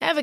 Ever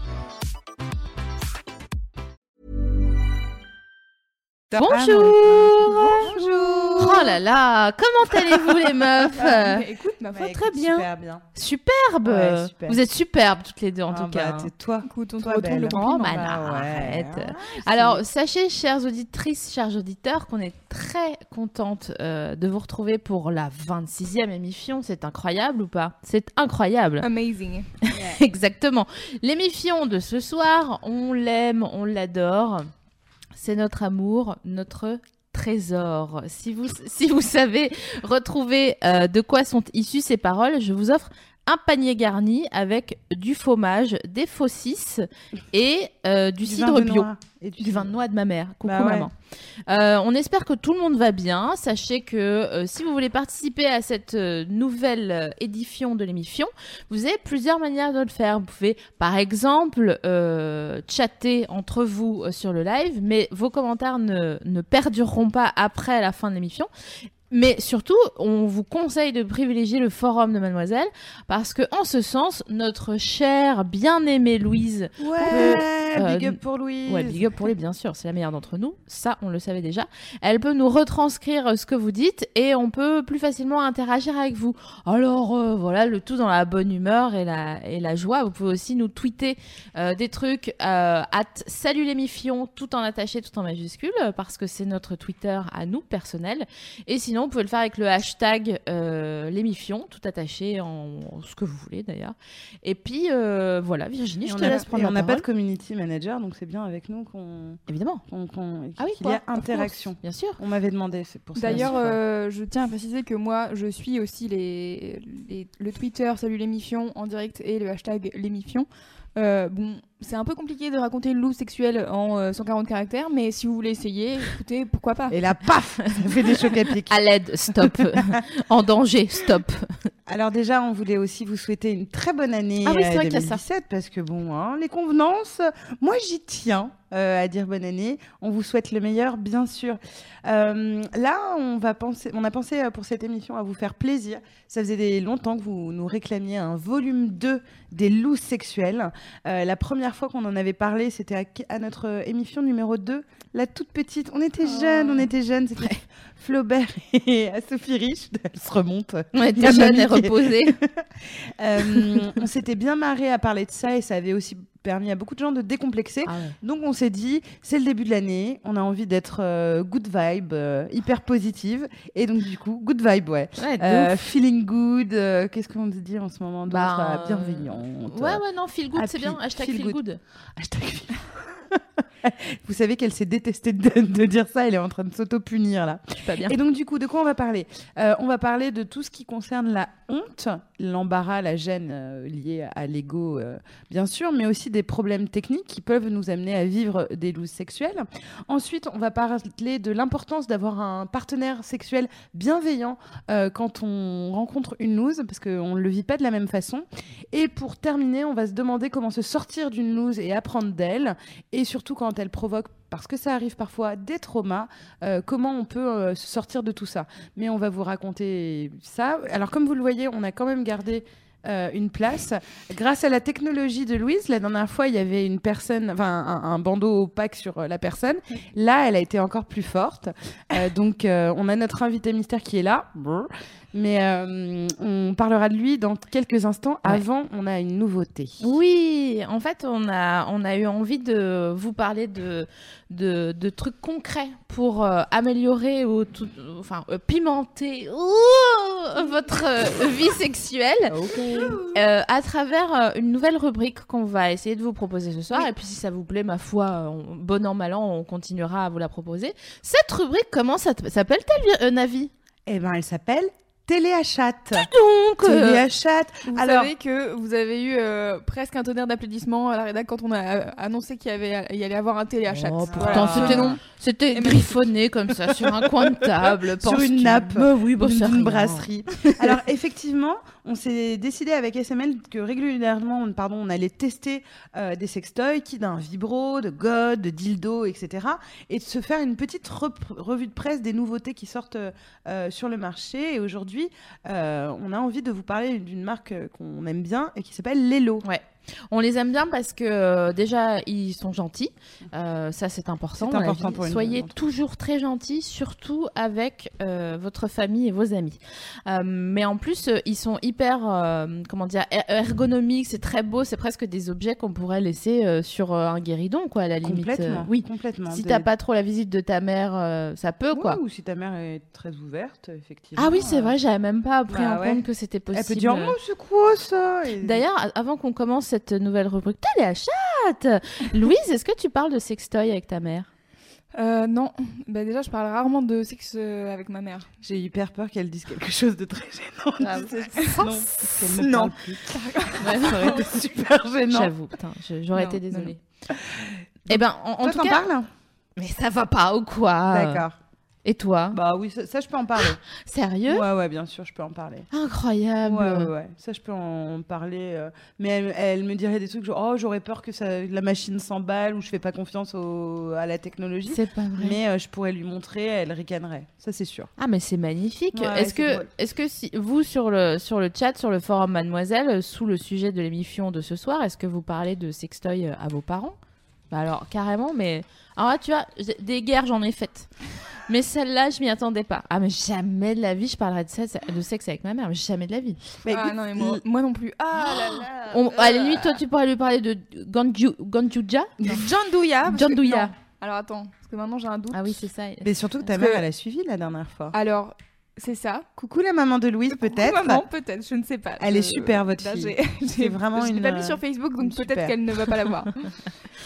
Ah, Bonjour Bonjour Oh là là Comment allez-vous les meufs Ah, Euh, mais Écoute, ma Bah, foi, écoute, très bien. Super bien. Superbe Ouais, super. Vous êtes superbes toutes les deux en Ah tout bah, cas. hein. t'es toi. Écoute, on te Toi, retourne belle. le Oh, compliment. man, bah ouais, arrête. hein, Alors, sachez, chères auditrices, chers auditeurs, qu'on est très contente euh, de vous retrouver pour la 26e émission. C'est incroyable ou pas C'est incroyable. Amazing. Exactement. L'émission de ce soir, on l'aime, on l'adore. C'est notre amour, notre trésor. Si vous, si vous savez retrouver euh, de quoi sont issues ces paroles, je vous offre un panier garni avec du fromage, des saucisses et euh, du, vin cidre de bio. noix. Et Du vin de noix de ma mère. Coucou Bah ouais. maman. Euh, on espère que tout le monde va bien. Sachez que euh, si vous voulez participer à cette euh, nouvelle euh, édition de l'émission, vous avez plusieurs manières de le faire. Vous pouvez par exemple euh, chatter entre vous euh, sur le live, mais vos commentaires ne, ne perdureront pas après la fin de l'émission. Mais surtout, on vous conseille de privilégier le forum de mademoiselle parce que en ce sens, notre chère bien-aimée Louise Ouais, Euh, big up pour Louise. Ouais, big up pour les bien sûr, c'est la meilleure d'entre nous. Ça, on le savait déjà. Elle peut nous retranscrire euh, ce que vous dites et on peut plus facilement interagir avec vous. Alors euh, voilà, le tout dans la bonne humeur et la, et la joie. Vous pouvez aussi nous tweeter euh, des trucs euh, at salut les mifions, tout en attaché, tout en majuscule, euh, parce que c'est notre Twitter à nous, personnel. Et sinon, vous pouvez le faire avec le hashtag euh, les mifions, tout attaché en, en ce que vous voulez d'ailleurs. Et puis euh, voilà, Virginie, Et je on te a- laisse prendre et la on n'a pas parole. de community manager, donc c'est bien avec nous qu'on Évidemment. qu'on- qu'on- Ah oui, qu'il y a quoi, of course, interaction. Bien sûr. On m'avait demandé, c'est pour ça. D'ailleurs, aussi, quoi. euh, je tiens à préciser que moi, je suis aussi les, les- le Twitter Salut les Mifions en direct et le hashtag les Mifions. Euh, bon, c'est un peu compliqué de raconter le loup sexuel en euh, 140 caractères, mais si vous voulez essayer, écoutez, pourquoi pas. Et là, paf Ça fait des chocs à pic. À l'aide, stop. en danger, stop. Alors déjà, on voulait aussi vous souhaiter une très bonne année Ah oui, c'est euh, vrai qu'il y a ça. 2017 parce que bon, hein, les convenances, euh, moi j'y tiens euh, à dire bonne année. On vous souhaite le meilleur, bien sûr. Euh, là, on va penser, on a pensé euh, pour cette émission à vous faire plaisir. Ça faisait des- longtemps que vous nous réclamiez un volume 2 des loups sexuels. Euh, la première fois qu'on en avait parlé, c'était à, à notre euh, émission numéro 2, la toute petite. On était Oh. jeunes, on était jeunes. C'était Flaubert et Sophie Rich. Elle se remonte. Il On y a était jeunes et Mamie qui est- reposés. Euh, on s'était bien marré à parler de ça et ça avait aussi permis à beaucoup de gens de décomplexer. Ah. Donc on s'est dit, c'est le début de l'année, on a envie d'être euh, good vibe, euh, hyper positive. Et donc du coup, good vibe, ouais. Ouais, de Euh, ouf. feeling good, euh, qu'est-ce qu'on se dit en ce moment d'autre Bah, Euh, Bienveillante. Ouais, ouais, non, Ah, feel good, c'est Happy, bien. Hashtag feel feel, good. Hashtag feel- Vous savez qu'elle s'est détestée de, de dire ça, elle est en train de s'auto-punir là. Je suis pas bien. Et donc, du coup, de quoi on va parler Euh, On va parler de tout ce qui concerne la honte, l'embarras, la gêne euh, liée à l'ego, euh, bien sûr, mais aussi des problèmes techniques qui peuvent nous amener à vivre des loups sexuelles. Ensuite, on va parler de l'importance d'avoir un partenaire sexuel bienveillant euh, quand on rencontre une loose, parce qu'on ne le vit pas de la même façon. Et pour terminer, on va se demander comment se sortir d'une loose et apprendre d'elle, et surtout quand elle provoque, parce que ça arrive parfois, des traumas, euh, comment on peut euh, se sortir de tout ça. Mais on va vous raconter ça. Alors comme vous le voyez, on a quand même gardé euh, une place. Grâce à la technologie de Louise, la dernière fois, il y avait une personne, enfin un, un bandeau opaque sur euh, la personne. Là, elle a été encore plus forte. Euh, donc euh, on a notre invité mystère qui est là. Brr. Mais euh, on parlera de lui dans quelques instants. Ouais. Avant, on a une nouveauté. Oui, en fait, on a, on a eu envie de vous parler de, de, de trucs concrets pour euh, améliorer ou tout, enfin, euh, pimenter ouh, votre euh, vie sexuelle. Euh, à travers euh, une nouvelle rubrique qu'on va essayer de vous proposer ce soir. Et puis si ça vous plaît, ma foi, euh, on- bon an, mal an, on continuera à vous la proposer. Cette rubrique, comment ça t- s'appelle-t-elle, Vi- euh, Navi Eh ben, elle s'appelle Téléachate. Donc, euh, Téléachate. Vous Alors- savez que vous avez eu euh, presque un tonnerre d'applaudissements à la rédac quand on a euh, annoncé qu'il y avait il y allait avoir un téléachat. Oh, pourtant, Voilà. c'était non. C'était Et même- griffonné comme ça sur un coin de table. Sur pense une que- nappe, Bah oui, bah, Dans c'est une rien. brasserie. Alors effectivement, on s'est décidé avec SML que régulièrement, on, pardon, on allait tester euh, des sextoys, qui d'un vibro, de god, de dildo, etc. Et de se faire une petite rep- revue de presse des nouveautés qui sortent euh, euh, sur le marché. Et aujourd'hui, euh, on a envie de vous parler d'une marque euh, qu'on aime bien et qui s'appelle Lelo. On les aime bien parce que euh, déjà ils sont gentils, Euh, ça c'est important. C'est on l'a important dit. pour une Soyez en tout toujours très gentils, surtout avec euh, votre famille et vos amis. Euh, mais en plus euh, ils sont hyper, euh, comment dire, er- ergonomiques, c'est très beau, c'est presque des objets qu'on pourrait laisser euh, sur euh, un guéridon quoi à la limite. Complètement. Euh, oui. Complètement. Si Des- t'as pas trop la visite de ta mère, euh, ça peut Oui, quoi. Ou si ta mère est très ouverte, effectivement. Ah oui c'est euh, vrai, j'avais même pas pris Bah en ouais. compte que c'était possible. Elle peut dire, oh, c'est quoi ça Et- D'ailleurs, a- avant qu'on commence cette nouvelle rubrique, t'as les chatte Louise, est-ce que tu parles de sextoy avec ta mère Euh, non, bah déjà je parle rarement de sexe euh, avec ma mère. J'ai hyper peur qu'elle dise quelque chose de très gênant. Ah Non, ouais. parce qu'elle ne Non. parle plus. Ça aurait été super gênant. J'avoue, putain, je- j'aurais Non, été non, désolée. Eh ben, en, en Toi, tout t'en cas, euh, parles mais ça va pas ou quoi D'accord. Et toi Bah oui, ça, ça, je peux en parler. Sérieux Ah, euh, ouais, ouais, bien sûr, je peux en parler. Ouais, Incroyable. ouais, ouais. Ça, je peux en parler. euh, Mais elle, elle me dirait des trucs genre, oh, j'aurais peur que ça- la machine s'emballe ou je fais pas confiance au- à la technologie. C'est pas vrai. Mais euh, je pourrais lui montrer, elle ricanerait. Ça, c'est sûr. Ah mais c'est magnifique. Ouais, est-ce c'est que drôle. est-ce que si vous sur le sur le chat sur le forum Mademoiselle euh, sous le sujet de l'émission de ce soir, est-ce que vous parlez de sextoy euh, à vos parents Bah alors carrément mais alors là, tu vois, j'ai- des guerres j'en ai faites. Mais celle-là, je m'y attendais pas. Ah mais jamais de la vie je parlerai de sexe, de sexe avec ma mère, mais jamais de la vie. Mais ah écoute, non mais moi, moi non plus. Ah là là. On- à la euh. limite toi tu pourrais lui parler de Ganju Ganjuja John Douya. Ah, parce John que- Douya. non. Alors attends, parce que maintenant j'ai un doute. Ah oui, c'est ça. Mais surtout que ta Parce mère, que- elle a suivi la dernière fois. Alors c'est ça. Coucou la maman de Louise, peut-être. Coucou, Maman, peut-être, je ne sais pas. Elle Je- est super, votre Là, fille. j'ai- C'est j'ai vraiment Je une, l'ai pas mis euh, sur Facebook, une donc super. peut-être qu'elle ne va pas la voir.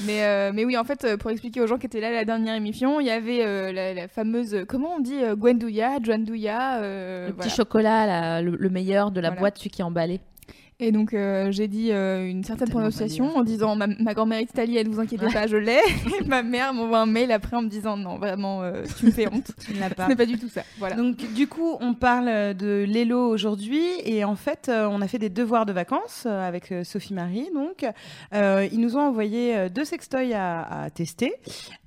mais, euh, mais oui, en fait, euh, pour expliquer aux gens qui étaient là à la dernière émission, il y avait euh, la, la fameuse, comment on dit, euh, Gwendouya, Joandouya. euh, Le voilà. petit chocolat, là, le, le meilleur de la Voilà. boîte, celui qui est emballé. Et donc, euh, j'ai dit euh, une certaine Tellement prononciation en disant ma, ma grand-mère est italienne, vous inquiétez pas, je l'ai. Et ma mère m'envoie un mail après en me disant non, vraiment, euh, tu me fais honte. Tu ne l'as Ce pas. n'est pas du tout ça. Voilà. Donc du coup, on parle euh, de l'élo aujourd'hui et en fait, euh, on a fait des devoirs de vacances euh, avec euh, Sophie Marie. Donc, Euh, ils nous ont envoyé euh, deux sextoys à, à tester.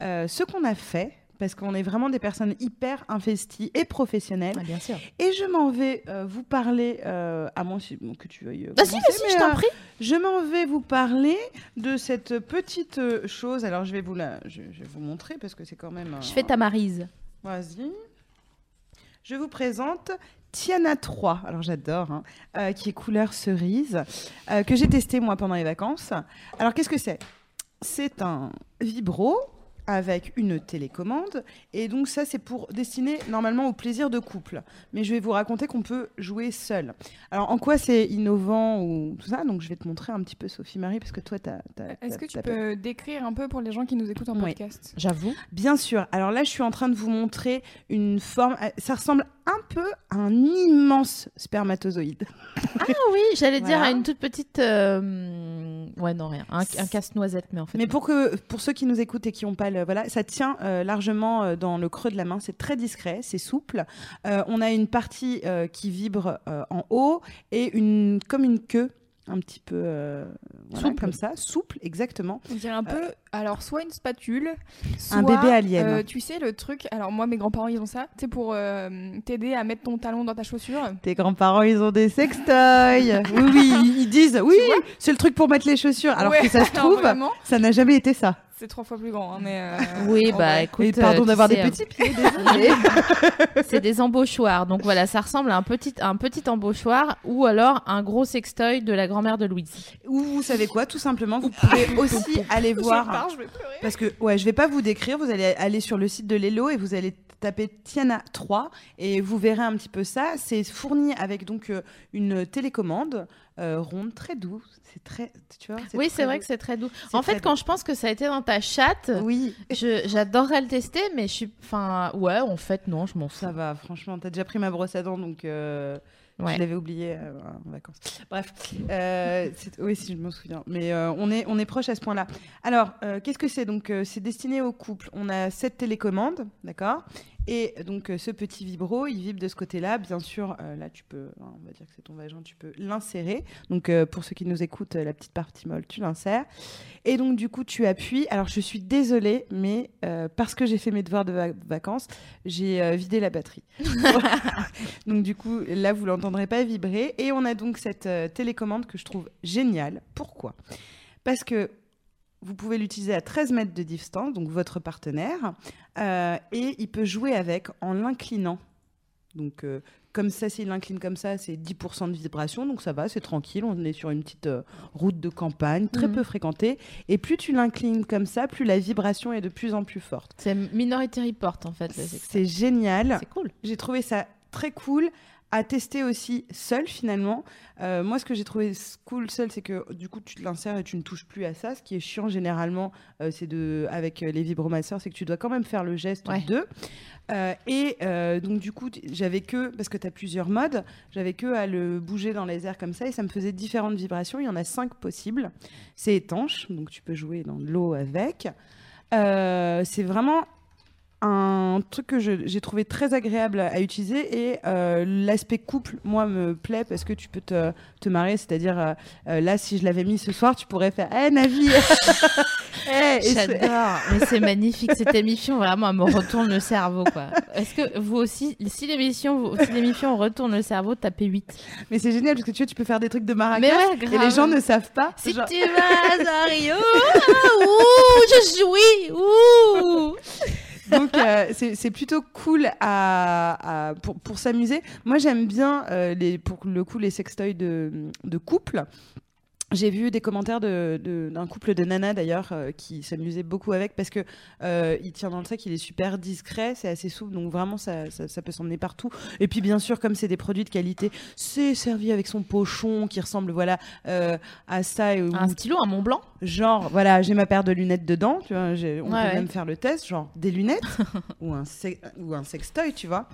Euh, ce qu'on a fait, parce qu'on est vraiment des personnes hyper investies et professionnelles. bien sûr. Et je m'en vais euh, vous parler euh, à moins si- bon, que tu veuilles. euh, Bah, Vas-y, commencer, vas-y, mais, je euh, t'en prie. je m'en vais vous parler de cette petite euh, chose. Alors, je vais vous la, je, je vais vous montrer parce que c'est quand même. Je un- fais ta marise. Vas-y. Je vous présente Tiana 3, alors j'adore, hein, euh, qui est couleur cerise, euh, que j'ai testé moi pendant les vacances. Alors qu'est-ce que c'est C'est un vibro avec une télécommande et donc ça c'est pour destiné normalement au plaisir de couple. Mais je vais vous raconter qu'on peut jouer seul. Alors en quoi c'est innovant ou tout ça Donc je vais te montrer un petit peu Sophie Marie parce que toi t'as. t'as- Est-ce t'as- que tu t'as- peux décrire un peu pour les gens qui nous écoutent en Oui. podcast J'avoue. Bien sûr. Alors là, je suis en train de vous montrer une forme. euh, Ça ressemble un peu à un immense spermatozoïde. Ah oui, j'allais Voilà. dire à une toute petite. euh, Ouais, non, rien. Un, un casse-noisette, mais en fait. Mais pour que pour ceux qui nous écoutent et qui n'ont pas le voilà, ça tient euh, largement euh, dans le creux de la main. C'est très discret, c'est souple. Euh, on a une partie euh, qui vibre euh, en haut et une comme une queue un petit peu euh, voilà, Souple. comme ça, souple exactement. On dirait un peu, alors soit une spatule, soit, Un bébé alien. euh, tu sais le truc, alors moi mes grands-parents ils ont ça, tu sais pour euh, t'aider à mettre ton talon dans ta chaussure. Tes grands-parents, ils ont des sextoys. oui, oui, ils- ils disent oui, c'est le truc pour mettre les chaussures. Alors Ouais, que ça se alors trouve, vraiment, ça n'a jamais été ça. c'est trois fois plus grand. hein, mais, euh, Oui, en bah vrai. écoute. Oh, Et pardon euh, tu d'avoir des sais, petits pieds. euh, C'est des embauchoirs. Donc voilà, ça ressemble à un petit, un petit embauchoir ou alors un gros sextoy de la grand-mère de Louise. Ou vous savez quoi, tout simplement, vous pouvez aussi aller Je voir. pars, je vais pleurer. Parce que, ouais, je vais pas vous décrire, vous allez aller sur le site de l'Elo et vous allez taper Tiana 3 et vous verrez un petit peu ça. C'est fourni avec donc euh, une télécommande euh, ronde, très doux. C'est très, tu vois. Oui, c'est très vrai doux. que c'est très doux. C'est En fait, très quand je pense que ça a été dans ta chatte, doux. oui, je- j'adorerais le tester, mais je suis. Enfin, ouais, en fait, non, je m'en fous. ça va. Franchement, t'as déjà pris ma brosse à dents, donc euh, Ouais. je l'avais oublié euh, en vacances. Bref, euh, c'est- oui, si je me souviens. Mais euh, on est on est proche à ce point-là. Alors, euh, qu'est-ce que c'est Donc, euh, c'est destiné au couple. On a sept télécommandes, d'accord. Et donc, euh, ce petit vibro, il vibre de ce côté-là. Bien sûr, euh, là, tu peux, hein, on va dire que c'est ton vagin, tu peux l'insérer. Donc, euh, pour ceux qui nous écoutent, euh, la petite partie molle, tu l'insères. Et donc, du coup, tu appuies. Alors, je suis désolée, mais euh, parce que j'ai fait mes devoirs de va- vacances, j'ai euh, vidé la batterie. donc, du coup, là, vous l'entendrez pas vibrer. Et on a donc cette euh, télécommande que je trouve géniale. Pourquoi Parce que vous pouvez l'utiliser à 13 mètres de distance, donc votre partenaire, euh, et il peut jouer avec en l'inclinant. Donc, euh, comme ça, s'il l'incline comme ça, c'est 10% de vibration, donc ça va, c'est tranquille. On est sur une petite euh, route de campagne, très Mhm. peu fréquentée. Et plus tu l'inclines comme ça, plus la vibration est de plus en plus forte. C'est Minority Report, en fait. le sexe. C'est génial. C'est cool. J'ai trouvé ça très cool à tester aussi seul finalement. Euh, moi, ce que j'ai trouvé s- cool seul, c'est que du coup, tu te l'insères et tu ne touches plus à ça. Ce qui est chiant généralement, euh, c'est de avec euh, les vibromasseurs, c'est que tu dois quand même faire le geste Ouais. de. Euh, et euh, donc du coup, t- j'avais que parce que tu as plusieurs modes, j'avais que à le bouger dans les airs comme ça et ça me faisait différentes vibrations. Il y en a cinq possibles. C'est étanche, donc tu peux jouer dans de l'eau avec. Euh, c'est vraiment un truc que je- j'ai trouvé très agréable à utiliser et euh, l'aspect couple, moi, me plaît parce que tu peux te, te marrer. C'est-à-dire, euh, euh, là, si je l'avais mis ce soir, tu pourrais faire Hé, Navi Eh, et c'est- J'adore. Mais c'est magnifique cette émission. Vraiment, elle me retourne le cerveau, quoi. Est-ce que vous aussi, si l'émission, vous- si l'émission retourne le cerveau, tapez 8. Mais c'est génial parce que tu vois, tu peux faire des trucs de maracas Mais ouais, Ah, et grave. les gens ne savent pas. Si Genre- tu vas à Rio, ouh, je jouis, ouh. Donc euh, c'est c'est plutôt cool à, à- pour, pour s'amuser. Moi j'aime bien euh, les, pour le coup les sextoys de, de couple. J'ai vu des commentaires d'un de, d'un couple de nanas d'ailleurs euh, qui s'amusait beaucoup avec parce que euh, il tient dans le sac, il est super discret, c'est assez souple, donc vraiment ça, ça, ça peut s'emmener partout. Et puis bien sûr, comme c'est des produits de qualité, c'est servi avec son pochon qui ressemble voilà euh, à ça et, Un ou stylo, un Mont Blanc. Genre, voilà, j'ai ma paire de lunettes dedans, tu vois, j'ai- on Ouais, peut ouais. même faire le test, genre des lunettes ou, un se- ou un sextoy, tu vois.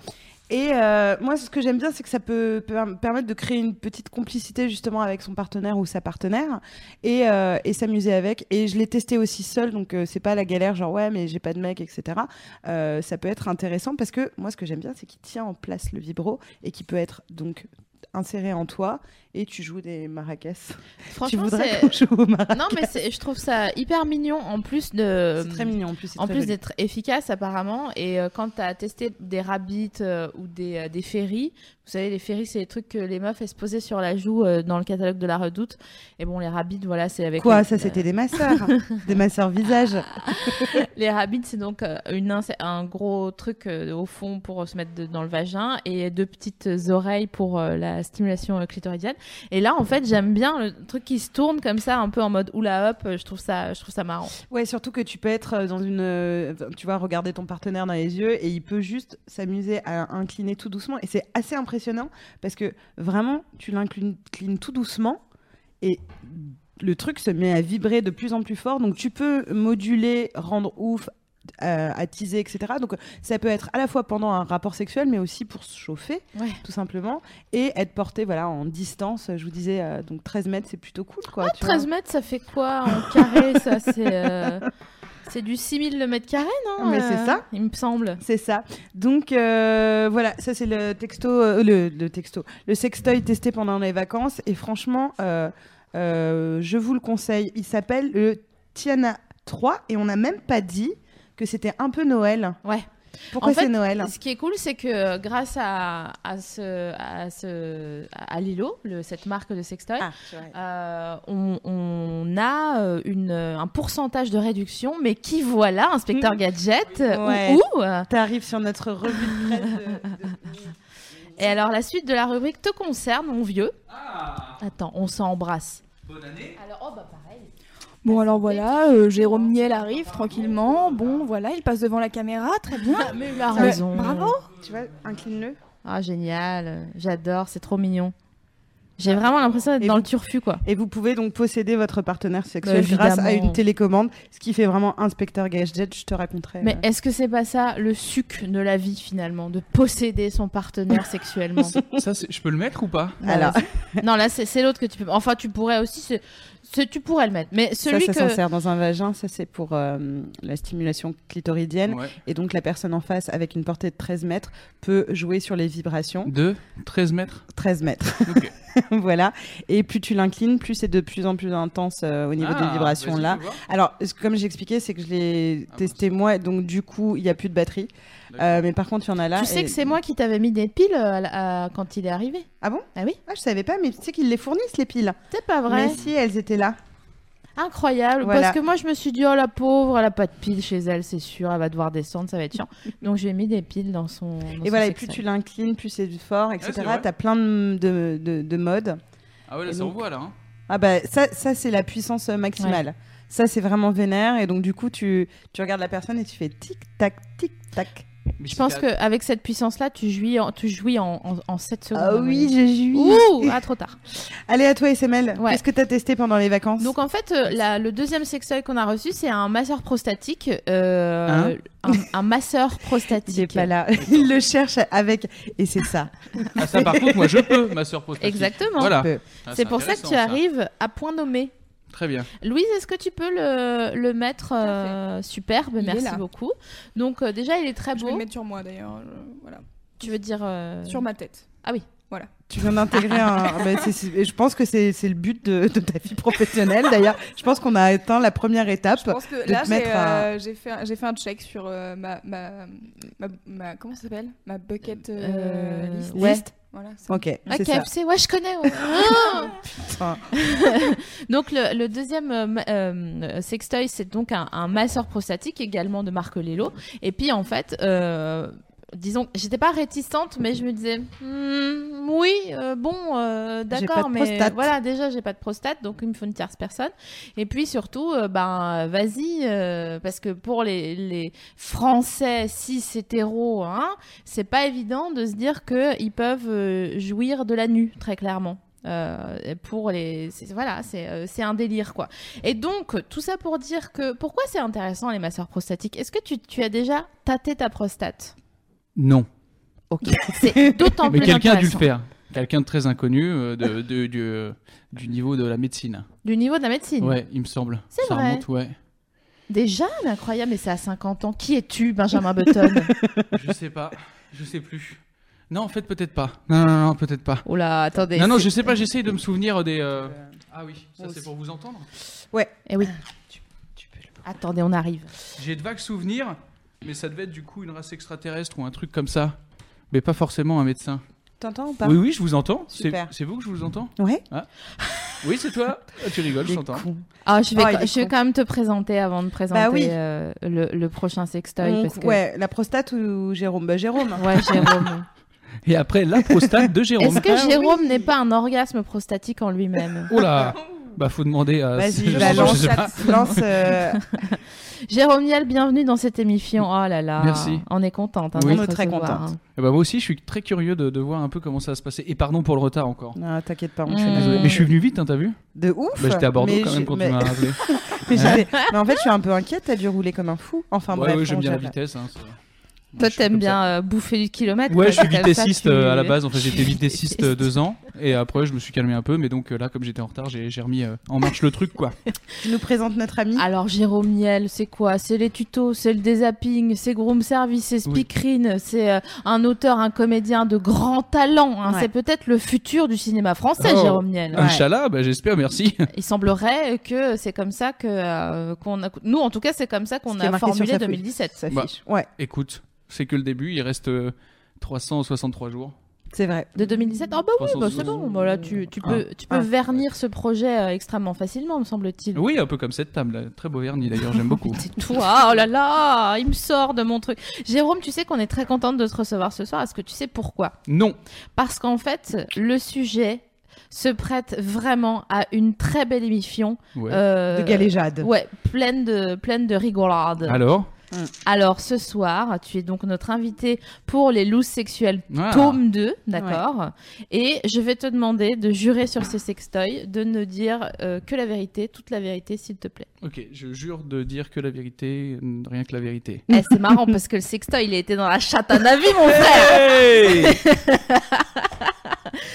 Et euh, moi, ce que j'aime bien, c'est que ça peut, per- permettre de créer une petite complicité justement avec son partenaire ou sa partenaire et, euh, et s'amuser avec. Et je l'ai testé aussi seule, donc euh, c'est pas la galère, genre ouais, mais j'ai pas de mec, etc. Euh, ça peut être intéressant parce que moi, ce que j'aime bien, c'est qu'il tient en place le vibro et qui peut être donc inséré en toi et tu joues des maracas. Tu Franchement, voudrais c'est. qu'on joue aux maracas Non, mais c'est- je trouve ça hyper mignon en plus de. C'est très mignon Euh, en plus. c'est En très plus joli. d'être efficace apparemment, et euh, quand tu as testé des rabbits euh, ou des, euh, des ferries, vous savez les ferries c'est les trucs que les meufs elles se posaient sur la joue euh, dans le catalogue de la redoute, et bon les rabbits voilà c'est avec... Quoi, une- ça c'était des masseurs, des masseurs visage. Les rabbits c'est donc euh, une, ins- un gros truc euh, au fond pour se mettre de- dans le vagin, et deux petites oreilles pour euh, la stimulation euh, clitoridienne, et là en fait j'aime bien le truc qui se tourne comme ça un peu en mode oula hop, euh, je trouve ça, je trouve ça marrant. Ouais, surtout que tu peux être euh, dans une, euh, tu vois, regarder ton partenaire dans les yeux et il peut juste s'amuser à incliner tout doucement et c'est assez impressionnant parce que vraiment tu l'inclines clines tout doucement et le truc se met à vibrer de plus en plus fort donc tu peux moduler, rendre ouf, euh, attiser, etc. Donc ça peut être à la fois pendant un rapport sexuel mais aussi pour se chauffer Ouais. tout simplement et être porté voilà en distance. Je vous disais euh, donc 13 mètres c'est plutôt cool quoi. tu vois. 13 mètres, ça fait quoi en carré Ça, c'est. euh, C'est du 6000 le mètre carré, non Ah, euh, Mais c'est ça. Il me semble. C'est ça. Donc euh, voilà, ça c'est le texto, euh, le, le texto, le sextoy testé pendant les vacances. Et franchement, euh, euh, je vous le conseille. Il s'appelle le Tiana 3 et on n'a même pas dit que c'était un peu Noël. Ouais. Pourquoi En fait, c'est Noël Ce qui est cool, c'est que euh, grâce à, à, ce, à, ce, à Lilo, le, cette marque de sextoy, Ah. euh, on, on a euh, une, euh, un pourcentage de réduction, mais qui voilà, inspecteur gadget, euh, Ouais. ou, ou, euh. T'arrives sur notre revue de presse. euh, de- de- Et alors la suite de la rubrique te concerne, mon vieux. Attends, on s'embrasse. Ah. Bonne année. Alors, oh bah pareil. Bon alors voilà, euh, Jérôme Niel arrive tranquillement. Bon voilà, il passe devant la caméra, très bien. bah, mais il a Ouais, raison. bravo. Tu vois, incline-le. Ah génial, j'adore, c'est trop mignon. J'ai vraiment l'impression d'être Et dans vous- le turfu, quoi. Et vous pouvez donc posséder votre partenaire Bah, sexuel évidemment. grâce à une télécommande, ce qui fait vraiment inspecteur gadget, je te raconterai. Mais euh. est-ce que c'est pas ça le suc de la vie finalement, de posséder son partenaire sexuellement Bah, Ça, c'est- je peux le mettre ou pas Alors, Non, là c'est c'est l'autre que tu peux. Enfin, tu pourrais aussi, c'est- c'est- tu pourrais le mettre. Mais celui ça, ça que s'en sert dans un vagin, ça c'est pour euh, la stimulation clitoridienne. Ouais. Et donc la personne en face, avec une portée de 13 mètres, peut jouer sur les vibrations. De 13 mètres. 13 mètres, Ok. voilà. Et plus tu l'inclines, plus c'est de plus en plus intense euh, au niveau Ah, des vibrations vas-y, là. fais voir. Alors, ce- comme j'expliquais, c'est que je l'ai Ah, testé moi, donc du coup, il n'y a plus de batterie. D'accord. Euh, mais par contre, il y en a là. tu sais et- que c'est moi qui t'avais mis des piles euh, à la- à- quand il est arrivé. Ah bon Ah oui Ah, je savais pas, mais tu sais qu'ils les fournissent, les piles. C'est pas vrai. Mais si, elles étaient là. Incroyable. Voilà. Parce que moi je me suis dit oh la pauvre, elle a pas de piles chez elle, c'est sûr, elle va devoir descendre, ça va être chiant. Donc j'ai mis des piles dans son. dans et son voilà, et plus sextoy. tu l'inclines, plus c'est fort, etc. Ah, c'est vrai. T'as plein de, de, de- de modes. Ah ouais, et là, ça donc- envoie là. hein. Ah bah, ça, ça c'est la puissance euh, maximale. Ça, c'est vraiment vénère. Et donc, du coup, tu, tu regardes la personne et tu fais tic-tac, tic-tac. Mais Je si pense t'as- qu'avec cette puissance-là, tu jouis en, tu jouis en, en, 7 secondes. Ah à mon oui, avis. j'ai joui. Ouh, ah, trop tard. Allez, à toi, SML. Ouais. Qu'est-ce que t'as testé pendant les vacances Donc en fait, euh, la- le deuxième sextoy qu'on a reçu, c'est un masseur prostatique. euh, un, un masseur prostatique. Il est pas là. Il le cherche avec. Et c'est ça. Ah, ça, par contre, moi, je peux, ma soeur pose. Exactement. Voilà. Peu. Ah, C'est pour ça que intéressant, tu arrives à point nommé. Très bien. Louise, est-ce que tu peux le, le mettre à fait. euh, superbe Il est Merci là. beaucoup. Donc euh, déjà, il est très Ah, Je vais beau. le mettre sur moi d'ailleurs. je- Voilà. Tu veux dire euh, Sur ma tête. Tu viens d'intégrer un. ah bah, c'est- c'est- Je pense que c'est c'est le but de, de ta vie professionnelle. D'ailleurs, je pense qu'on a atteint la première étape. Je pense que te là, j'ai mettre à- euh, j'ai fait, un- j'ai fait un check sur euh, ma, ma, ma, ma- Comment ça s'appelle Ma bucket euh, Euh, list. ouais. Liste Voilà, ça. Ok, Ah, c'est ça. KFC, ouais, je connais. ouais. Ah Putain. Donc le, le deuxième euh, ma- euh, sextoy, c'est donc un, un masseur prostatique également de Marc Lello. Et puis en fait, euh, disons, j'étais pas réticente, mais je me disais, Hmm, oui, euh, bon, euh, pas d'accord, de mais prostate. voilà, déjà j'ai pas de prostate, donc il me faut une tierce personne. Et puis surtout, euh, ben vas-y, euh, parce que pour les, les Français cis hétéros, hein, c'est pas évident de se dire que ils peuvent euh, jouir de la nu très clairement. Euh, pour les c'est- voilà c'est euh, c'est un délire quoi et donc tout ça pour dire que pourquoi c'est intéressant les masseurs prostatiques est-ce que tu, tu as déjà tâté ta prostate Non. c'est d'autant Mais plus quelqu'un a dû le intéressant. faire. Quelqu'un de très inconnu euh, de, de- du, euh, du niveau de la médecine. du niveau de la médecine Ouais, il me semble. C'est Ça vrai. remonte, ouais. déjà mais incroyable mais c'est à 50 ans qui es-tu Benjamin Button Je sais pas. Je sais plus. Non, en fait, peut-être pas. Non, non, non, peut-être pas. oh là attendez non, non, c'est- je sais pas, j'essaye de me souvenir des. euh, Ah oui, ça c'est pour vous entendre. eh oui Ah, Tu peux le- attendez on arrive J'ai de vagues souvenirs, mais ça devait être du coup une race extraterrestre ou un truc comme ça. Mais pas forcément un médecin. T'entends ou pas Oui, oui, je vous entends. C'est Super. c'est vous que je vous entends Ouais. Oui, c'est toi. Ah, tu rigoles, je Les t'entends. cons. ah je vais Oh, il est je vais con. Bah quand même te présenter avant de présenter oui. euh, le, le prochain sextoy Donc, parce que Ouais, la prostate ou Jérôme Bah Jérôme. hein. Ouais, Jérôme Et après, la prostate de Jérôme. Est-ce que Ah Jérôme n'est pas un orgasme prostatique en lui-même Oh là Bah, faut demander à. Vas-y, je bah, sais pas, je lance, sais pas. lance, euh, Jérôme Niel, bienvenue dans cette émission. Oh là là, Merci. on est contente. hein, Oui. de On est te très recevoir, contente. hein. Eh ben, moi aussi, je suis très curieux de, de voir un peu comment ça va se passer. Et pardon pour le retard encore. Non, t'inquiète pas, on Mm. fait la- Désolé. Mais je suis venu vite, hein, t'as vu De ouf. bah, J'étais à Bordeaux mais quand je- même quand mais... tu m'as rappelé. mais j'étais- mais en fait, je suis un peu inquiète, t'as dû rouler comme un fou. Enfin ouais, bref. ouais, on j'aime bien la gère. vitesse. hein, c'est- Moi, Toi, je suis t'aimes comme ça. bien euh, bouffer du kilomètre Ouais, je suis t'aimes ça, vitessiste tu- euh, à la base. En fait, j'étais vitessiste euh, deux ans et après, je me suis calmé un peu. Mais donc euh, là, comme j'étais en retard, j'ai j'ai remis euh, en marche le truc, quoi. Tu nous présentes notre ami. Alors, Jérôme Niel, c'est quoi C'est les tutos, c'est le désapping, c'est Groom Service, c'est Oui. Speakerine, c'est euh, un auteur, un comédien de grand talent. hein. Ouais. C'est peut-être le futur du cinéma français, Oh. Jérôme Niel. Inch'Allah, bah, j'espère, merci. Il semblerait que c'est comme ça que euh, qu'on a... nous, en tout cas, c'est comme ça qu'on qui est a marqué sur formulé sa feuille. 2017. Bah. Ça fiche. Ouais, Écoute, c'est que le début, il reste euh, 363 jours. c'est vrai. De 2017 Oh bah oui, bah c'est bon. Bah là, tu, tu peux, tu peux Ah. vernir ce projet euh, extrêmement facilement, me semble-t-il. Oui, un peu comme cette table, là. très beau vernis d'ailleurs, j'aime beaucoup. C'est toi, oh là là, il me sort de mon truc. Jérôme, tu sais qu'on est très contente de te recevoir ce soir. Est-ce que tu sais pourquoi Non, Parce qu'en fait, le sujet se prête vraiment à une très belle émission. ouais. euh, De galéjade. Ouais, pleine de, pleine de rigolade. alors, Mm. Alors ce soir, tu es donc notre invité pour les looses sexuelles Ah. tome 2, d'accord Et je vais te demander de jurer sur ces sextoys, de ne dire euh, que la vérité, toute la vérité, s'il te plaît. Ok, je jure de dire que la vérité, euh, rien que la vérité. Eh, c'est marrant parce que le sextoy, il a été dans la chatte à Navi, mon frère Hey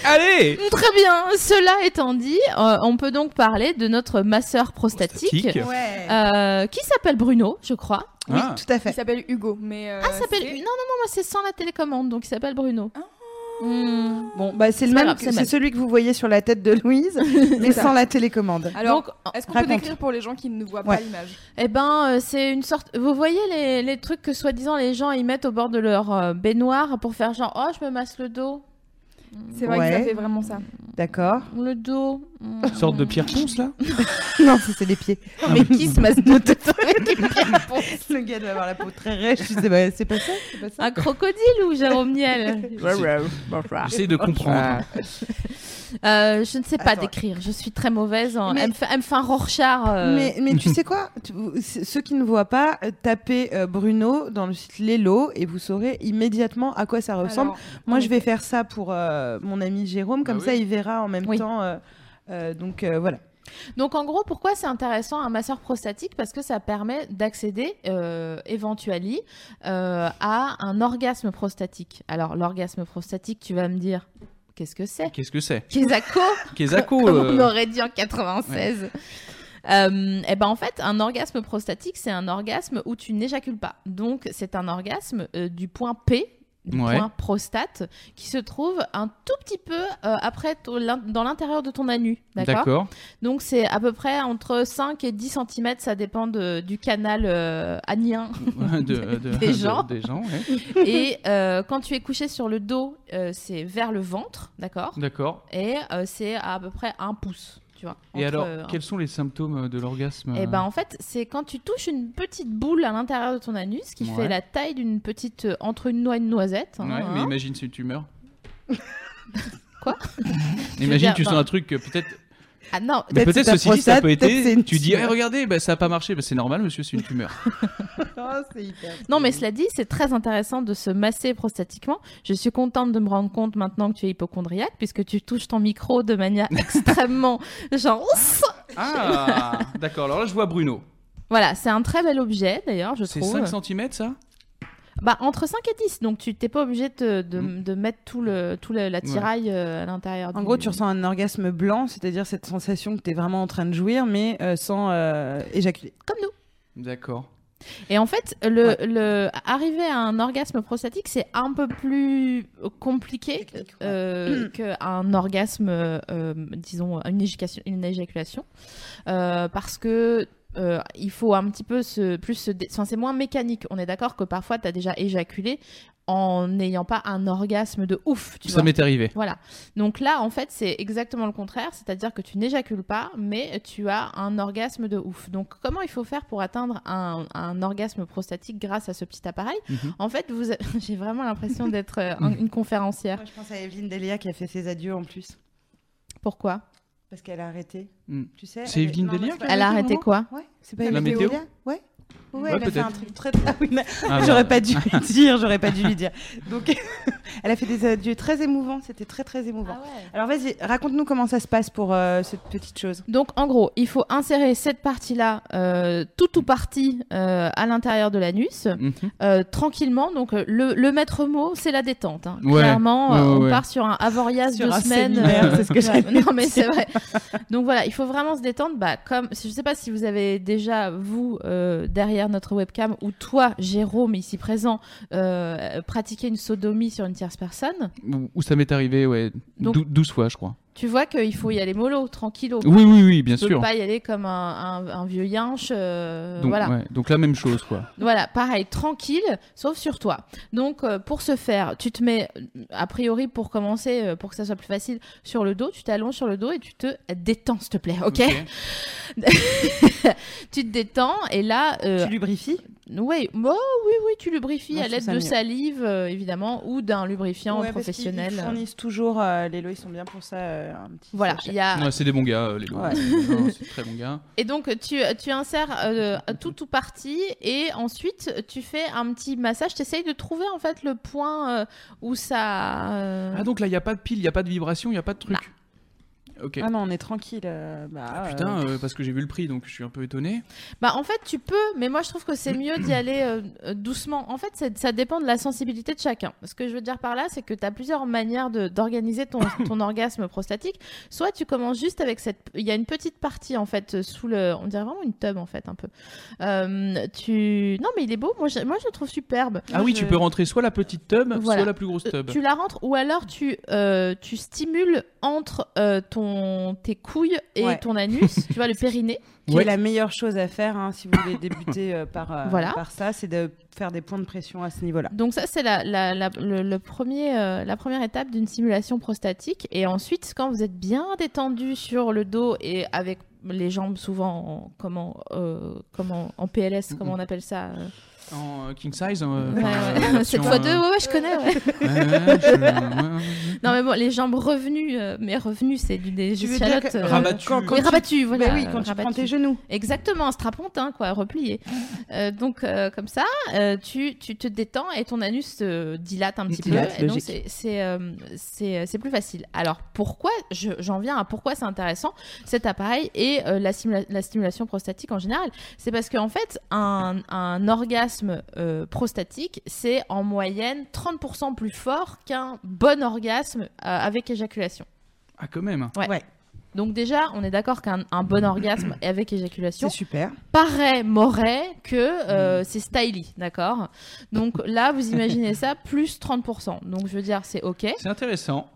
Allez Très bien, cela étant dit, euh, on peut donc parler de notre masseur prostatique, Prostatique. Ouais. euh, qui s'appelle Bruno, je crois. Oui, Ah. tout à Il fait. s'appelle Hugo, mais. euh, Ah, s'appelle. Non, non, c'est- non, moi c'est sans la télécommande, donc il s'appelle Bruno. Ah. Hmm. Bon, bah c'est le C'est pas même, grave, que- c'est le c'est même. celui que vous voyez sur la tête de Louise, mais ça. sans la télécommande. Alors, donc, est-ce qu'on peut raconte. décrire pour les gens qui ne voient Ouais. pas l'image eh ben, euh, c'est une sorte. Vous voyez les, les trucs que soi-disant les gens ils mettent au bord de leur euh, baignoire pour faire genre oh je me masse le dos, C'est vrai que Ouais. ça fait vraiment ça. D'accord. le dos. hmm. Une sorte de pierre ponce là Non, ça, c'est les pieds. Ah, Mais qui se masse le dos avec une pierre ponce Le gars doit avoir la peau très rêche. Je sais pas, c'est pas ça, c'est pas ça. Un crocodile ou Jérôme Niel J'essaie de comprendre. Euh, Je ne sais pas Attends. décrire, je suis très mauvaise en. Mais- Elle me fait- elle me fait un Rorschach. euh, Mais, mais tu sais quoi Tu- vous- c- Ceux qui ne voient pas, euh, tapez euh, Bruno dans le site Lelo et vous saurez immédiatement à quoi ça ressemble. Alors, Moi, en je vais faire ça pour euh, mon ami Jérôme, comme Bah ça, oui. il verra en même Oui. temps. euh, euh, donc euh, voilà. Donc en gros, pourquoi c'est intéressant un masseur prostatique Parce que ça permet d'accéder euh, éventuellement euh, à un orgasme prostatique. Alors l'orgasme prostatique, tu vas me dire, qu'est-ce que c'est Qu'est-ce que c'est Kézako Kézako Comme on euh, aurait dit en 96. Euh, eh ben en fait, un orgasme prostatique, c'est un orgasme où tu n'éjacules pas. Donc c'est un orgasme euh, du point P, du Ouais. point prostate, qui se trouve un tout petit peu euh, après ton- l'in- dans l'intérieur de ton anus. D'accord. D'accord. Donc c'est à peu près entre 5 et 10 cm, ça dépend de- du canal euh, anien. De- de- Des de- gens. Des gens, ouais. et euh, quand tu es couché sur le dos, euh, c'est vers le ventre, d'accord D'accord. Et euh, c'est à peu près un pouce, tu vois. Et entre, alors, euh, quels sont les symptômes euh, de l'orgasme Eh ben en fait, c'est quand tu touches une petite boule à l'intérieur de ton anus qui Ouais. fait la taille d'une petite euh, entre une noix et une noisette. hein, Ouais, hein. mais imagine si tu meurs. Quoi Je veux Imagine dire, ben, tu sens non. un truc que peut-être. Ah non, Mais Peut-être peut-être c'est ta ceci dit, ça prostate, peut peut-être c'est être. une Tu dis, tumeur. eh, regardez, bah, ça n'a pas marché. Bah, c'est normal, monsieur, c'est une tumeur. Oh, Non, Hmm. mais cela dit, c'est très intéressant de se masser prostatiquement. Je suis contente de me rendre compte maintenant que tu es hypochondriaque, puisque tu touches ton micro de manière extrêmement genre. ouf Ah D'accord, alors là, je vois Bruno. Voilà, c'est un très bel objet d'ailleurs, je C'est trouve. 5 cm ça Bah entre 5 et 10, donc tu t'es pas obligé de, de, Mm. de mettre tout le tout le- la tiraille euh, à l'intérieur. En du- gros, tu ressens un orgasme blanc, c'est-à-dire cette sensation que tu es vraiment en train de jouir, mais euh, sans euh, éjaculer. comme nous. D'accord. Et en fait, le, le arriver à un orgasme prostatique, c'est un peu plus compliqué Technique, ouais. euh, qu'un orgasme, euh, disons, une éjaculation, une éjaculation Euh, parce que euh, il faut un petit peu se plus se dé- enfin, c'est moins mécanique. On est d'accord que parfois tu as déjà éjaculé en n'ayant pas un orgasme de ouf, tu ça vois. m'est arrivé. Voilà. Donc là, en fait, c'est exactement le contraire, c'est-à-dire que tu n'éjacules pas, mais tu as un orgasme de ouf. Donc comment il faut faire pour atteindre un, un orgasme prostatique grâce à ce petit appareil Mhm. En fait, vous, a- j'ai vraiment l'impression d'être euh, un- une conférencière. je pense à Evelyne Delia qui a fait ses adieux en plus, Pourquoi parce qu'elle a arrêté. Mm. Tu sais, C'est elle- Evelyne non, non, Delia c'est pas Elle a Evelyne arrêté Delia. quoi Ouais, c'est pas La Evelyne météo Delia Ouais. Ouais, Ouais, elle a fait peut-être. un truc très. Ah oui, mais Ah, j'aurais bah, pas dû lui dire, j'aurais pas dû lui dire. Donc, elle a fait des adieux très émouvants, c'était très très émouvant. Alors vas-y, raconte-nous comment ça se passe pour euh, cette petite chose. Donc en gros, il faut insérer cette partie-là, euh, tout ou partie, euh, à l'intérieur de l'anus. mhm. Euh, tranquillement. Donc euh, le, le maître mot, c'est la détente. hein. Ouais. Clairement, euh, Ouais, ouais, on ouais. part sur un avorias Sur de un semaine. séminaire, c'est ce que ouais. j'allais Non mais dire. c'est vrai. Donc voilà, il faut vraiment se détendre. Bah comme, je sais pas si vous avez déjà vous euh, derrière notre webcam ou toi, Jérôme ici présent, euh, pratiqué une sodomie sur une tierce personne. Ou- Ou ça m'est arrivé, ouais. Donc- dou- 12 fois, je crois. Tu vois qu'il faut y aller mollo, tranquillo. Oui, oui, oui, bien Tu peux sûr. pas y aller comme un, un- un vieux yinche. euh, Donc, voilà. ouais, donc la même chose, quoi. Voilà, pareil, tranquille, sauf sur toi. Donc, euh, pour ce faire, tu te mets, euh, a priori, pour commencer, euh, pour que ça soit plus facile, sur le dos, tu t'allonges sur le dos et tu te détends, s'il te plaît, ok, Tu te détends et là, euh, Tu lubrifies Oui, bon, oui, oui, tu lubrifies Moi, à je l'aide trouve ça de mieux. salive, euh, évidemment, ou d'un lubrifiant Ouais, parce qu'ils- professionnel. Ils fournissent toujours, euh, les lois, ils sont bien pour ça. euh, un petit Voilà, sachet. il y a Ouais, c'est des bons gars, euh, les Ouais. gars. Non, c'est très bons gars. Et donc tu, tu insères euh, tout ou partie et ensuite tu fais un petit massage, tu essayes de trouver en fait le point euh, où ça... euh, Ah, donc là, il n'y a pas de pile, il n'y a pas de vibration, il n'y a pas de truc. Ok. Ah non, on est tranquille. euh, bah, Ah, euh, putain, euh, parce que j'ai vu le prix, donc je suis un peu étonné. Bah en fait tu peux, mais moi je trouve que c'est mieux d'y aller euh, euh, doucement. En fait c'est- ça dépend de la sensibilité de chacun. Ce que je veux dire par là c'est que tu as plusieurs manières de- d'organiser ton, ton orgasme prostatique. Soit tu commences juste avec cette... Il y a une petite partie en fait euh, sous le... On dirait vraiment une tub en fait un peu. Euh, tu... Non mais il est beau, moi je, moi, je le trouve superbe. Ah oui, tu peux rentrer soit la petite tub, Voilà. Euh, soit la plus grosse tub. Tu la rentres ou alors tu, euh, tu stimules entre euh, ton, tes couilles et Ouais. ton anus, tu vois, le périnée. qui Ouais. est la meilleure chose à faire hein, si vous voulez débuter euh, par, euh, Voilà. par ça, c'est de faire des points de pression à ce niveau-là. Donc ça, c'est la, la- la- le, le premier, euh, la première étape d'une simulation prostatique. Et ensuite, quand vous êtes bien détendu sur le dos et avec les jambes souvent en, comment, euh, comment, en PLS, comment on appelle ça euh, En euh, king size. euh, ouais, enfin, ouais. euh, version, Cette fois deux, euh, ouais, ouais, je connais. ouais. ouais, ouais, je- ouais, ouais. Non mais bon, les jambes revenues, euh, mais revenues, c'est du des Tu veux dire échalotes. que- euh, Rabattu. quand- quand oui, tu- rabattues, voilà. Bah oui, euh, quand tu prends rabattues. tes genoux. Exactement, un strapontin, quoi, replié. Euh, donc, euh, comme ça, euh, tu, tu te détends et ton anus se dilate un petit Dilate, peu. Et donc, logique. c'est- c'est euh, c'est- c'est plus facile. Alors, pourquoi je- J'en viens à pourquoi c'est intéressant, cet appareil et euh, la, simula- la stimulation prostatique en général. C'est parce qu'en fait, un, un orgasme euh, prostatique, c'est en moyenne 30% plus fort qu'un bon orgasme euh, avec éjaculation. Ah, quand même. Donc, déjà, on est d'accord qu'un un bon orgasme avec éjaculation, C'est super. paraît Moret que Mm. euh, c'est styly, d'accord Donc là, vous imaginez ça, plus 30%. Donc je veux dire, c'est OK. C'est intéressant.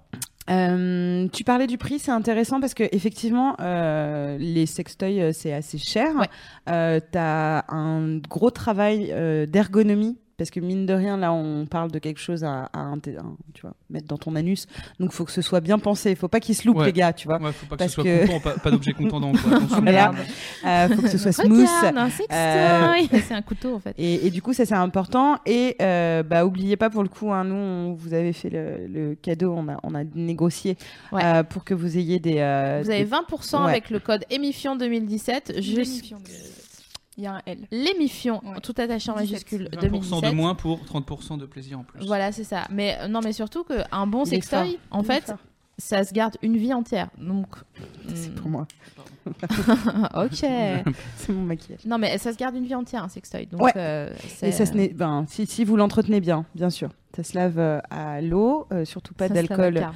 Euh, tu parlais du prix, c'est intéressant parce que effectivement, euh, les sextoys euh, c'est assez cher. Ouais. Euh, T'as un gros travail euh, d'ergonomie parce que mine de rien, là, on parle de quelque chose à, à un- un- tu vois, mettre dans ton anus. Donc, faut que ce soit bien pensé. Il faut pas qu'il se loupe, Ouais. les gars, tu Ah, vois. Ouais, faut pas que Parce ce soit que- content, pas, pas d'objet contendant. Quoi. Attention. Voilà. Euh, faut que ce soit smooth. Euh, Regarde, un sextoy C'est un couteau, en fait. Et, et du coup, ça c'est important. Et euh, bah, oubliez pas pour le coup, hein, nous, on vous avez fait le, le cadeau, on a, on a négocié Ouais. euh, pour que vous ayez des. euh, Vous avez des- 20% ouais. avec le code émifion 2017 jusqu'à L'émission, Il y a un L. l'émifion, Ouais. tout attaché en 17. majuscule 20% 2017. de moins pour 30% de plaisir en plus. Voilà, c'est ça. Mais euh, non, mais surtout qu'un bon Il est sextoy, en Il est fait, fort. ça se garde une vie entière. Donc, mm, C'est pour moi. ok. C'est mon maquillage. Non, mais ça se garde une vie entière, un sextoy. Donc, Ouais. euh, Et ça c'est- se n'est- ben, si, si vous l'entretenez bien, bien sûr. Ça se lave euh, à l'eau, euh, surtout pas ça se lave à d'alcool,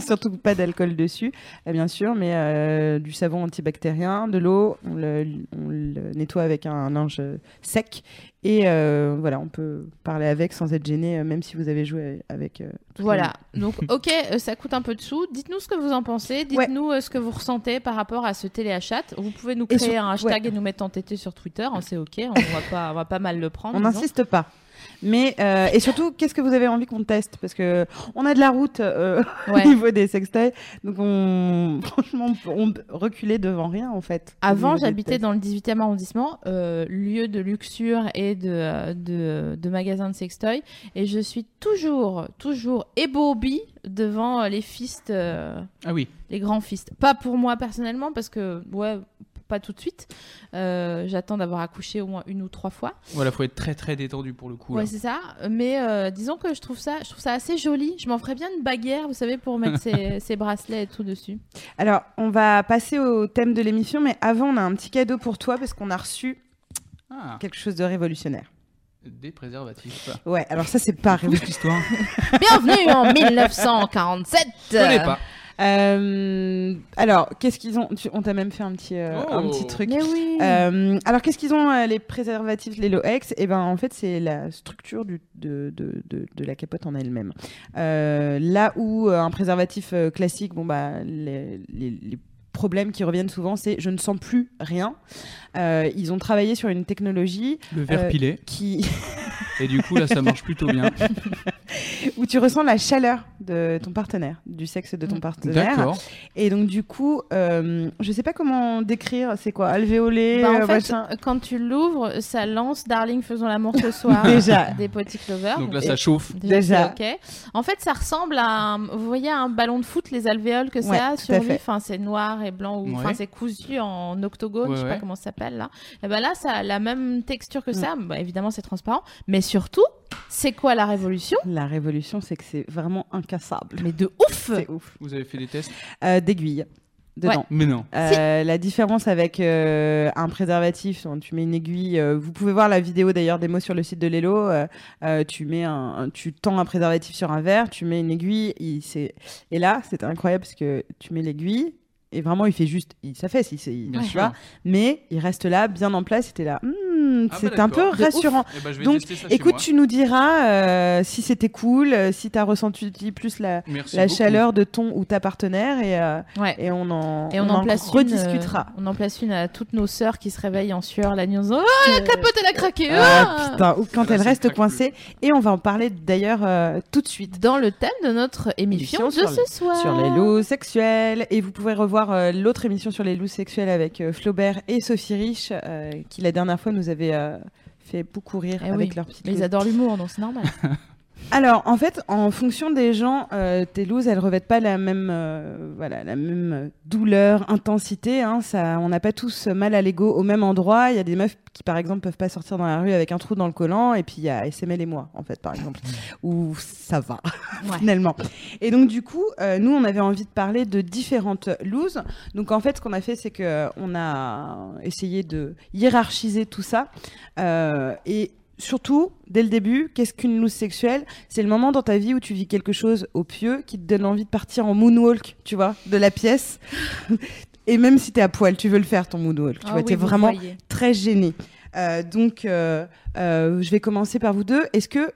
surtout pas d'alcool dessus, euh, bien sûr, mais euh, du savon antibactérien, de l'eau, on le, on le nettoie avec un linge euh, sec et euh, voilà, on peut parler avec sans être gêné, euh, même si vous avez joué avec. euh, toute la Voilà, donc ok, euh, ça coûte un peu de sous. Dites-nous ce que vous en pensez, dites-nous euh, ce que vous ressentez par rapport à ce téléachat. Vous pouvez nous Et créer sur- un hashtag et nous mettre en TT sur Twitter, hein, c'est ok, on va, pas, on va pas mal le prendre. On disons. n'insiste pas. Mais euh, et surtout, qu'est-ce que vous avez envie qu'on teste Parce que on a de la route euh, Ouais. au niveau des sextoys, donc on franchement on on reculait devant rien en fait. au Avant, niveau des j'habitais tests. dans le 18e arrondissement, euh, lieu de luxure et de, euh, de, de magasins de sextoy, et je suis toujours, toujours ébobie devant euh, les fistes, euh, Ah oui. les grands fistes. Pas pour moi personnellement, parce que, ouais, pas tout de suite. Euh, J'attends d'avoir accouché au moins une ou trois fois. Voilà, faut être très très détendu pour le coup. Ouais, là. c'est ça. Mais euh, disons que je trouve ça, je trouve ça assez joli. Je m'en ferais bien une baguère, vous savez, pour mettre ces, ces bracelets et tout dessus. Alors, on va passer au thème de l'émission, mais avant, on a un petit cadeau pour toi parce qu'on a reçu Ah, quelque chose de révolutionnaire. des préservatifs. Ouais. Alors ça, c'est pas révolutionnaire. l'histoire. Bienvenue en 1947. Je connais pas. Euh, alors, qu'est-ce qu'ils ont tu- On t'a même fait un petit euh, Oh. un petit truc. Mais Eh oui. Euh, alors, qu'est-ce qu'ils ont, euh, les préservatifs, les Loex Eh ben, en fait, c'est la structure du- de, de- de- de la capote en elle-même. Euh, là où euh, un préservatif euh, classique, bon, bah, les, les- les problèmes qui reviennent souvent, c'est je ne sens plus rien. Euh, ils ont travaillé sur une technologie Le verre Euh, pilé. qui, Et du coup, là, ça marche plutôt bien. où tu ressens la chaleur de ton partenaire, du sexe de ton Mm. partenaire. D'accord. Et donc du coup, euh, je sais pas comment décrire, c'est quoi, alvéolé, Bah, euh, en fait, machin. quand tu l'ouvres, ça lance Darling faisons l'amour ce soir Déjà. des petits clovers. Donc là, ça chauffe. Déjà. c'est euh, ok. En fait, ça ressemble à, un- vous voyez, un ballon de foot, les alvéoles que Ouais, ça a tout sur à lui. fait. Enfin, c'est noir et blanc ou enfin Ouais. c'est cousu en octogone, Ouais, je sais ouais. pas comment ça s'appelle là. Et ben là, ça a la même texture que Mm. ça. Bah, évidemment, c'est transparent, mais surtout, c'est quoi la révolution La révolution, c'est que c'est vraiment incassable. Mais de ouf. C'est ouf. Vous avez fait des tests Euh, D'aiguille dedans. Mais non. Euh, la différence avec euh, un préservatif, hein, tu mets une aiguille. euh, vous pouvez voir la vidéo d'ailleurs des mots sur le site de Lelo. euh, euh, tu mets un, un- tu tends un préservatif sur un verre, tu mets une aiguille. Il, c'est- et là, c'était incroyable parce que tu mets l'aiguille et vraiment il fait juste, il s'affaisse, il, s'est- il- Bien tu sûr. vois. Mais il reste là, bien en place. C'était là, Hmm, Ah bah c'est un peu d'accord. De ouf. rassurant. Eh ben, je vais Donc, tester ça chez Écoute, moi. tu nous diras euh, si c'était cool, euh, si t'as ressenti plus la, Merci la beaucoup. chaleur de ton ou ta partenaire et, euh, Ouais. et on en, Et on, en place une, rediscutera. euh, on en place une à toutes nos sœurs qui se réveillent en sueur la nuit en disant Ah, la clapote, elle a craqué Ah, ah putain, ou quand Là, elle ça reste craque coincée. Et on va en parler d'ailleurs euh, tout de suite. Dans le thème de notre émission de Émission sur ce soir. Sur les loups sexuels. Et vous pouvez revoir euh, l'autre émission sur les loups sexuels avec euh, Flaubert et Sophie Rich, euh, qui la dernière fois nous avait euh, fait beaucoup rire Eh avec oui, leur petite Mais ils loose. adorent l'humour, donc c'est normal. Alors, en fait, en fonction des gens, euh, tes looses, elles revêtent pas la même, euh, voilà, la même euh, douleur, intensité. Hein, ça, on n'a pas tous mal à l'ego au même endroit. Il y a des meufs qui, par exemple, peuvent pas sortir dans la rue avec un trou dans le collant. Et puis, il y a SML et moi, en fait, par exemple, où ça va, Ouais. finalement. Et donc, du coup, euh, nous, on avait envie de parler de différentes looses. Donc, en fait, ce qu'on a fait, c'est que euh, on a essayé de hiérarchiser tout ça. Euh, et surtout, dès le début, qu'est-ce qu'une loose sexuelle c'est le moment dans ta vie où tu vis quelque chose au pieu qui te donne envie de partir en moonwalk, tu vois, de la pièce. Et même si t'es à poil, tu veux le faire ton moonwalk. Tu Ah vois, oui, t'es vous vraiment voyez. très gêné. Euh, donc, euh, euh, je vais commencer par vous deux. Est-ce que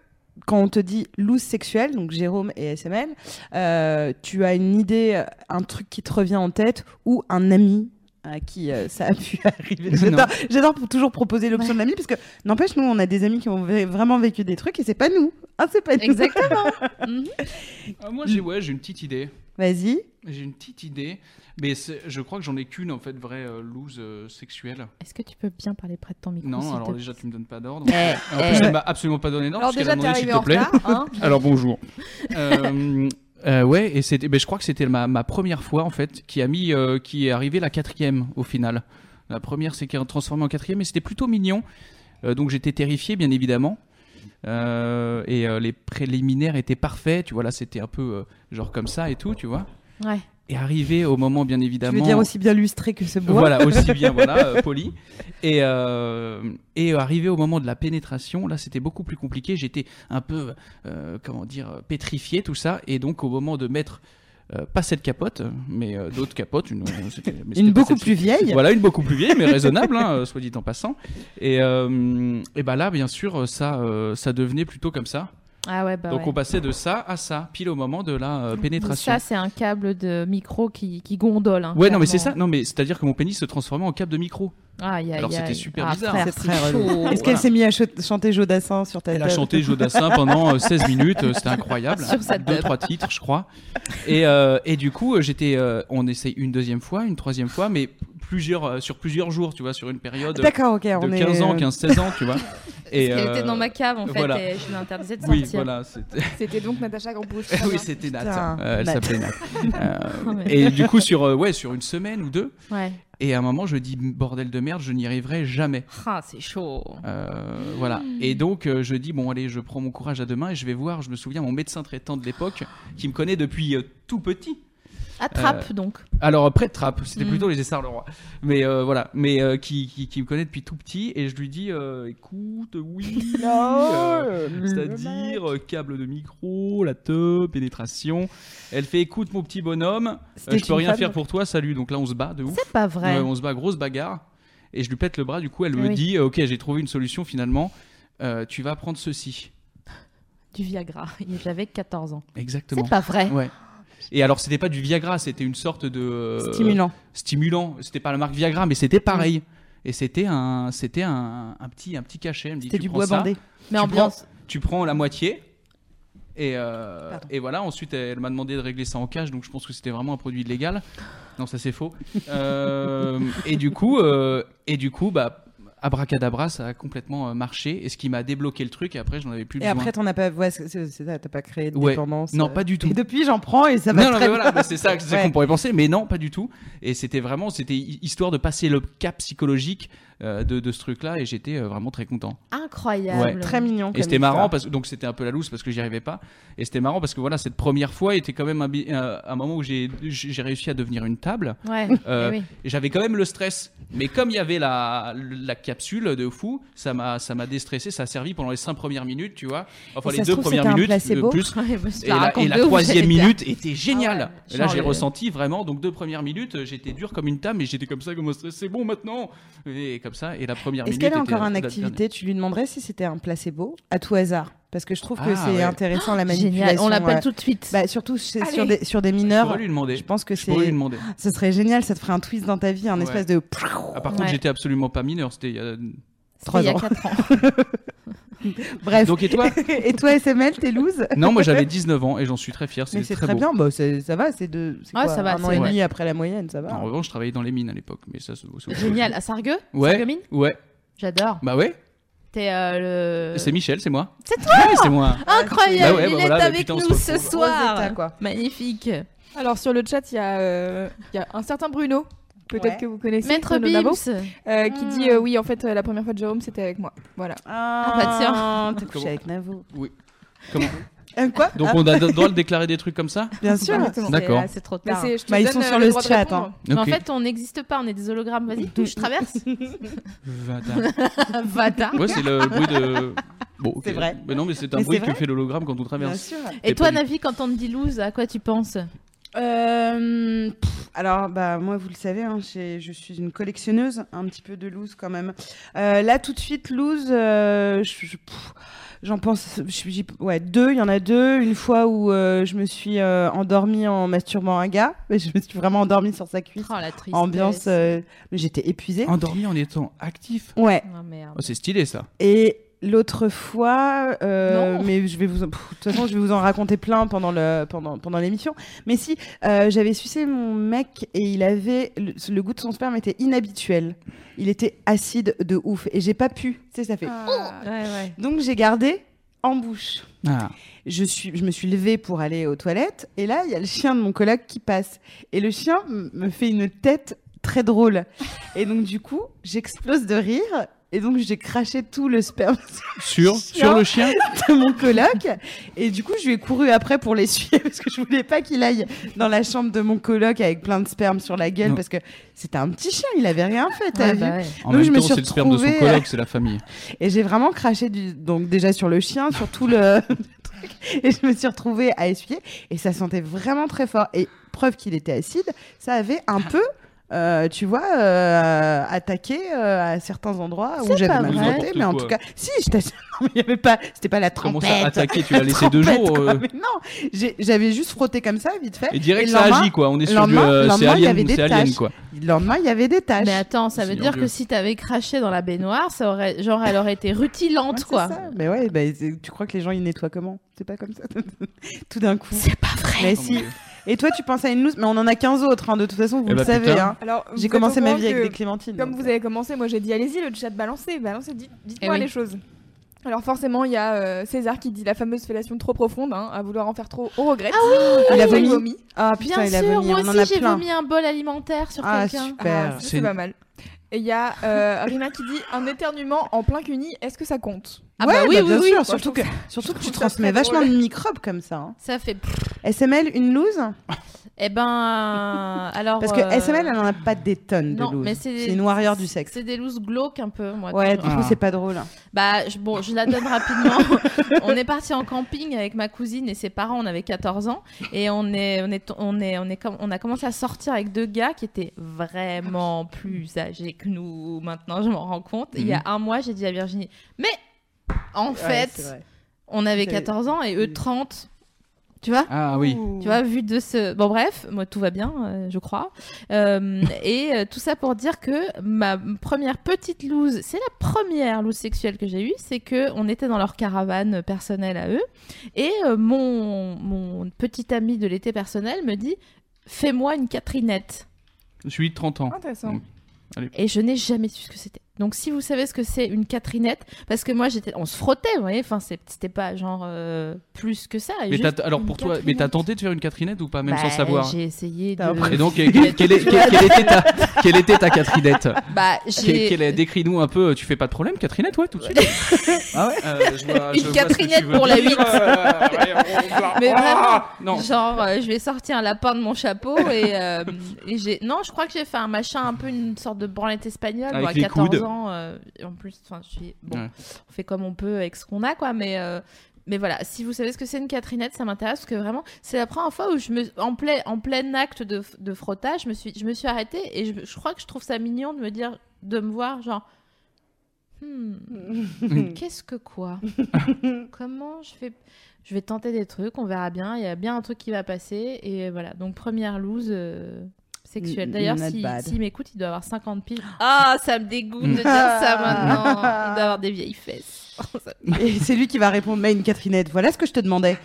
quand on te dit loose sexuelle, donc Jérôme et SML, euh, tu as une idée, euh, un truc qui te revient en tête ou un ami à qui euh, ça a pu arriver. J'adore- J'adore pour- toujours proposer l'option de l'ami parce que n'empêche nous on a des amis qui ont vé- vraiment vécu des trucs et c'est pas nous. Ah c'est pas nous. Exactement. Mhm. Ah, moi, j'ai ouais, j'ai une petite idée. Vas-y. J'ai une petite idée, mais c'est- je crois que j'en ai qu'une en fait vraie euh, loose euh, sexuelle. Est-ce que tu peux bien parler près de ton micro s'il Non, te alors plaît déjà tu me donnes pas d'ordre. Eh, En plus, eh. elle m'a absolument pas donné d'ordre. Alors parce qu'elle déjà, a t'es demandé, arrivé s'il en te plaît. retard. Hein Alors bonjour. Euh, euh, ouais, et c'était, ben, je crois que c'était ma, ma première fois en fait qui a mis, euh, qui est arrivée la quatrième au final. La première s'est transformée en quatrième, et c'était plutôt mignon. Euh, donc j'étais terrifié, bien évidemment. Euh, et euh, les préliminaires étaient parfaits, tu vois. Là, c'était un peu euh, genre comme ça et tout, tu vois. Ouais. Et arrivé au moment, bien Je évidemment. veux dire aussi bien lustré que ce bois. Voilà, aussi bien, voilà, euh, poli. Et, euh, et arrivé au moment de la pénétration, là, c'était beaucoup plus compliqué. J'étais un peu, euh, comment dire, euh, pétrifié, tout ça. Et donc, au moment de mettre, euh, pas cette capote, mais euh, d'autres capotes, une, euh, c'était- mais c'était Une pas beaucoup celle-ci. plus vieille. Voilà, une beaucoup plus vieille, mais raisonnable, hein, euh, soit dit en passant. Et, euh, et bah là, bien sûr, ça, euh, ça devenait plutôt comme ça. Ah ouais, bah donc, ouais. on passait de ça à ça, pile au moment de la euh, Donc pénétration. Ça, c'est un câble de micro qui, qui gondole. hein, Ouais, non, mais c'est ça. clairement. Non, mais c'est-à-dire que mon pénis se transformait en câble de micro. Ah, y a- Alors, y a- c'était super ah, bizarre. frère, C'est c'est très relou. chaud. Est-ce qu'elle Voilà. s'est mise à cho- chanter Jodassin sur ta Elle a table chanté Jodassin pendant euh, 16 minutes, euh, c'était incroyable. Sur sa Deux, tête. trois titres, je crois. Et, euh, et du coup, euh, j'étais, euh, on essaye une deuxième fois, une troisième fois, mais plusieurs, euh, sur plusieurs jours, tu vois, sur une période de D'accord, ok, on 15 est. euh, ans, 15, 16 ans, tu vois. Et, euh, Parce qu'elle euh, était dans ma cave en fait voilà. et je lui interdisais de Oui, sortir. voilà, c'était, C'était donc Natacha Grambouche. Eh oui, c'était Nat. Putain, Euh, elle Nat. s'appelait Nat. Euh, Oh, mais- et du coup, sur, euh, ouais, sur une semaine ou deux, Ouais. et à un moment, je dis, bordel de merde, je n'y arriverai jamais. Ah, c'est chaud. Euh, voilà. Et donc, euh, je dis, bon, allez, je prends mon courage à deux mains et je vais voir, je me souviens, mon médecin traitant de l'époque, qui me connaît depuis euh, tout petit. Attrape donc. Alors, après Euh, de trappe, c'était Mm. plutôt les essarts Leroy. Mais euh, voilà, mais euh, qui, qui, qui me connaît depuis tout petit et je lui dis, euh, écoute, oui. euh, C'est-à-dire euh, câble de micro, la teub, pénétration. Elle fait écoute mon petit bonhomme, euh, je peux rien faire pour toi, salut. Donc là on se bat de ouf. C'est pas vrai. Ouais, Euh, on se bat, grosse bagarre. Et je lui pète le bras, du coup, elle me Oui. dit euh, Ok, j'ai trouvé une solution finalement, Euh, tu vas prendre ceci. Du Viagra. J'avais 14 ans. Exactement. C'est pas vrai. Ouais. Et alors, c'était pas du Viagra, c'était une sorte de. euh, Stimulant. Stimulant. C'était pas la marque Viagra, mais c'était pareil. Et c'était un, c'était un, un petit, un petit cachet. Elle me dit, C'était tu du prends bois ça, bandé. Mais tu ambiance. Tu prends la moitié. Et, euh, Pardon. et voilà, ensuite elle m'a demandé de régler ça en cash, donc je pense que c'était vraiment un produit illégal. Non, ça c'est faux. Euh, et du coup, euh, et du coup bah, abracadabra, ça a complètement euh, marché. Et ce qui m'a débloqué le truc, et après j'en avais plus Et besoin. après, t'en as pas, ouais, c'est- c'est- c'est ça, t'as pas créé de Ouais. dépendance. non, euh. pas du tout. Et depuis, j'en prends et ça va non, non, très mais voilà, bien. bah, c'est ça, c'est ça Ouais. qu'on pourrait penser, mais non, pas du tout. Et c'était vraiment, c'était hi- histoire de passer le cap psychologique euh, de, de ce truc-là, et j'étais euh, vraiment très content. Incroyable. Ouais. Très mignon. Et c'était marrant parce que donc c'était un peu la loose parce que j'y arrivais pas. Et c'était marrant parce que voilà, cette première fois était quand même un, bi- un- un moment où j'ai j'ai réussi à devenir une table. Ouais. Euh, Eh oui. Et J'avais quand même le stress, mais comme il y avait la, la capsule de fou, ça m'a ça m'a déstressé, ça a servi pendant les cinq premières minutes, tu vois. Enfin Et les ça se deux trouve, premières c'était un minutes placebo. de plus. Ouais, bah, je te Et la, raconte et la deux où troisième j'étais là. minute était géniale. Ah ouais, Et là, j'ai genre, euh, ressenti vraiment, donc deux premières minutes, euh, j'étais dur comme une table, mais j'étais comme ça, comme ça, c'est bon maintenant. Et comme ça, et la première Est-ce minute. qu'elle a était encore la- une la dernière. activité Tu lui demanderais si c'était un placebo à tout hasard Parce que je trouve que Ah, c'est ouais. intéressant la manipulation. Génial. On l'appelle euh, tout de suite. bah, surtout chez- sur Allez. des, sur des Je mineurs. pourrais lui demander. Je pense que Je pourrais lui c'est. demander. Ce serait génial, ça te ferait un twist dans ta vie, un Ouais. espèce de. Ah, par contre, Ouais. j'étais absolument pas mineur. C'était. il y a- trois C'était il y a ans. quatre ans. Bref. Donc et toi et toi, SML, t'es loose Non, moi j'avais 19 ans et j'en suis très fier. Mais C'est c'est très, très, beau. bien, bah, c'est- ça va, c'est de. c'est Ouais, quoi, ça va, Un an c'est et vrai. demi après la moyenne, ça va. En revanche, je travaillais dans les mines à l'époque, mais ça. c'est- c'est autre chose. Génial. À Sargueux Ouais. Sarreguemines Ouais. J'adore. Bah ouais. T'es euh, le. C'est Michel, c'est moi. C'est toi. c'est moi. Incroyable. Bah ouais, bah il voilà, est bah avec putain, on se nous ce retrouve. Rosetta, soir. quoi. Magnifique. Alors sur le chat, il y, a, euh, il y a un certain Bruno, peut-être Ouais. Hmm. que vous connaissez, Maître Bruno Nabo, Bims. euh, qui dit euh, oui, en fait, euh, la première fois de Jérôme, c'était avec moi. Voilà. Ah, pas de T'es couché Comment avec Navo. Comment Euh, quoi Donc on a le droit de déclarer des trucs comme ça Ah, Bien sûr. Exactement. C'est- D'accord. ah, C'est trop Mais tard. c'est- je te Bah, ils donne, sont euh, sur le le droit de chat, répondre. hein. Mais en Ok. fait, on n'existe pas, on est des hologrammes. Vas-y, touche, traverse. Vada. Vata. Ouais, c'est le bruit de. Bon, ok. C'est vrai. Mais non, mais c'est un Mais bruit c'est que vrai. fait l'hologramme quand on Bien traverse. sûr. Et T'es toi, pas du- Navi, quand on te dit loose, à quoi tu penses Euh, pff, alors, bah, moi, vous le savez, hein, j'ai- je suis une collectionneuse, un petit peu de loose quand même. Euh, là, tout de suite, loose, euh, je- je- pff, j'en pense, je suis- j'y- ouais, deux, il y en a deux. Une fois où euh, je me suis euh, endormie en masturbant un gars, mais je me suis vraiment endormie sur sa cuisse. Oh la tristesse. Ambiance, euh, mais j'étais épuisée. Endormi en étant actif. Ouais, Oh, merde. Oh, c'est stylé ça. et l'autre fois, euh, Non. mais je vais vous, en- pff, de toute façon, je vais vous en raconter plein pendant le pendant pendant l'émission. Mais si, euh, j'avais sucé mon mec et il avait le, le goût de son sperme était inhabituel. Il était acide de ouf et j'ai pas pu. Tu sais, ça fait. Ah. Ouais, ouais. Donc j'ai gardé en bouche. Ah. Je suis, je me suis levée pour aller aux toilettes et là il y a le chien de mon coloc qui passe et le chien m- me fait une tête très drôle et donc du coup j'explose de rire et donc j'ai craché tout le sperme Sur, Chien. sur le chien de mon coloc. Et du coup, je lui ai couru après pour l'essuyer parce que je voulais pas qu'il aille dans la chambre de mon coloc avec plein de sperme sur la gueule Non. parce que c'était un petit chien, il avait rien fait, t'as Ouais, vu bah ouais. En Donc, je me même temps, suis c'est le sperme de son retrouvée, euh, coloc, c'est la famille. Et j'ai vraiment craché du donc déjà sur le chien, sur tout le truc. Et je me suis retrouvée à essuyer et ça sentait vraiment très fort. Et preuve qu'il était acide, ça avait un Ah. peu. euh, tu vois, euh, attaqué euh, à certains endroits où C'est j'avais pas mal vrai. tenté, mais en N'importe tout quoi. cas, si, je t'assure, non, mais il y avait pas, c'était pas la Comment trompette. ça attaquer Tu l'as laissé deux Trompette, jours quoi. euh, Mais non, j'ai- j'avais juste frotté comme ça, vite fait. Et direct, Et ça le lendemain- agit quoi. On est sur le du. lendemain- euh, le C'est lendemain, il y avait alien, des c'est alien taches. quoi. Le lendemain, il y avait des taches. Mais attends, ça C'est veut dire odieux. que si t'avais craché dans la baignoire, ça aurait, genre, elle aurait été Ouais, rutilante, c'est quoi. ça. Mais ouais, bah, c'est- tu crois que les gens ils nettoient comment C'est pas comme ça. Tout d'un coup. C'est pas vrai. Mais Oh si. mon Dieu. Et toi, tu penses à une loose, mais on en a 15 autres, hein, de toute façon, vous Eh le bah, savez. putain. hein. Alors, vous J'ai êtes commencé au ma courant vie avec que- des clémentines. Comme donc, vous avez commencé, moi j'ai dit allez-y le chat, balancez, balancez, dites- dites-moi Eh oui. les choses. Alors forcément, il y a euh, César qui dit la fameuse fellation trop profonde, hein, à vouloir en faire trop, on regrette. euh, Il a Après, il vomi. vomit. Ah Bien putain, il a sûr, vomi. moi On en a aussi j'ai plein. vomi un bol alimentaire sur Ah quelqu'un. Ah, super. ça, C'est- c'est pas mal. Et il y a euh, Rima qui dit un éternuement en plein cuni, est-ce que ça compte Ah Ouais, bah oui, bah, oui, bien oui. sûr, Moi, je surtout trouve que, ça- surtout que trouve tu ça transmets très vachement drôle. de microbes comme ça. hein. Ça fait. SML, une loose Eh ben, alors. Parce que euh, SML, elle en a pas des tonnes de non, mais loose. c'est- C'est une warrior du sexe. C'est des looses glauques un peu, moi. Ouais, toujours. du coup, Ah. c'est pas drôle. Bah, je- bon, je la donne rapidement. on est parti en camping avec ma cousine et ses parents. On avait 14 ans et on est, on est, on est, on est, com- on a commencé à sortir avec deux gars qui étaient vraiment plus âgés que nous. Maintenant, je m'en rends compte. Il y a un mois, j'ai dit à Virginie, mais en Mhm. Ouais, fait, c'est vrai. on avait C'est- 14 ans et eux 30. Tu vois Ah oui. Tu vois, vu de ce. Bon, bref, moi, tout va bien, euh, je crois. Euh, et euh, tout ça pour dire que ma première petite loose, c'est la première loose sexuelle que j'ai eue, c'est que on était dans leur caravane personnelle à eux. Et euh, mon, mon petit ami de l'été personnel me dit Fais-moi une Catherinette. Je suis 30 Oh, ans. Intéressant. Mm. Et je n'ai jamais su ce que c'était. Donc si vous savez ce que c'est une Catherinette, parce que moi j'étais, on se frottait, vous voyez, enfin c'est- c'était pas genre euh, plus que ça. et Mais juste t'as- alors une pour toi, mais Catherinette. t'as tenté de faire une Catherine ou pas, même sans Bah, savoir J'ai essayé T'as de. Et donc, quelle, quelle- quelle est- quelle- quelle était ta, quelle était ta Catherinette Bah Quelle- j'ai. quelle est- Décris-nous un peu. Tu fais pas de problème, Catherinette, ouais, tout de suite. Ah ouais Euh, je Une vois- je vois ce que tu Catherinette veux pour la dire. huit. Euh, ouais, on va- Mais Ah Non. Genre, euh, je vais sortir un lapin de mon chapeau et, euh, et j'ai. Non, je crois que j'ai fait un machin un peu une sorte de branlette espagnole. Avec Bon, à les 14 coudes. ans, euh, en plus, enfin, je suis. Bon, Ouais. on fait comme on peut avec ce qu'on a, quoi, mais. euh, Mais voilà, si vous savez ce que c'est une Catherinette, ça m'intéresse parce que vraiment, c'est la première fois où je me, en, plein, en plein acte de, de frottage, je me suis, je me suis arrêtée et je, je crois que je trouve ça mignon de me dire, de me voir genre, Hmm, Qu'est-ce que quoi Comment je fais Je vais tenter des trucs, on verra bien. Il y a bien un truc qui va passer. Et voilà, donc première loose euh, sexuelle. Mm, D'ailleurs, not s'il bad. s'il m'écoute, il doit avoir Hmm. 50 piles. Ah, ça me dégoûte de Mm. dire ça maintenant. Il doit avoir des vieilles fesses. Et c'est lui qui va répondre, mais une Catherinette, voilà ce que je te demandais.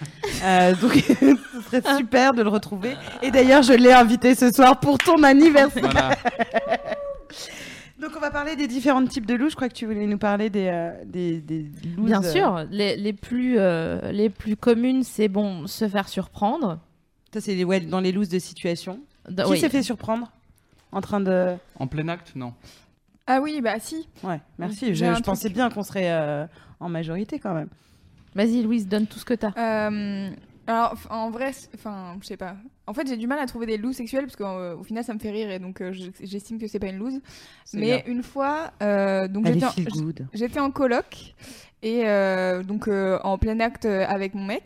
Euh, donc, ce serait super de le retrouver. Et d'ailleurs, je l'ai invité ce soir pour ton anniversaire. Voilà. Donc, on va parler des différents types de loups. Je crois que tu voulais nous parler des, euh, des, des loups, Bien euh, sûr, les, les plus, euh, les plus communes, c'est bon, se faire surprendre. Ça, c'est les- ouais, dans les loups de situation. Dans- Ah, Qui oui. s'est fait surprendre En train de. En plein acte, non. Ah oui, bah si. Ouais, merci. Il y a Je, un je truc. pensais bien qu'on serait euh, en majorité quand même. Vas-y, Louise, donne tout ce que t'as. Euh, alors, f- en vrai, c'est- enfin, je sais pas. En fait, j'ai du mal à trouver des loups sexuels parce qu'au final, ça me fait rire et donc euh, je- j'estime que c'est pas une loose. C'est Mais une fois, euh, donc Elle j'étais est en- feel good. J'étais en coloc et euh, donc euh, en plein acte euh, avec mon mec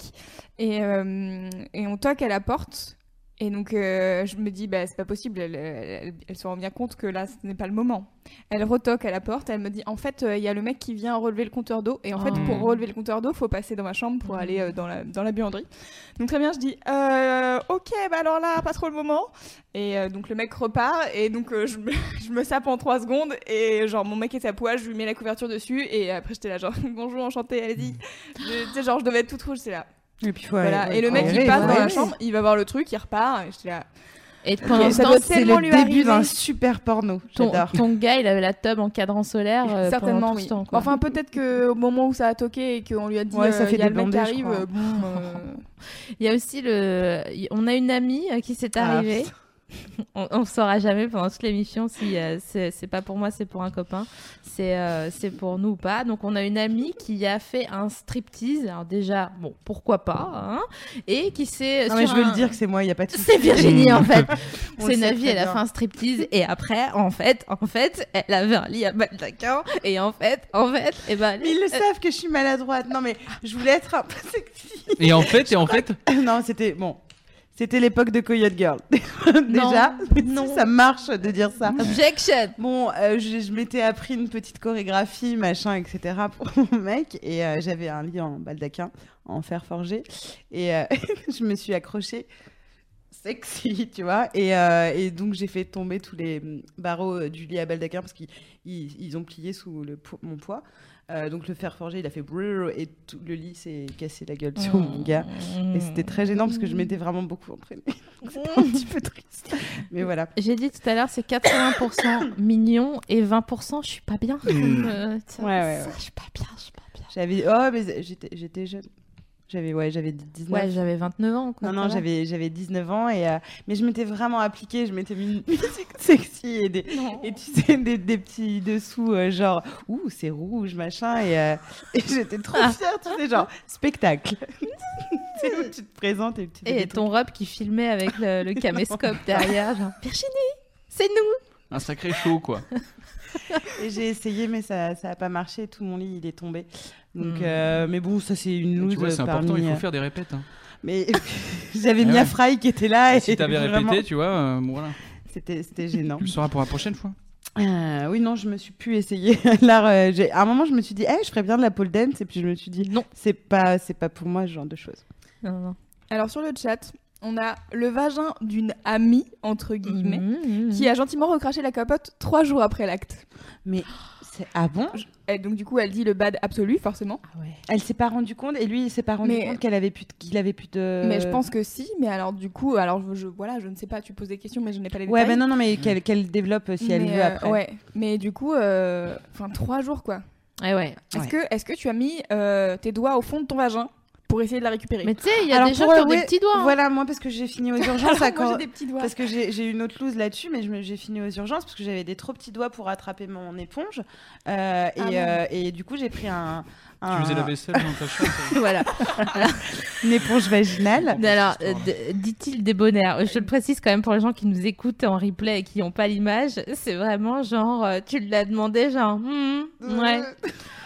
et, euh, et on toque à la porte et donc euh, je me dis bah c'est pas possible elle, elle- elle se rend bien compte que là ce n'est pas le moment elle retoque à la porte elle me dit en fait euh, il y a le mec qui vient relever le compteur d'eau et en fait Oh. Ah. pour relever le compteur d'eau faut passer dans ma chambre pour Mm. aller euh, dans la dans la buanderie donc très bien je dis Euh, ok bah alors là pas trop le moment et euh, donc le mec repart et donc euh, je, me, je me sape en 3 secondes et genre mon mec est à poil, je lui mets la couverture dessus et après j'étais là genre bonjour enchanté allez-y. Je- Tu sais genre je devais être toute rouge c'est là. Et puis, ouais, voilà. ouais, et le mec ouais, il ouais, passe ouais, dans la ouais. chambre, il va voir le truc, il repart et j'étais là. Et pendant ce ça temps, doit C'est tellement le lui début arriver. d'un super porno. ton, J'adore. ton gars, il avait la teub en cadran Ah, solaire. euh, pendant Certainement tout ce oui. temps, quoi. enfin peut-être que au moment où ça a toqué et qu'on lui a dit Ouais, ça euh, fait il y des a le mec qui bandés, je arrive, crois. euh, bon, euh, Il y a aussi le. On a une amie euh, qui s'est Ah, arrivée. On, on saura jamais pendant toute l'émission si euh, c'est c'est pas pour moi, c'est pour un copain, c'est euh, c'est pour nous ou pas. Donc on a une amie qui a fait un striptease. Alors déjà, bon, pourquoi pas, hein, et qui s'est. Non, mais sur je veux un- le dire que c'est moi, il n'y a pas de souci. C'est Virginie en fait. On C'est le sait Navi, très elle a bien. fait un striptease et après, en fait, en fait, elle avait un lit à baldaquin et en fait, en fait, et ben. Mais ils le savent que je suis maladroite. Non, mais je voulais être un peu sexy. Et en fait, et en fait, non, c'était bon. C'était l'époque de Coyote Girl. Non, Déjà, si non. ça marche de dire ça. Objection. Bon, euh, je, je m'étais appris une petite chorégraphie, machin, etc. pour mon mec. Et euh, j'avais un lit en baldaquin, en fer forgé. Et euh, je me suis accrochée sexy, tu vois. Et, euh, et donc, j'ai fait tomber tous les mm, barreaux euh, du lit à baldaquin parce qu'ils ils- ils ont plié sous le po- mon poids. Euh, donc, le fer forgé, il a fait brrr et tout le lit s'est cassé la gueule Oh. sur mon gars. Mmh. Et c'était très gênant parce que je m'étais vraiment beaucoup entraînée. Donc, C'était un petit peu triste. Mais voilà. J'ai dit tout à l'heure, c'est 80% mignon et 20% je suis pas bien. Mm. Euh, ça- Ouais, ouais, ça, Je suis pas bien, je suis pas bien. J'avais oh mais j'étais j'étais jeune. J'avais ouais, j'avais 19. Ouais, j'avais 29 ans. Quoi, non ça non, va. j'avais j'avais 19 ans et euh, mais je m'étais vraiment appliquée, je m'étais mis une musique sexy et des non. et tu sais des, des petits dessous euh, genre ouh, c'est rouge machin et, euh, et j'étais trop Ah. fière, tu sais genre spectacle. c'est où tu te présentes et tu fais Et des ton robe qui filmait avec le, le caméscope derrière. genre, Virginie, c'est nous. un sacré show, quoi. trucs. Et j'ai essayé mais ça ça a pas marché, tout mon lit il est tombé. Donc Hmm. euh, mais bon, ça c'est une Tu loose vois, c'est euh, important. parmi, Il euh, faut faire des répètes. hein. Mais j'avais Eh Mia ouais. Fry qui était Ah, là et Si t'avais vraiment, répété, tu vois, euh, bon, voilà. c'était c'était gênant. Tu le sauras pour la prochaine fois. Euh, oui, non, je me suis pu essayer. Là, euh, j'ai- à un moment, je me suis dit, Eh, je ferais bien de la pole dance, et puis je me suis dit, Non. c'est pas, c'est pas pour moi ce genre de choses. Non, non. Alors sur le chat, on a le vagin d'une amie, entre guillemets, Mhm. Mm, qui a gentiment recraché la capote trois jours après l'acte. Mais c'est ah bon Et donc du coup, elle dit le bad absolu, forcément. Elle s'est pas rendu compte et lui il s'est pas rendu Mais- compte qu'elle avait plus de- qu'il avait plus de. Mais je pense que si, mais alors du coup, alors je, je- voilà, je ne sais pas, tu poses des questions, mais je n'ai pas les Ouais, détails. bah non, non, mais qu'elle qu'elle développe euh, si elle Mais, veut euh, après. ouais, mais du coup, euh, enfin trois jours quoi. Eh Ouais, ouais. Est-ce Ouais. que, est-ce que tu as mis euh, tes doigts au fond de ton vagin pour essayer de la récupérer Mais tu sais, il y a Alors, des gens pour qui eux, ont des ouais, petits doigts. hein. Voilà, moi parce que j'ai fini aux urgences à Alors, moi, quand- j'ai des petits doigts. Parce que j'ai j'ai eu une autre loose là-dessus, mais je me- j'ai fini aux urgences parce que j'avais des trop petits doigts pour attraper mon éponge. Euh, Ah et, merde. euh, et du coup, j'ai pris un, un- Tu faisais la vaisselle dans ta chambre. Voilà. Oh, une éponge vaginale. Mais Alors, cette euh, d- dit-il débonnaire. Je le précise quand même pour les gens qui nous écoutent en replay et qui n'ont pas l'image. C'est vraiment genre, euh, tu l'as demandé, genre, hmm, ouais.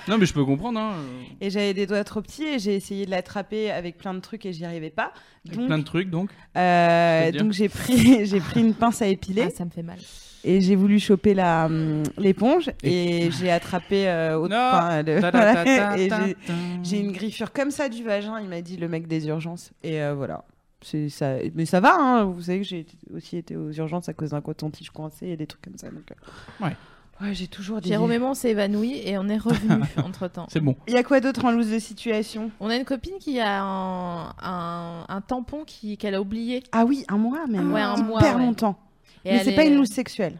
Non, mais je peux comprendre. Hein. Et j'avais des doigts trop petits et j'ai essayé de l'attraper avec plein de trucs et j'y arrivais pas. Donc, Plein de trucs, donc. euh, C'est-à-dire donc j'ai pris, j'ai pris une pince à épiler Ah, ça me fait mal. et j'ai voulu choper la hum, l'éponge et, j'ai attrapé euh, au- Non. enfin, le- Ta, ta, ta, ta, et ta, j'ai- ta. J'ai une griffure comme ça du vagin, il m'a dit le mec des urgences. Et euh, voilà. C'est ça. Mais ça va, hein. vous savez que j'ai été- aussi été aux urgences à cause d'un coton-tige coincé et des trucs comme ça. donc, euh, Ouais. Ouais, j'ai toujours des. Jérôme et moi, on s'est évanoui et on est revenu entre temps. C'est bon. Il y a quoi d'autre en loose de situation On a une copine qui a un, un- un tampon qui- qu'elle a oublié. Ah oui, un mois même. Ouais, un Hyper mois, ouais. longtemps. Et Mais elle c'est pas est- une loose sexuelle.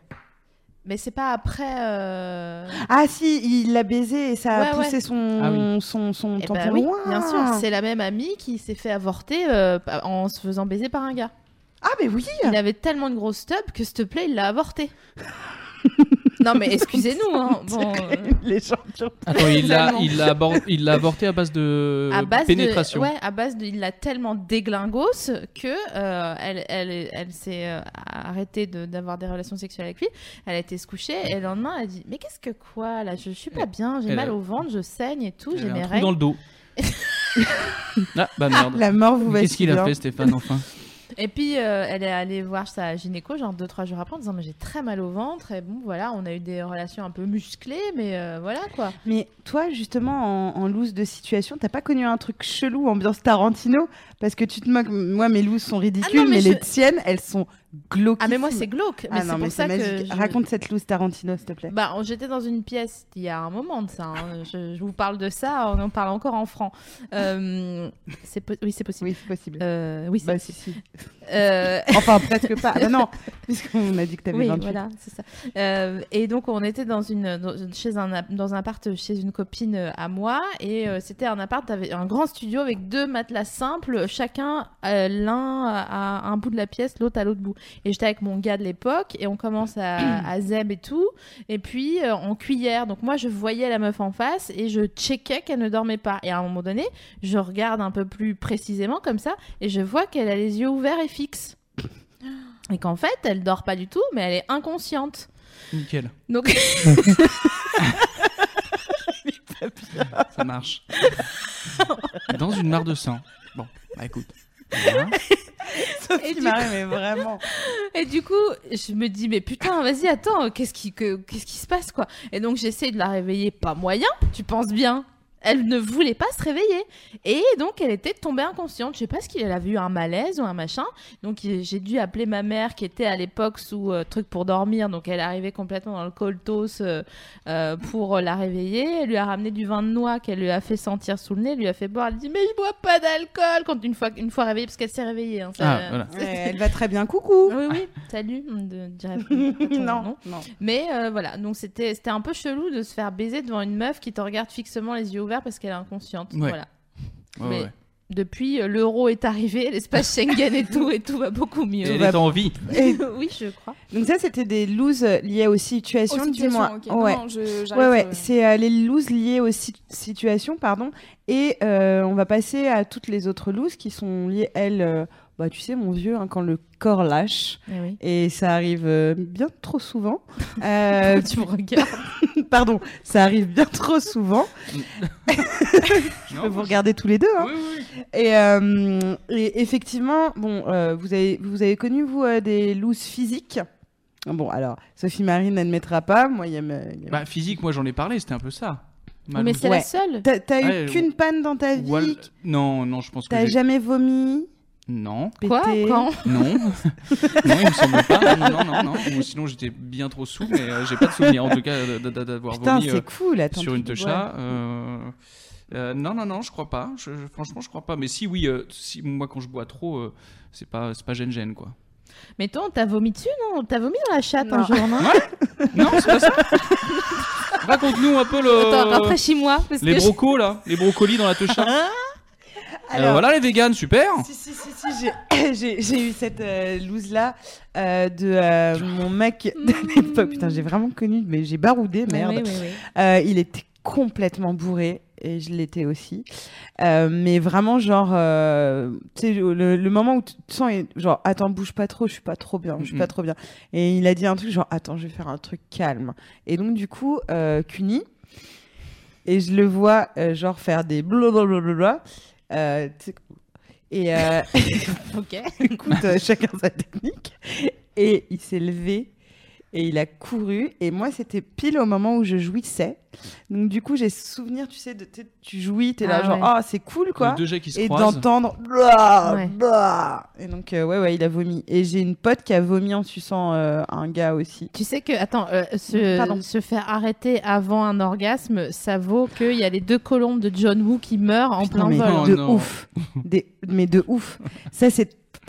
Mais c'est pas après. euh, Ah si, il l'a baisé et ça a Ouais, ouais. poussé son, Ah oui. son, son Eh tampon ben oui, loin. bien sûr. C'est la même amie qui s'est fait avorter euh, pa- en se faisant baiser par un gars. Ah, mais oui Il avait tellement de grosses tubs que, s'il te plaît, il l'a avorté. non, mais excusez-nous. hein. Bon, euh, Les gens qui ont- Attends, il l'a, Vraiment. il l'a abor- il l'a avorté à base de à base Euh, pénétration. De, ouais, à base de, il l'a tellement déglingos que euh, elle, elle, elle s'est euh, arrêtée de- d'avoir des relations sexuelles avec lui. Elle a été se coucher et le lendemain, elle a dit Mais qu'est-ce que quoi là Je suis pas bien, j'ai elle mal a- au ventre, je saigne et tout, Elle j'ai a un mes trou dans règles. le dos. ah, bah merde. La mort vous va Qu'est-ce qu'il bien. a fait, Stéphane, enfin Et puis euh, elle est allée voir sa gynéco genre deux trois jours après en disant mais j'ai très mal au ventre et bon voilà on a eu des relations un peu musclées mais euh, voilà quoi. Mais toi, justement, en, en loose de situation, t'as pas connu un truc chelou, ambiance Tarantino Parce que tu te moques, moi, mes looses sont ridicules, Ah non, mais, mais je- les tiennes, elles sont glauques. Ah mais moi c'est glauque mais Ah c'est non, pour mais ça c'est que magique. je- Raconte cette loose Tarantino, s'il te plaît. Bah, on- j'étais dans une pièce il y a un moment de ça. hein. Je, je vous parle de ça, on en parle encore en franc. Euh, c'est po- oui, c'est possible. Oui, c'est possible. Euh, oui, c'est Bah, si, possible. si. Euh, Enfin, presque pas. Ah, bah non, puisqu'on a dit que t'avais oui, 28. voilà, c'est ça. Euh, et donc on était dans une, dans une- chez un app- dans un appart chez une copine euh, à moi et euh, c'était un appart avec un grand studio avec deux matelas simples, chacun euh, l'un à, à un bout de la pièce, l'autre à l'autre bout. Et j'étais avec mon gars de l'époque et on commence à, à zeb et tout et puis euh, en cuillère. Donc moi je voyais la meuf en face et je checkais qu'elle ne dormait pas. Et à un moment donné, je regarde un peu plus précisément comme ça et je vois qu'elle a les yeux ouverts et fixes. Et qu'en fait, elle dort pas du tout, mais elle est inconsciente. Nickel. Donc, Ça marche. Dans une mare de sang. Bon, bah écoute. Voilà. Sophie Et du Marais, mais vraiment. et du coup, je me dis, mais putain, vas-y, attends, qu'est-ce qui, que- qu'est-ce qui se passe, quoi Et donc, j'essaie de la réveiller, pas moyen, tu penses bien. Elle ne voulait pas se réveiller. Et donc, elle était tombée inconsciente. Je sais pas ce qu'elle avait eu un malaise ou un machin. Donc, il- j'ai dû appeler ma mère qui était à l'époque sous euh, truc pour dormir. Donc, elle arrivait complètement dans le coltos euh, euh, pour la réveiller. Elle lui a ramené du vin de noix qu'elle lui a fait sentir sous le nez. Elle lui a fait boire. Elle dit, mais je bois pas d'alcool quand une fois, une fois réveillée, parce qu'elle s'est réveillée. hein, ça- Ah, voilà. Ouais, elle va très bien, coucou. Ah oui, oui, salut, on ne dirait pas ton non, nom. non. Mais euh, voilà, donc c'était c'était un peu chelou de se faire baiser devant une meuf qui te regarde fixement les yeux ouverts parce qu'elle est inconsciente. Ouais. Voilà. Ouais, Mais ouais. depuis, euh, l'euro est arrivé, l'espace Schengen et tout, et tout va beaucoup Et mieux. Elle est en vie. Et oui, je crois. donc ça, c'était des looses liées aux situations, Aux situations, dis-moi. ok. Ouais. Non, je- j'arrête, Ouais, ouais, euh. c'est euh, les looses liées aux si- situations, pardon. Et euh, on va passer à toutes les autres looses qui sont liées, elles, euh, bah, tu sais, mon vieux, hein, quand le corps lâche. Et ça arrive euh, bien trop souvent. Euh, tu me regardes. pardon, ça arrive bien trop souvent. Non, Vous regardez tous les deux. hein. Oui, oui. Et, euh, et effectivement, bon, euh, vous, avez, vous avez connu, vous, euh, des looses physiques Bon, alors, Sophie Marie n'admettra pas. Moi, il y a... ma- il y a ma- Bah, physique, moi j'en ai parlé, c'était un peu ça. Ma Mais loose. c'est Ouais. la seule. T'as t'as eu Ouais, qu'une panne dans ta vie Wal- Non, non, je pense que T'as j'ai- jamais vomi Non, Quoi Pété. Quand non, non, il me semble pas. Non, non, non. Ou sinon, j'étais bien trop saoul, mais euh, j'ai pas de souvenir en tout cas d- d- d'avoir Putain, vomi c'est euh, cool. Attends, sur une tu- techa. Euh, euh, non, non, non, je crois pas. Je- je- franchement, je crois pas. Mais si, oui, euh, si, moi, quand je bois trop, euh, c'est pas, c'est pas gêne-gêne, quoi. Mais toi, on t'a vomi dessus, non On t'a vomi dans la chatte un Non. jour, non Non, c'est pas ça. Raconte-nous un peu le. Attends, rafraîchis-moi, parce Euh, Les que je- brocos là, les brocolis dans la techa. Euh, voilà les véganes, super. Si, si, si, si, j'ai- j'ai j'ai eu cette loose là de euh, mon mec de l'époque. Putain, j'ai vraiment connu, mais j'ai baroudé, Oui, merde. oui, oui, oui. Euh, il était complètement bourré et je l'étais aussi. Euh, mais vraiment, genre, euh, tu sais, le, le moment où tu te sens, et- genre, attends, bouge pas trop, je suis pas trop bien, je suis pas Mhm. trop bien. Et il a dit un truc, genre, attends, je vais faire un truc calme. Et donc, du coup, euh, Cuny, et je le vois, euh, genre, faire des blablabla. Euh, tu sais, et euh, Ok. écoute, euh, chacun sa technique. Et il s'est levé et il a couru. Et moi, c'était pile au moment où je jouissais. Donc, du coup, j'ai ce souvenir, tu sais, de tu sais, tu jouis, t'es là, Ah genre, ouais. ah, c'est cool, quoi. Les deux jets qui se Et croisent. d'entendre. Blah, Ouais. blah. Et donc, euh, ouais, ouais, il a vomi. Et j'ai une pote qui a vomi en suçant euh, un gars aussi. Tu sais que, attends, euh, se, Pardon. se faire arrêter avant un orgasme, ça vaut qu'il y a les deux colombes de John Woo qui meurent en Putain, plein mais vol. Oh de non. ouf. Des- Mais de ouf. Ça, c'est.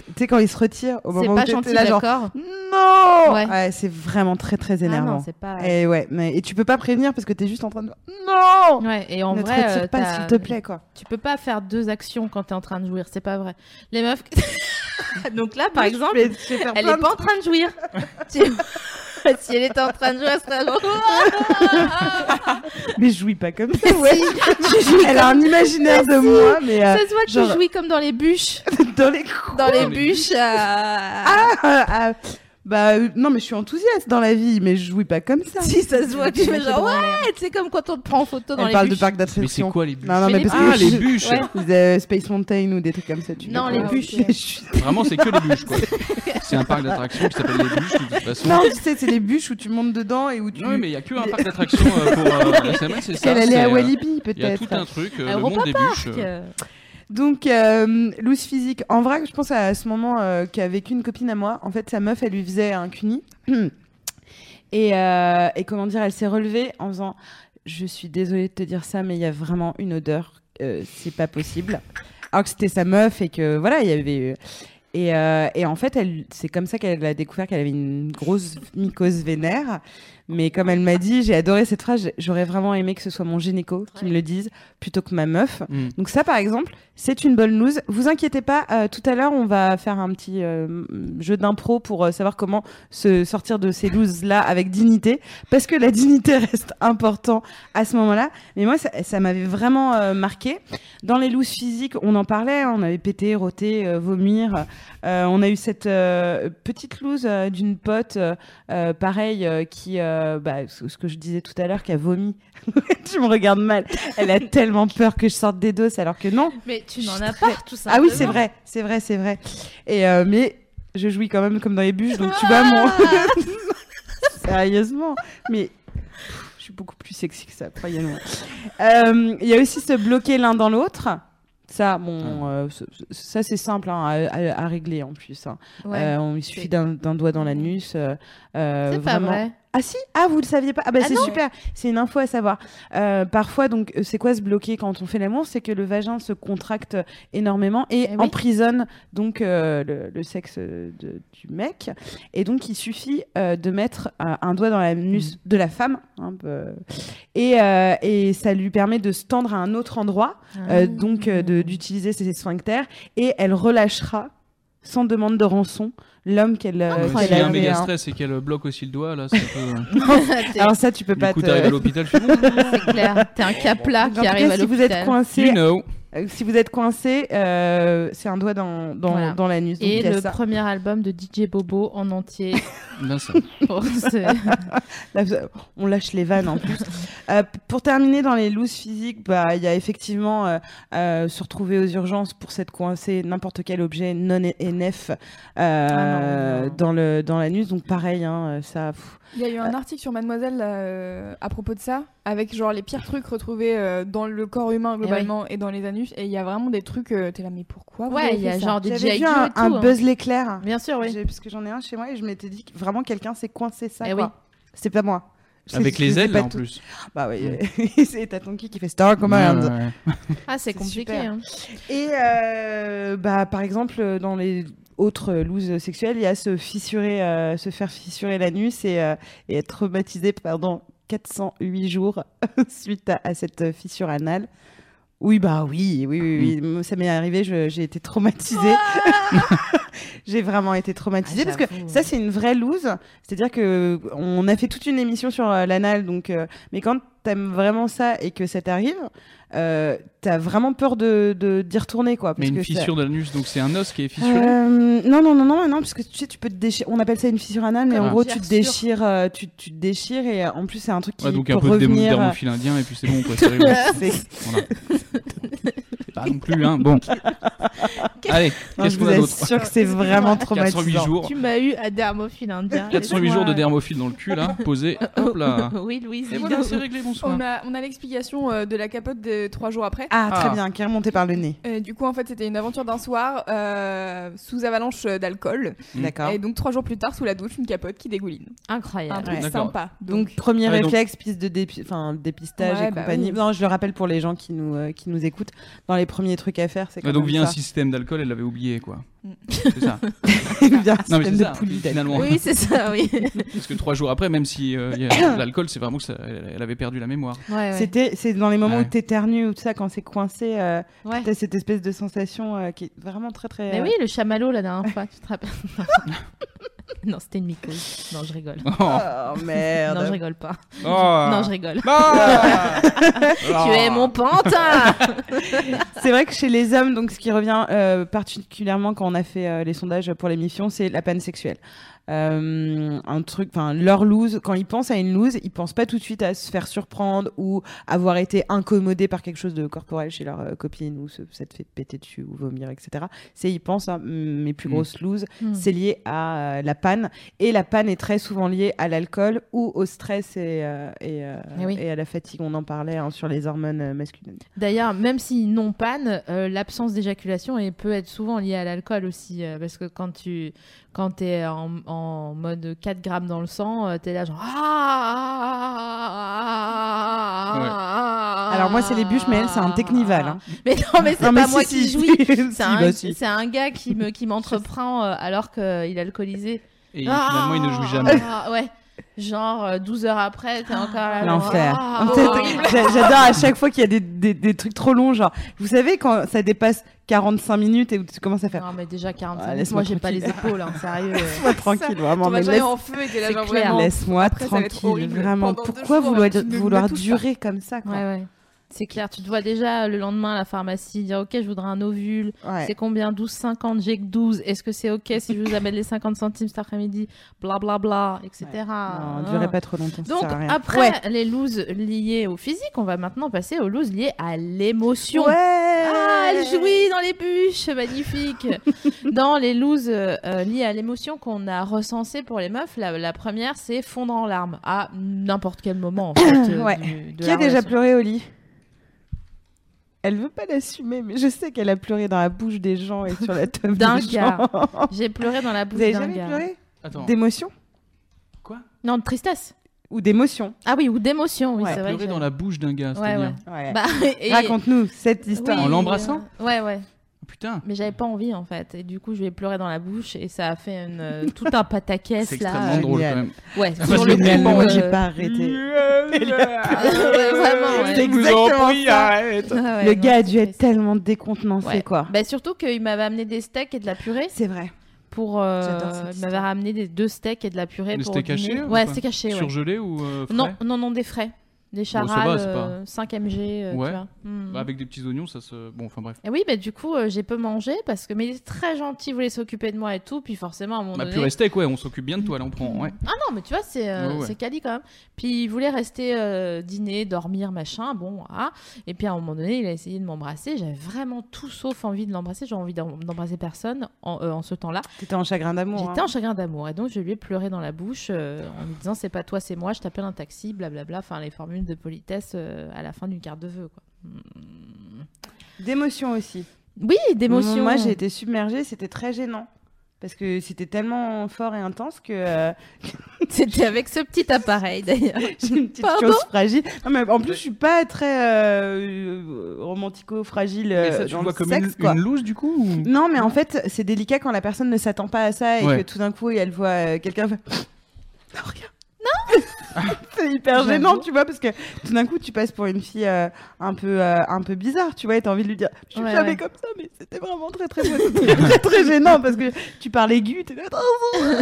Tu sais, quand il se retire au C'est moment pas où t'es gentil, là, genre. d'accord Non Ouais. Ouais, C'est vraiment très, très Ah énervant. Eh, non, c'est pas... Et ouais, mais et tu peux pas prévenir parce que t'es juste en train de non. Ouais, et en ne vrai, te euh, retire pas t'as- s'il te plaît quoi. tu peux pas faire deux actions quand t'es en train de jouir, c'est pas vrai. Les meufs... Donc là, par exemple, Je vais- je vais faire elle plein est de- pas en train de jouir. Tu- si elle était en train de jouer, elle serait genre... mais je jouis pas comme ça. Ah, Ouais. Ah, Si, Elle a un imaginaire de moi mais euh, Ça se voit que genre- tu jouis comme dans les bûches. dans les coups. Dans les Dans les bûches. euh, Ah, ah, bah euh, non mais je suis enthousiaste dans la vie mais je jouis pas comme ça. Si ça se voit que tu fais Elle genre ouais, c'est comme quand on te prend en photo dans parle les de bûches. parc Mais c'est d'attractions. quoi les bûches Non non Mais mais les parce que Ah, je- les bûches. Ouais. Euh, Space Mountain ou des trucs comme ça tu Non, veux les pas. bûches. Je suis- Vraiment, c'est que les bûches quoi. c'est un parc d'attractions qui s'appelle les bûches de toute façon. Non, tu sais, c'est les bûches où tu montes dedans et où tu. Non, mais il n'y a qu'un parc d'attractions euh, pour euh, SML, c'est ça. Elle allait à c'est, euh, Walibi Il y a peut-être. tout un truc, euh, À le Europa monde des bûches. Park, euh, euh, Donc, euh, loose physique. En vrai, je pense à ce moment euh, qu'a vécu une copine à moi. En fait, sa meuf, elle lui faisait un cuni. Et, euh, et comment dire, elle s'est relevée en faisant Je suis désolée de te dire ça, mais il y a vraiment une odeur. euh, c'est pas possible. Alors que c'était sa meuf et que voilà, il y avait. Et, euh, et en fait, elle- c'est comme ça qu'elle a découvert qu'elle avait une grosse mycose vénère. Mais comme elle m'a dit, j'ai adoré cette phrase. J'aurais vraiment aimé que ce soit mon gynéco qui me le dise plutôt que ma meuf. hmm. Donc ça, par exemple, c'est une bonne news. Vous inquiétez pas, euh, tout à l'heure, on va faire un petit euh, jeu d'impro pour euh, savoir comment se sortir de ces loses-là avec dignité, parce que la dignité reste important à ce moment-là. Mais moi, ça, ça m'avait vraiment euh, marqué. Dans les loses physiques, on en parlait, hein, on avait pété, roté, euh, vomir. Euh, on a eu cette euh, petite loose euh, d'une pote, euh, euh, pareil, euh, qui, euh, bah, ce ce que je disais tout à l'heure, qui a vomi. tu me regardes mal. Elle a tellement peur que je sorte des doses, alors que non. Mais tu Je n'en suis as très- pas tout ça. Ah oui, c'est vrai, c'est vrai, c'est vrai. Et euh, mais je jouis quand même comme dans les bûches, donc tu vois mon. Ah Sérieusement, mais pff, je suis beaucoup plus sexy que ça, croyez-moi. Euh, Il y a aussi se bloquer l'un dans l'autre. Ça, bon, euh, ce- ce- ça c'est simple hein, à, à- à régler en plus. hein. Euh, on- il suffit d'un d'un doigt dans l'anus. euh, euh, c'est pas vraiment- vrai. ah si Ah vous le saviez pas Ah bah Ah c'est non. super, c'est une info à savoir. Euh, parfois donc euh, c'est quoi se bloquer quand on fait l'amour C'est que le vagin se contracte énormément et Eh oui. emprisonne donc euh, le, le sexe euh, de- du mec. Et donc il suffit euh, de mettre euh, un doigt dans Mm. l'anus de la femme hein, euh, et, euh, et ça lui permet de se tendre à un autre endroit, Ah euh, donc euh, de- d'utiliser ses sphincters et elle relâchera sans demande de rançon l'homme qu'elle euh, S'il Incroyable. qu'elle y a un avait, méga hein. stress et qu'elle bloque aussi le doigt, là, ça peut. T'es- Alors ça tu peux du pas euh, coup, te- t'arrives à l'hôpital, tu fais, oh, c'est clair. T'es un capla En tout qui cas, arrive à si vous êtes l'hôpital. you coincé, know. euh, si vous êtes coincé, euh, c'est un doigt dans dans, Voilà. dans l'anus. donc Et il y a le ça. premier album de DJ Bobo en entier. Là, Ben, ça- pour ce- Là, vous- oh, on lâche les vannes en plus. Euh, p- pour terminer dans les looses physiques, bah il y a effectivement euh, euh, se retrouver aux urgences pour s'être coincé n'importe quel objet non é- NF euh, Ah non, non. dans le dans l'anus. Donc pareil, hein, ça. pff. Il y a eu un article sur Mademoiselle là, euh, à propos de ça. avec genre les pires trucs retrouvés euh, dans le corps Eh humain globalement et dans les anus. Et il y a vraiment des trucs, euh, t'es là, mais pourquoi vous Ouais, avez il y fait a ça genre des J'avais G.I. vu Joe et un, tout, un hein. Buzz l'éclair. Bien sûr, oui. J'ai- Parce que j'en ai un chez moi et je m'étais dit que vraiment quelqu'un s'est coincé ça. Eh quoi. oui. C'est pas moi. Je Avec sais- je les sais ailes, pas en tout. plus. Bah oui, c'est t'as ton qui qui fait Star Command. Ouais, ouais, ouais. Ah, c'est C'est compliqué. super. hein. Et euh, bah, par exemple, dans les autres looses sexuelles, il y a se, fissurer, euh, se faire fissurer l'anus et, euh, et être traumatisé pendant 408 jours suite à, à cette fissure anale. Oui, bah oui, oui, oui, oui. Moi, ça m'est arrivé, je- j'ai été traumatisée. j'ai vraiment été traumatisée Ah, parce que j'avoue. ça, c'est une vraie loose. C'est-à-dire que on a fait toute une émission sur euh, l'anal, donc, euh, mais quand t'aimes vraiment ça et que ça t'arrive, euh, t'as vraiment peur de de- d'y retourner, quoi. Mais parce une que ça- fissure de l'anus, donc c'est un os qui est fissuré. euh, non, non, non, non, non, parce que tu sais, tu peux te déchirer. On appelle ça une fissure anale, mais Comme en un gros, tu te piercure. déchires, euh, tu, tu te déchires, et euh, en plus, c'est un truc qui Ouais, donc peut un peu de revenir. euh, dermophile indien, et puis c'est bon, quoi. c'est réglé. c'est- Voilà. C'est pas non plus, hein. Bon. Allez, non, qu'est-ce je qu'on vous a d'autre assure que c'est vraiment 408 traumatisant. jours. Tu m'as eu à dermophile indien. 408 laisse-moi- euh, jours de dermophile dans le cul, là, posé. Hop là. oui, Louise. Et dis voilà, donc. c'est réglé, bonsoir. On a, on a l'explication euh, de la capote de trois jours après. Ah, très Ah. bien, qui est remonté par le nez. Et du coup, en fait, c'était une aventure d'un soir euh, sous avalanche euh, d'alcool. Mm. D'accord. Et donc, trois jours plus tard, sous la douche, une capote qui dégouline. Un Incroyable. truc Ouais. D'accord. sympa. Donc, Donc, premier Ah, donc- réflexe, piste de dépi- enfin, dépistage Ouais, et bah compagnie. oui. Non, je le rappelle pour les gens qui nous, euh, qui nous écoutent. Dans les premiers trucs à faire, c'est quand Ouais, donc même via un ça. système d'alcool, elle l'avait oublié, quoi. Mm. C'est ça. Via un Non, mais c'est système de ça, poulie d'alcool. finalement. Oui, c'est ça, oui. Parce que trois jours après, même si euh, il y a- l'alcool, c'est vraiment que ça, elle elle avait perdu la mémoire. Ouais, ouais. C'était, c'est dans les moments Ouais. où t'éternues ou tout ça, quand c'est coincé, euh, Ouais. t'as cette espèce de sensation euh, qui est vraiment très très. Mais euh, oui, le chamallow la dernière fois, tu te rappelles Non, c'était une mycose. Non, je rigole. Oh, Oh merde. Non, je rigole pas. oh. Non, je rigole. Ah. Ah. Tu es mon pantin C'est vrai que chez les hommes, donc ce qui revient euh, particulièrement quand on a fait euh, les sondages pour l'émission, c'est la panne sexuelle. Euh, un truc, enfin leur loose. Quand ils pensent à une loose, ils pensent pas tout de suite à se faire surprendre ou avoir été incommodés par quelque chose de corporel chez leur euh, copine ou se, ça te fait péter dessus ou vomir, etc. C'est ils pensent à mes plus Mm. grosses looses. Hmm. C'est lié à euh, la panne et la panne est très souvent liée à l'alcool ou au stress et, euh, et, euh, Eh oui. et à la fatigue. On en parlait hein, sur les hormones euh, masculines. D'ailleurs, même si non panne, euh, l'absence d'éjaculation et peut être souvent liée à l'alcool aussi. euh, parce que quand tu quand es en, en mode 4 grammes dans le sang, euh, t'es là genre. Alors Alors moi c'est les bûches, mais elle c'est un Ah. technival. hein. Mais non, mais c'est Non, mais pas moi si, qui si, jouis. si, si, C'est un, bah, si. c'est un gars qui me qui m'entreprend euh, alors qu'il est alcoolisé. Et finalement, il ne joue Ah, jamais. ah, ouais. Genre euh, 12 heures après, t'es encore là. genre, L'enfer. ah, horrible. J'a- J'adore à chaque fois qu'il y a des, des- des trucs trop longs, genre, vous savez quand ça dépasse 45 minutes et où tu commences à faire Non, mais déjà 45 Ah, minutes, laisse-moi moi j'ai pas les tranquille. épaules, hein, sérieux. Laisse-moi tranquille, vraiment, on va mais jamais laisse- en feu et t'es là, c'est genre clair. vraiment. laisse-moi Après, ça va être tranquille, horrible vraiment. pendant deux Pourquoi jours, hein, vouloir, tu ne me vouloir touches pas. durer comme ça quoi Ouais, ouais. C'est clair, tu te vois déjà euh, le lendemain à la pharmacie dire Ok, je voudrais un ovule. Ouais. C'est combien 12, 50, j'ai que 12. Est-ce que c'est ok si je vous amène les 50 centimes cet après-midi Bla bla bla, etc. Non, Ah. durez pas trop longtemps, ça Donc, sert à rien. après Ouais. les looses liées au physique, on va maintenant passer aux looses liées à l'émotion. Ouais. Ah, elle jouit dans les bûches, magnifique. dans les looses euh, euh, liées à l'émotion qu'on a recensées pour les meufs, la, la première c'est fondre en larmes à n'importe quel moment. En fait, euh, Ouais. du- de Qui la a déjà relation. pleuré au lit Elle veut pas l'assumer, mais je sais qu'elle a pleuré dans la bouche des gens et sur la table D'un des gars. gens. J'ai pleuré dans la bouche Vous avez d'un jamais gars. pleuré Attends, D'émotion Non, de tristesse. Ou d'émotion Ah oui, ou d'émotion, oui, Ouais. c'est vrai. pleurer que- dans la bouche d'un Ouais, gars, c'est-à-dire. ouais. Ouais. Bah, et- Raconte-nous cette histoire. En oui, l'embrassant euh, Ouais, ouais. Ah, Putain, Mais j'avais pas envie en fait. Et du coup, je lui ai pleuré dans la bouche et ça a fait une, euh, tout un pataquès c'est là. extrêmement drôle quand génial. même. Ouais, Parce sur que le j'ai- coup, moi, euh, j'ai pas arrêté. Ah, ouais, vraiment, ouais. C'est exactement ça. arrête. Ah ouais, le non, gars a c'est dû être triste. tellement décontenancé, Ouais. quoi. Bah surtout qu'il m'avait amené des steaks et de la purée C'est vrai. pour. euh, J'adore cette il histoire. m'avait ramené des deux steaks et de la purée Des pour. steaks dîner. hachés, ou Ouais, pas steaks hachés. ouais. Surgelé ou euh, frais Non, non, non, des frais, des ça va, charales, c'est pas- euh, 5 mg. euh, tu Ouais. vois. Hmm. Bah, Avec des petits oignons, ça se. Bon, enfin bref. Et oui, mais du coup, euh, j'ai peu mangé parce que mais il est très gentil, il voulait s'occuper de moi et tout, puis forcément à un moment Bah, donné. purée steak, ouais, on s'occupe bien de toi, là, on prend. Ouais. Ah non, mais tu vois, c'est euh, Ouais, ouais. c'est quali quand même. Puis il voulait rester euh, dîner, dormir, machin, bon, ah. Et puis à un moment donné, il a essayé de m'embrasser. J'avais vraiment tout sauf envie de l'embrasser. J'avais envie d'em- d'embrasser personne en, euh, en ce temps-là. T'étais en chagrin d'amour. J'étais hein. en chagrin d'amour et donc je lui ai pleuré dans la bouche euh, en lui disant c'est pas toi, c'est moi, je t'appelle un taxi, blablabla. Enfin, les formules minutes de politesse euh, à la fin d'une carte de vœux. Quoi. Mm. hein. D'émotion aussi. Oui, d'émotion. Mmh. Moi, j'ai été submergée, c'était très gênant. Parce que c'était tellement fort et intense que euh, C'était avec ce petit appareil d'ailleurs. j'ai une petite Pardon chose fragile. Non, mais en plus, je suis pas très euh, romantico-fragile Mais euh, ça, tu dans le le vois comme sexe, une, quoi. une loose du coup ou- Non, mais en fait, c'est délicat quand la personne ne s'attend pas à ça et Ouais. que tout d'un coup, elle voit euh, quelqu'un faire. Non, regarde. Non C'est hyper gênant, J'avoue. tu vois, parce que tout d'un coup, tu passes pour une fille euh, un, peu, euh, un peu bizarre, tu vois, et t'as envie de lui dire Je suis Ouais, jamais ouais. comme ça, mais c'était vraiment très, très, beau. C'était très, très gênant parce que tu parles aigu, t'es là.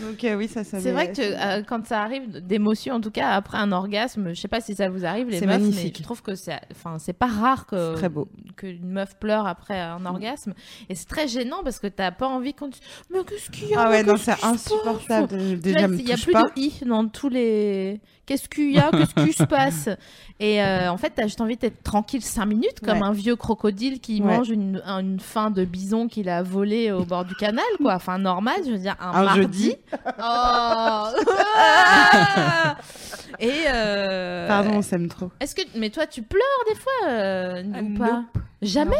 Donc, euh, oui, ça, ça C'est m'est- vrai que euh, quand ça arrive d'émotion, en tout cas après un orgasme, je sais pas si ça vous arrive les C'est meufs, magnifique. mais je trouve que c'est, enfin, c'est pas rare que C'est très beau. Mmh. qu'une meuf pleure après un orgasme, et c'est très gênant parce que t'as pas envie quand tu, mais qu'est-ce qu'il y a Ah ouais, Mais non, qu'est-ce c'est qui se passe insupportable. de- Tu Déjà, vois, me Il y a touche plus pas. de i dans tous les. Qu'est-ce qu'il y a Qu'est-ce qui se passe Et euh, en fait, t'as juste envie d'être tranquille 5 minutes, comme Ouais. un vieux crocodile qui Ouais. mange une, un- une fin de bison qu'il a volée au bord du canal, quoi. Enfin, normal, je veux dire, un, Un mardi. jeudi. Oh Et. euh, Pardon, on s'aime trop. Est-ce que. Mais toi, tu pleures des fois euh, Ah, ou non. pas Jamais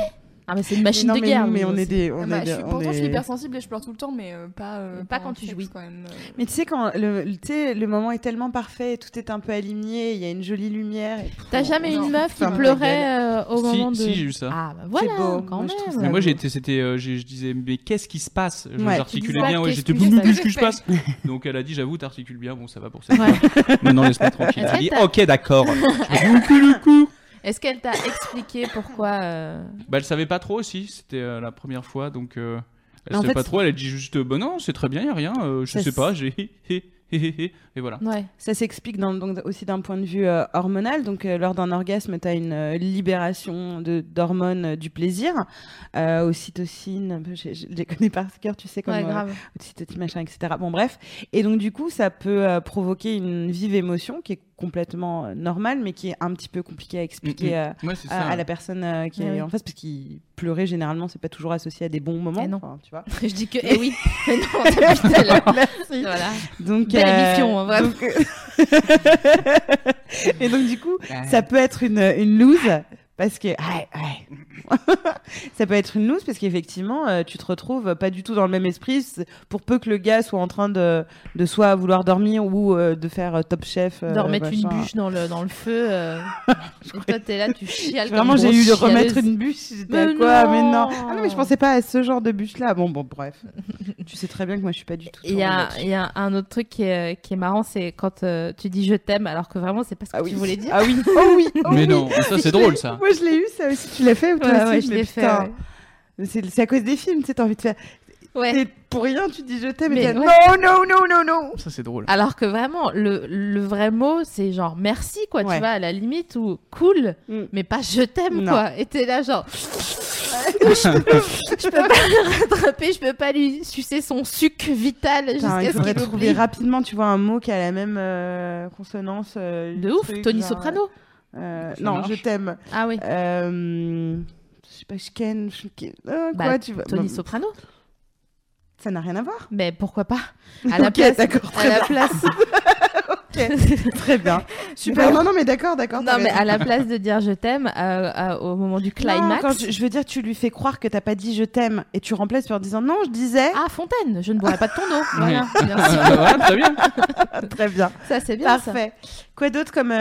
Ah, mais c'est une machine non, de mais, guerre. nous, mais nous on est aussi. des. on Ah bah, est je des- suis- on pourtant, je suis est- hyper sensible et je pleure tout le temps, mais euh, pas, euh, Pas pendant quand tu le sexe, jouis. Quand même. euh. Mais tu sais, quand le, le- tu sais, le moment est tellement parfait, tout est un peu aligné, il y a une jolie lumière. et- T'as jamais Non, une meuf qui ferme ta pleurait euh, au Si, moment de. si, j'ai eu ça. Ah bah voilà, beau, quand moi, même. je trouve ça Mais moi beau. j'étais c'était euh, j'ai- je disais mais qu'est-ce qui se passe je Ouais. Tu j'articulais dis bien pas ouais qu'est-ce j'étais qui boum se boum passe. qu'est-ce que je passe donc elle a dit j'avoue t'articules bien bon ça va pour ça Ouais. maintenant laisse-moi tranquille Est-ce elle dit que t'as- ok d'accord je vous cul le coup Est-ce qu'elle t'a expliqué pourquoi euh, bah elle savait pas trop aussi c'était euh, la première fois donc euh, elle Mais en savait fait, pas trop elle a dit juste euh, bah non c'est très bien y a rien euh, je Ça, sais c'est- pas j'ai hé, hé, hé, hé, hé. et voilà Ouais. Ça s'explique dans- donc aussi d'un point de vue euh, hormonal. Donc, euh, lors d'un orgasme, tu as une euh, libération de- d'hormones euh, du plaisir, euh, ocytocine, je, je les connais par cœur, tu sais, comme ouais, euh, grave. ocytocine, machin, etc. Bon, bref. Et donc, du coup, ça peut euh, provoquer une vive émotion qui est complètement euh, normale, mais qui est un petit peu compliquée à expliquer. Mhm. euh, ouais c'est à, ça à la personne euh, qui Ah est oui. en face parce qu'il pleurait généralement c'est pas toujours associé à des bons moments Eh non. enfin, tu vois Je dis que eh oui. Mais non, putain, là. Merci. voilà. donc Belle émission, hein, vraiment. donc, euh, et donc du coup ça peut être une une loose parce que ouais, ouais. ça peut être une loose parce qu'effectivement euh, tu te retrouves pas du tout dans le même esprit C'est- pour peu que le gars soit en train de de soit vouloir dormir ou euh, de faire euh, top chef euh, De remettre une machin. bûche dans le dans le feu. euh, Et toi t'es là, tu chiales. Vraiment, comme j'ai eu de grosse remettre chialeuse. une bûche. j'étais à Mais quoi non. Mais non. Ah non, mais je pensais pas à ce genre de bûche-là. Bon, bon, bref. tu sais très bien que moi, je suis pas du tout. Il y, a, tournée il y a un autre truc qui est, qui est marrant, c'est quand euh, tu dis je t'aime alors que vraiment c'est pas ce que Ah tu oui. voulais dire. Ah oui. Oh oui. oh mais oui. non mais ça c'est drôle ça Moi, je l'ai eu, ça aussi. Tu l'as fait ou toi ouais, aussi ouais, je Mais l'ai fait. putain. ouais. Mais C'est c'est à cause des films, tu sais, t'as envie de faire. Ouais. Et pour rien, tu dis je t'aime. Mais Mais ouais. non, non, non, non, non. ça c'est drôle Alors que vraiment, le, le vrai mot, c'est genre merci, quoi, tu Ouais. vois, à la limite, ou cool, Mm. mais pas je t'aime, Non. quoi. Et t'es là, genre. je, peux, je peux pas le rattraper, je peux pas lui sucer son suc vital Putain, il jusqu'à ce faudrait qu'il trouver oublie. rapidement, tu vois, un mot qui a la même euh, consonance. euh, De le ouf, truc, Tony genre, Soprano. euh, Ça non, marche. je t'aime. Ah oui, Euh, je sais pas, je ken, je ken- euh, Bah, quoi, tu vois. Tony Bah, Soprano. Ça n'a rien à voir. Mais pourquoi pas À la Ok, place. d'accord, À très, la place. très bien. Super. Non, non, mais d'accord, d'accord. non, t'as mais raison. à la place de dire je t'aime euh, euh, au moment du Non, climax. quand je, je veux dire, tu lui fais croire que t'as pas dit je t'aime et tu remplaces par disant non, je disais. Ah, Fontaine, je ne boirai pas de ton eau. Voilà, Ah, merci. bah, voilà, très bien très bien. Ça, c'est bien ça. Parfait. Quoi d'autre comme. euh,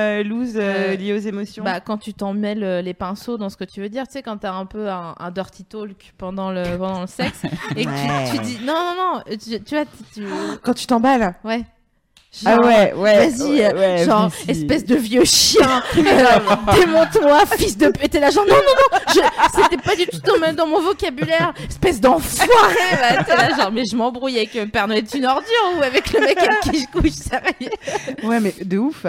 euh, loose Euh, euh, liée aux émotions. Bah, quand tu t'en mêles euh, les pinceaux dans ce que tu veux dire, tu sais, quand t'as un peu un, un dirty talk pendant le, pendant le sexe et que tu- Ouais. tu, dis non, non, non, tu, tu vois, tu, tu- Quand tu t'emballes. ouais. Ah Genre, ouais, ouais. Vas-y, euh, ouais, ouais, genre, vas-y. espèce de vieux chien, euh, démonte-moi, fils de pute. Et t'es là, genre, non, non, non, je... c'était pas du tout dans, ma- dans mon vocabulaire, espèce d'enfoiré. Bah, t'es là, genre, mais je m'embrouille avec euh, Père Noël est une ordure ou avec le mec avec qui je couche, sérieux. Ouais, mais de ouf.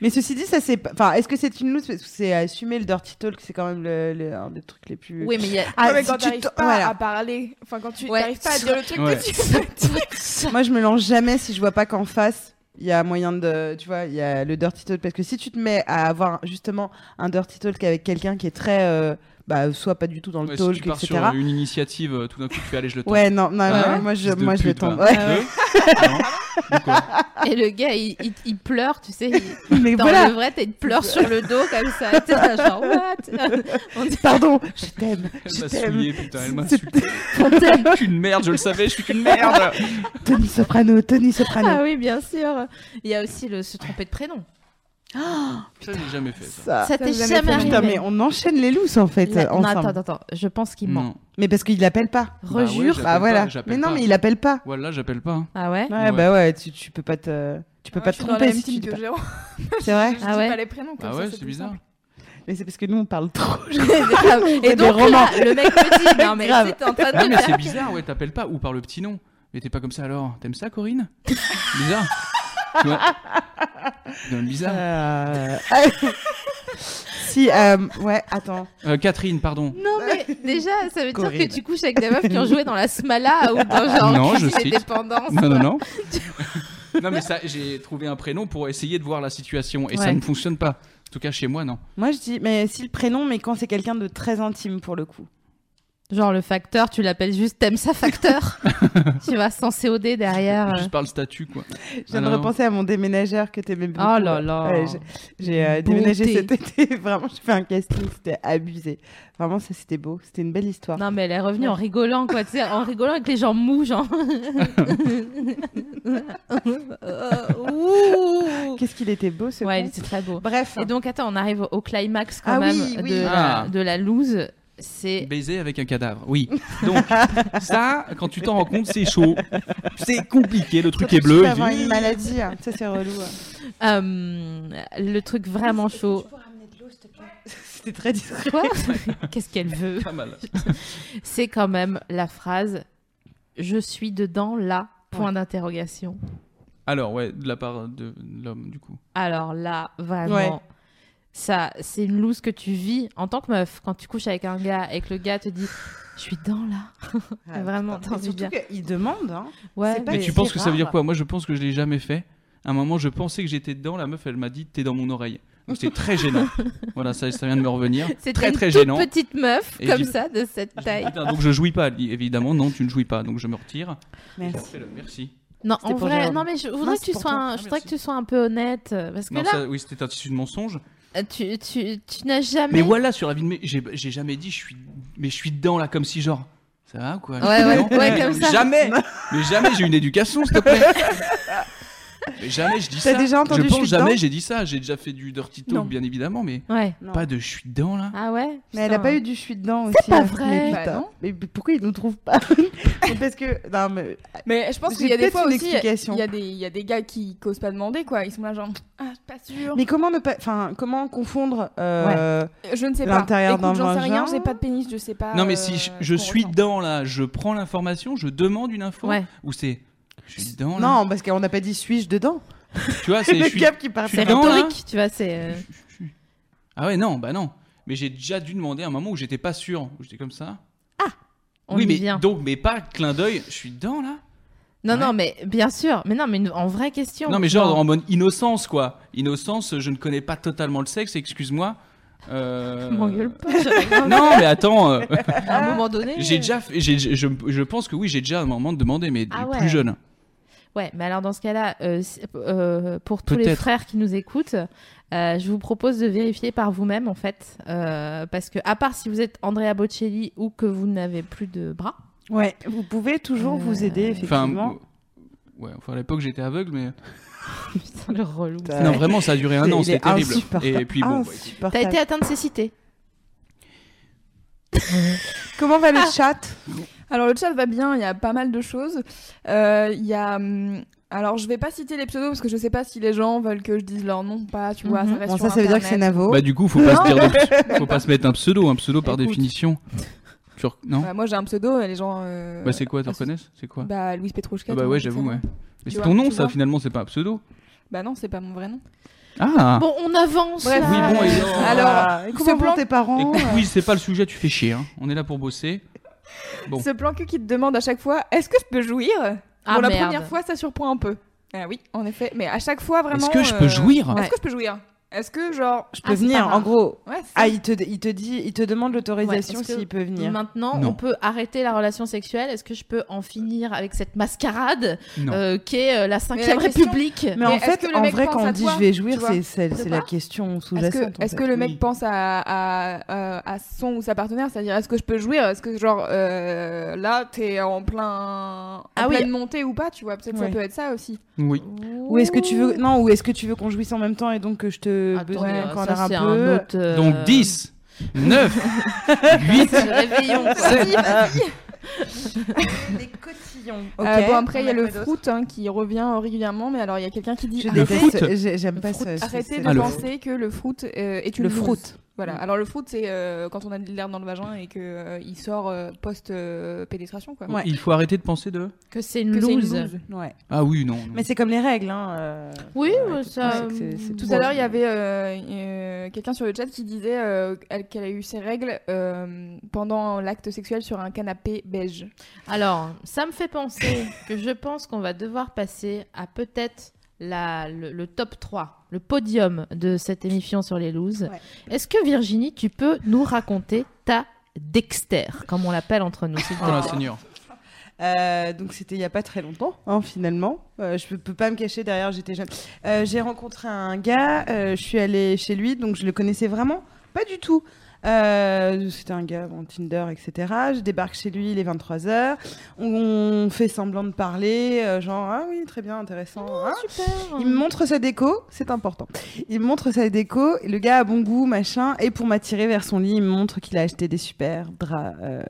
Mais ceci dit, ça c'est. pas- Enfin, est-ce que c'est une loose Parce que c'est euh, assumer le dirty talk, c'est quand même le, le- un des trucs les plus. Oui, mais il y a. Ah, Ouais, mais si quand tu t'arrives te- pas voilà. à parler, enfin quand tu Ouais. n'arrives pas à dire le truc Ouais. que tu veux dire. Moi, je me lance jamais si je vois pas qu'en face, il y a moyen de. Tu vois, il y a le dirty talk. Parce que si tu te mets à avoir justement un dirty talk avec quelqu'un qui est très. euh, bah, soit pas du tout dans le Ouais, si talk, tu pars etc. sur euh, une initiative, euh, tout d'un coup tu fais aller, je le tente. Ouais, non, non, Ah, non, moi je, fils de moi, je pute, hein. le tombe. va. Ouais. Deux Non Ou quoi Et le gars, il, il- il pleure, tu sais. il- Mais Dans voilà, le vrai, t'as une pleure sur le dos comme ça. T'es là, genre, what On dit, pardon, je t'aime, Elle je m'a t'aime. souillé, putain, elle m'a C'est- insulté. on t'aime. Je suis une merde, je le savais, je suis qu'une merde. Tony Soprano, Tony Soprano. Ah oui, bien sûr. Il y a aussi le se tromper de prénom. Ça, j'ai jamais fait ça. Ah. Ça. Ça t'est vous avez jamais fait- arrivé. Putain, mais on enchaîne les looses en fait. Là- euh, non, ensemble. attends, attends, attends, je pense qu'il ment. Non. Mais parce qu'il appelle pas. ouais, Rejure. j'appelle Bah pas, voilà. j'appelle Mais non, pas. mais il appelle pas. Voilà, j'appelle pas. hein. ah ouais Ouais, Ouais. bah ouais, tu, tu peux pas te, tu peux Moi, pas Ah, te je suis dans la tromper même si tu team dis que pas. Jérôme. C'est vrai. Je Ah dis ouais pas les prénoms comme Ah ça, ouais, c'est c'est plus bizarre. simple. Mais c'est parce que nous on parle trop. Et des donc romans. là, le mec me dit non mais Grave. t'es en train de Non, me Ah, mais faire c'est bizarre, ouais, t'appelles pas. Ou par le petit nom. Mais t'es pas comme ça alors. T'aimes ça, Corinne Bizarre. Tu vois Non, bizarre. Euh, ah, si, euh, ouais, attends. Euh, Catherine, pardon. Non mais déjà ça veut dire Corinne. que tu couches avec des meufs qui ont joué dans la Smala ou dans genre Non, je Cuisine et cite. dépendance. Non, non, non. non, mais ça, j'ai trouvé un prénom pour essayer de voir la situation et ça Ouais. ne fonctionne pas. En tout cas, chez moi, non. Moi je dis, mais si le prénom, mais quand c'est quelqu'un de très intime pour le coup. Genre le facteur, tu l'appelles juste t'aimes ça facteur. tu vois sans COD derrière. euh. Juste par le statut, quoi. Ah Je viens Alors. de repenser à mon déménageur que t'aimais beaucoup. Oh là là. Ouais, j'ai- J'ai euh, Beauté. déménagé cet été. Vraiment, j'ai fait un casting, c'était abusé. Vraiment, ça c'était beau. C'était une belle histoire. Non mais elle est revenue en rigolant quoi, tu sais, en rigolant avec les gens mous genre. Euh, ouh. Qu'est-ce qu'il était beau ce Ouais, con. c'est très beau. Bref. Et donc, attends, on arrive au climax quand Ah même oui, oui. De, Ah. la, de la loose. C'est Baiser avec un cadavre, oui. Donc, ça, quand tu t'en rends compte, c'est chaud. C'est compliqué, le truc Surtout est si tu bleu. peux il avoir dit- une maladie, hein. ça c'est relou. hein. euh, le truc vraiment chaud. C'était très discret. Quoi Qu'est-ce qu'elle veut Pas mal. C'est quand même la phrase Je suis dedans là, point Ouais. d'interrogation. Alors, ouais, de la part de l'homme, du coup. Alors là, vraiment. Ouais. Ça, c'est une loose que tu vis en tant que meuf. Quand tu couches avec un gars et que le gars te dit Je suis dedans là. Ah, Vraiment, putain. t'en Et vis surtout bien. qu'il demande. Hein. Ouais, c'est pas Mais mais tu penses c'est que ça veut dire rare. quoi Moi, je pense que je l'ai jamais fait. À un moment, je pensais que j'étais dedans. La meuf, elle m'a dit T'es dans mon oreille. Donc, c'était très gênant. voilà, ça, ça vient de me revenir. C'était Très, une très toute gênant. petite meuf, Et comme j'ai- ça, de cette taille. Putain, donc, je jouis pas. Elle dit, Évidemment, non, tu ne jouis pas. Donc, je me retire. Merci. Fais-le, merci. Non, C'était en pour vrai, Jérôme. non mais je voudrais Non, que c'est tu pour sois, toi. un, Ah, je voudrais que merci. tu sois un peu honnête euh, parce que Non, là, ça, oui, c'était un tissu de mensonge. euh, tu, tu, tu n'as jamais. Mais voilà, sur la vie de mes. J'ai j'ai jamais dit, je suis. Mais je suis dedans, là, comme si genre. Ça va ou quoi Ouais, ouais, ouais, comme ça. Jamais Mais jamais j'ai une éducation, s'il te plaît Mais jamais je dis ça. T'as déjà entendu je je pense suis jamais dedans j'ai dit ça. J'ai déjà fait du dirty talk, Non. bien évidemment, mais Ouais. Non. pas de je suis dedans là. Ah ouais. Mais elle a Putain. pas eu du je suis dedans aussi. C'est pas vrai. Mais, Bah putain. non. mais pourquoi ils nous trouvent pas Mais Parce que non mais Mais je pense J'ai qu'il y a des peut-être fois une aussi, explication. il y, a des- il y a des gars qui n'osent pas demander quoi. Ils sont là genre, ah, je suis pas sûr. mais comment ne pas enfin comment confondre euh, Je ne sais pas. L'intérieur Écoute, d'un J'en sais rien, vagin. j'ai pas de pénis, je sais pas. non, mais euh, si je, ce je qu'on suis ressent. dedans là, je prends l'information, je demande une info, Ouais. ou c'est je suis dedans là. non parce qu'on n'a pas dit suis-je dedans. Tu hein vois, c'est je Le suis. cap qui part. je suis C'est dedans, là rhétorique, tu vois. C'est. euh, Ah ouais, non, bah non. Mais j'ai déjà dû demander à un moment où j'étais pas sûr, où j'étais comme ça. Ah, On oui, y mais vient. donc, mais pas clin d'œil, je suis dedans là. Non, Ouais. non, mais bien sûr. Mais non, mais une- en vraie question. Non, mais genre en mode innocence, quoi. Innocence, je ne connais pas totalement le sexe, excuse-moi. Euh... M'engueule pas. je- Non, mais attends, euh, à un moment donné. j'ai déjà, fait- j'ai- j'ai- je, je pense que oui, j'ai déjà à un moment demandé, mais Ah ouais. plus jeune. euh, Ouais, mais alors dans ce cas-là, euh, c'est- euh, pour tous les Peut-être. frères qui nous écoutent, euh, je vous propose de vérifier par vous-même en fait, euh, parce que à part si vous êtes Andrea Bocelli ou que vous n'avez plus de bras. Ouais, vous pouvez toujours Euh, vous aider effectivement. Enfin, euh, ouais, enfin à l'époque j'étais aveugle, mais Putain, le relou. Putain. euh, non Ouais. vraiment ça a duré un C'est- an, il c'était est terrible. insupportable. Et puis bon, bah, écoute. T'as Insupportable. été atteint de cécité. Comment va le chat Alors le chat va bien, il y a pas mal de choses. Euh, Il y a hum, Alors, je vais pas citer les pseudos parce que je sais pas si les gens veulent que je dise leur nom ou pas, tu vois. Mhm. Ça, reste Bon, sur ça, ça veut dire que c'est Internet. Navo. Bah, du coup, faut pas, se, dire de- faut pas se mettre un pseudo. Un pseudo, par Écoute. définition. Tu rec- Non Bah, moi, j'ai un pseudo et les gens. euh, Bah, c'est quoi, tu associent- reconnais C'est quoi Bah, Louise Petrouchka. Ah tout bah le ouais, monde sait j'avoue, ça. ouais. tu Mais c'est vois, ton nom, tu ça, vois. finalement, c'est pas un pseudo. Bah non, c'est pas mon vrai nom. Ah Bon, on avance. Bref. là. Oui, bon, et- Alors, Alors, ce comment vont plan- Ah. tes parents Écoute, oui, c'est pas le sujet, tu fais chier. hein. On est là pour bosser. Bon. Ce plan cul qui te demande à chaque fois est-ce que je peux jouir Ah, Pour la merde. première fois, ça surprend un peu. Ah oui, en effet. Mais à chaque fois, vraiment. Est-ce que je peux euh, jouir Est-ce que je peux jouir Est-ce que, genre. Je Ah, peux c'est pas venir, en grave. gros. Ouais, c'est ça. Ah, il te, il te dit, il te demande l'autorisation Ouais, est-ce que- s'il peut venir. Maintenant, Non. on peut arrêter la relation sexuelle. Est-ce que je peux en finir avec cette mascarade Non. euh, qu'est euh, la 5 la question- République Mais, Mais en est-ce fait, que le en mec vrai, pense quand à on dit toi je vais jouir, Tu vois c'est c'est- Je sais c'est pas. la question Est-ce sous-jacente. que, est-ce en que fait. le mec Oui. pense à, à, à- à son ou sa partenaire C'est-à-dire, est-ce que je peux jouir Est-ce que, genre, euh, là, t'es en plein. En Ah oui. pleine montée ou pas, tu vois Peut-être que Ouais. ça peut être ça aussi. Oui. Ou est-ce que tu veux non ou est-ce que tu veux qu'on jouisse en même temps et donc que je te Attends, besogne euh, encore ça, un c'est peu autre, euh, Donc 10, 9, 8, Réveillons. quoi. Les cotillons. Euh, bon, après, il y a le fruit hein, qui revient euh, régulièrement, mais alors, il y a quelqu'un qui dit Je Le arrêtez, fruit. déteste. j'ai- J'aime pas fruit. ce. ce- arrêtez ce- de Ah, le penser que le fruit euh, est une Le Mm. loose. fruit. Voilà. Alors le fruit, c'est euh, quand on a de l'air dans le vagin et que euh, il sort euh, post euh, pénétration quoi. Ouais. Il faut arrêter de penser de. Que c'est une Que c'est une loose. loose. Ouais. Ah oui, non. non. Mais c'est comme les règles, hein. euh, Oui, voilà, ouais, tout ça. le monde sait que c'est- c'est Tout bon. à l'heure, il y avait euh, euh, quelqu'un sur le chat qui disait euh, qu'elle qu'elle a eu ses règles euh, pendant l'acte sexuel sur un canapé beige. Alors, ça me fait penser que je pense qu'on va devoir passer à peut-être la, le, le top 3, le podium de cette émission sur les looses. Ouais. Est-ce que Virginie, tu peux nous raconter ta Dexter, comme on l'appelle entre nous s'il te Oh là, plaît. Seigneur. Euh, donc c'était il y a pas très longtemps, hein, finalement. Euh, je peux, peux pas me cacher derrière, j'étais jeune. Euh, J'ai rencontré un gars, euh, je suis allée chez lui, donc je le connaissais vraiment pas du tout. Euh, c'était un gars en Tinder, etc. Je débarque chez lui, il est 23h. On fait semblant de parler, euh, genre, ah oui, très bien, intéressant. hein. Super. Il me montre sa déco, c'est important. Il me montre sa déco, le gars a bon goût, machin, et pour m'attirer vers son lit, il me montre qu'il a acheté des super draps euh,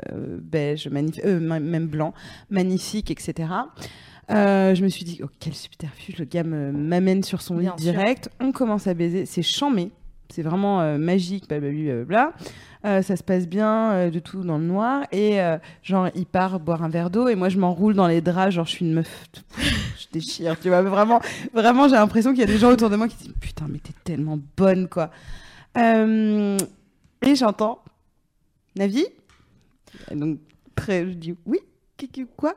beige, magnif- euh, ma- même blanc, magnifiques, etc. Euh, je me suis dit, oh, quel subterfuge, le gars me- m'amène sur son lit Bien sûr. direct, on commence à baiser, c'est chamé, c'est vraiment euh, magique, blablabla. bla. Euh, ça se passe bien, euh, de tout dans le noir, et euh, genre, il part boire un verre d'eau, et moi, je m'enroule dans les draps, genre, je suis une meuf, je déchire, tu vois, vraiment, Vraiment, j'ai l'impression qu'il y a des gens autour de moi qui disent Putain, mais t'es tellement bonne, quoi. Euh, et j'entends Navi. Et Donc, très, je dis Oui, qui- qui- quoi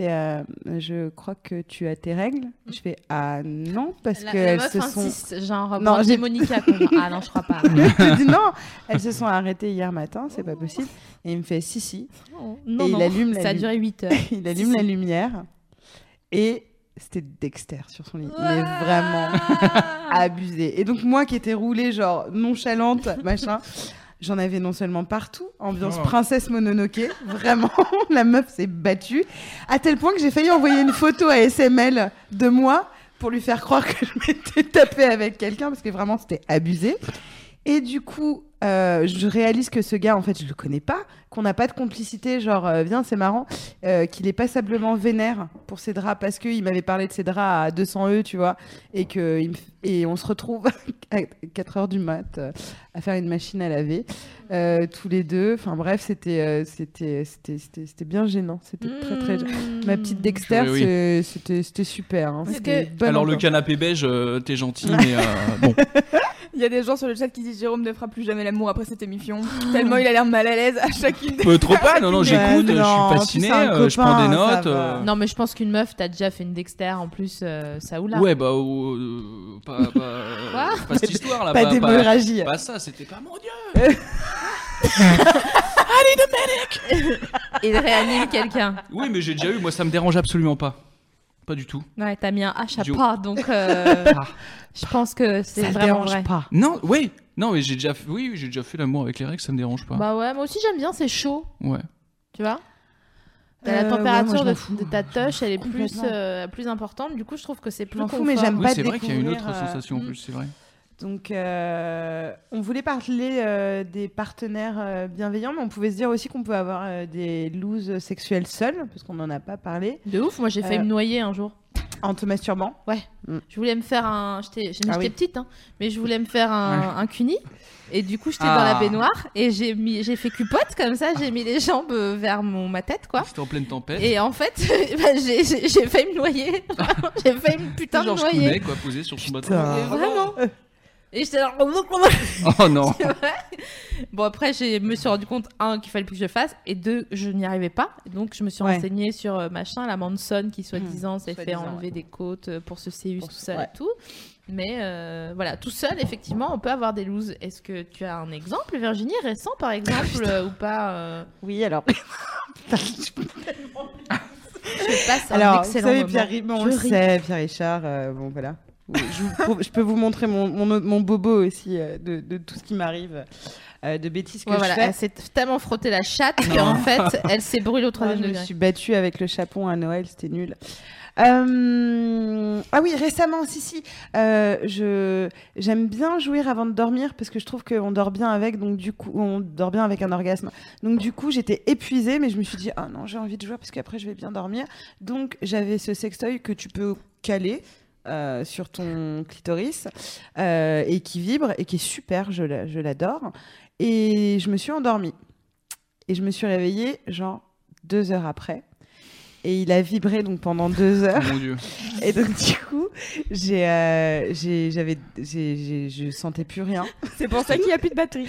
Il fait, euh, Je crois que tu as tes règles. Je fais Ah non, parce La, la qu'elles meuf se sont. insiste, genre, Non, Brandy j'ai- Monica. quoi, genre, Ah non, je crois pas. je dis Non, elles se sont arrêtées hier matin, c'est pas possible. Et il me fait Si, si. Non, non, Et il non. allume la ça a lumière. duré 8 heures. Il allume la lumière. Et c'était Dexter sur son lit. Mais vraiment. Ah, abusé. Et donc moi qui étais roulée genre nonchalante, machin, j'en avais non seulement partout, ambiance Oh. princesse Mononoke, vraiment, la meuf s'est battue, à tel point que j'ai failli envoyer une photo à SML de moi pour lui faire croire que je m'étais tapée avec quelqu'un, parce que vraiment c'était abusé. Et du coup, euh, je réalise que ce gars, en fait, je le connais pas, qu'on n'a pas de complicité, genre, euh, viens, c'est marrant, euh, qu'il est passablement vénère pour ses draps, parce qu'il m'avait parlé de ses draps à 200 E, tu vois, et, que, il me f- et on se retrouve à 4 heures du mat euh, à faire une machine à laver, euh, tous les deux. Enfin bref, c'était euh, c'était- c'était- c'était c'était bien gênant, c'était très Mmh. très gênant. Ma Hmm. petite Dexter, Oui, oui. c'est- c'était c'était super. hein, Parce c'était que- bonne Alors, le ambiance. canapé beige, euh, t'es gentil, mais euh, bon. Il y a des gens sur le chat qui disent Jérôme ne fera plus jamais l'amour après cette émission. Tellement il a l'air mal à l'aise à chacune. des- Peu trop pas, non, non, j'écoute, Ouais, je non, suis tu fasciné, sais, un euh, je copain, prends des ça notes. va. euh, Non, mais je pense qu'une meuf, t'as déjà fait une Dexter en plus, euh, ça ou là. Ouais, bah, euh, pas, pas, euh, Quoi pas cette histoire là. Pas bah, pas, pas, d'hémorragie. pas ça, c'était pas mon dieu. Il réanime quelqu'un. Oui, mais j'ai déjà eu, moi ça me dérange absolument pas. Pas du tout. Ouais, t'as mis un H à Duo. pas, donc euh, Ah. je pense que c'est Ça vraiment dérange vrai. pas. Non, oui, non, mais j'ai déjà, fait- oui, oui, j'ai déjà fait l'amour avec les règles, ça me dérange pas. Bah ouais, moi aussi j'aime bien, c'est chaud, Ouais. tu vois. T'as la Euh, ouais, moi, température je m'en de- fous. de, ta touche, elle est plus, Complètement. euh, plus importante, du coup je trouve que c'est plus m'en confort. fous, mais j'aime Oui, Pas c'est vrai qu'il y a une autre découvrir, euh, sensation en hmm. plus, c'est vrai. Donc, euh, on voulait parler euh, des partenaires euh, bienveillants, mais on pouvait se dire aussi qu'on peut avoir euh, des looses sexuelles seules, parce qu'on n'en a pas parlé. De ouf, moi j'ai failli Euh, me noyer un jour. En te masturbant Je voulais me faire un. J'étais j'étais- Ah j'étais oui. petite, hein, mais je voulais me faire un, un cuni. Et du coup, j'étais dans Ah. la baignoire et j'ai mis, j'ai fait cupote comme ça. J'ai mis les jambes euh, vers mon ma tête, quoi. C'était en pleine tempête. Et en fait, bah, j'ai- j'ai j'ai failli me noyer. j'ai failli me putain de Georges noyer. Clooney, quoi, posé sur son bateau. Mais Putain. vraiment. Et j'étais là. Oh non. C'est vrai. Bon, après, je me suis rendu compte, un, qu'il fallait plus que je fasse, et deux, je n'y arrivais pas. Donc, je me suis Ouais. renseignée sur euh, machin, la Manson qui, soi-disant, s'est Hmm. fait soi-disant, enlever des côtes euh, pour se CU Pour tout se- seul ouais. et tout. Mais euh, voilà, tout seul, effectivement, on peut avoir des looses. Est-ce que tu as un exemple, Virginie, récent par Ah, exemple, euh, ou pas euh, Oui, alors. Je passe un alors, vous excellent savez, moment. Pierre, bon, on Je le ris. sait, Pierre Richard, euh, bon, voilà. Oui, Je, vous prouve- je peux vous montrer mon, mon, autre- mon bobo aussi, euh, de, de tout ce qui m'arrive, euh, de bêtises que Ouais, je voilà, fais. elle s'est tellement frottée la chatte qu'en fait, elle s'est brûlée au Moi, troisième Ah, je me degré. suis battue avec le chapon à Noël, c'était nul. Euh, Ah oui, récemment, si, si. euh, je... J'aime bien jouir avant de dormir parce que je trouve qu'on dort bien avec, donc du coup, on dort bien avec un orgasme. Donc du coup, j'étais épuisée, mais je me suis dit, ah non, j'ai envie de jouer parce qu'après, je vais bien dormir. Donc j'avais ce sextoy que tu peux caler. euh, sur ton clitoris euh, et qui vibre et qui est super, je la- je l'adore. Et je me suis endormie. Et je me suis réveillée genre deux heures après. Et il a vibré donc pendant deux heures. Mon dieu. Et donc du coup, j'ai, euh, j'ai- j'avais, j'ai, j'ai- je sentais plus rien. C'est pour ça qu'il n'y a plus de batterie.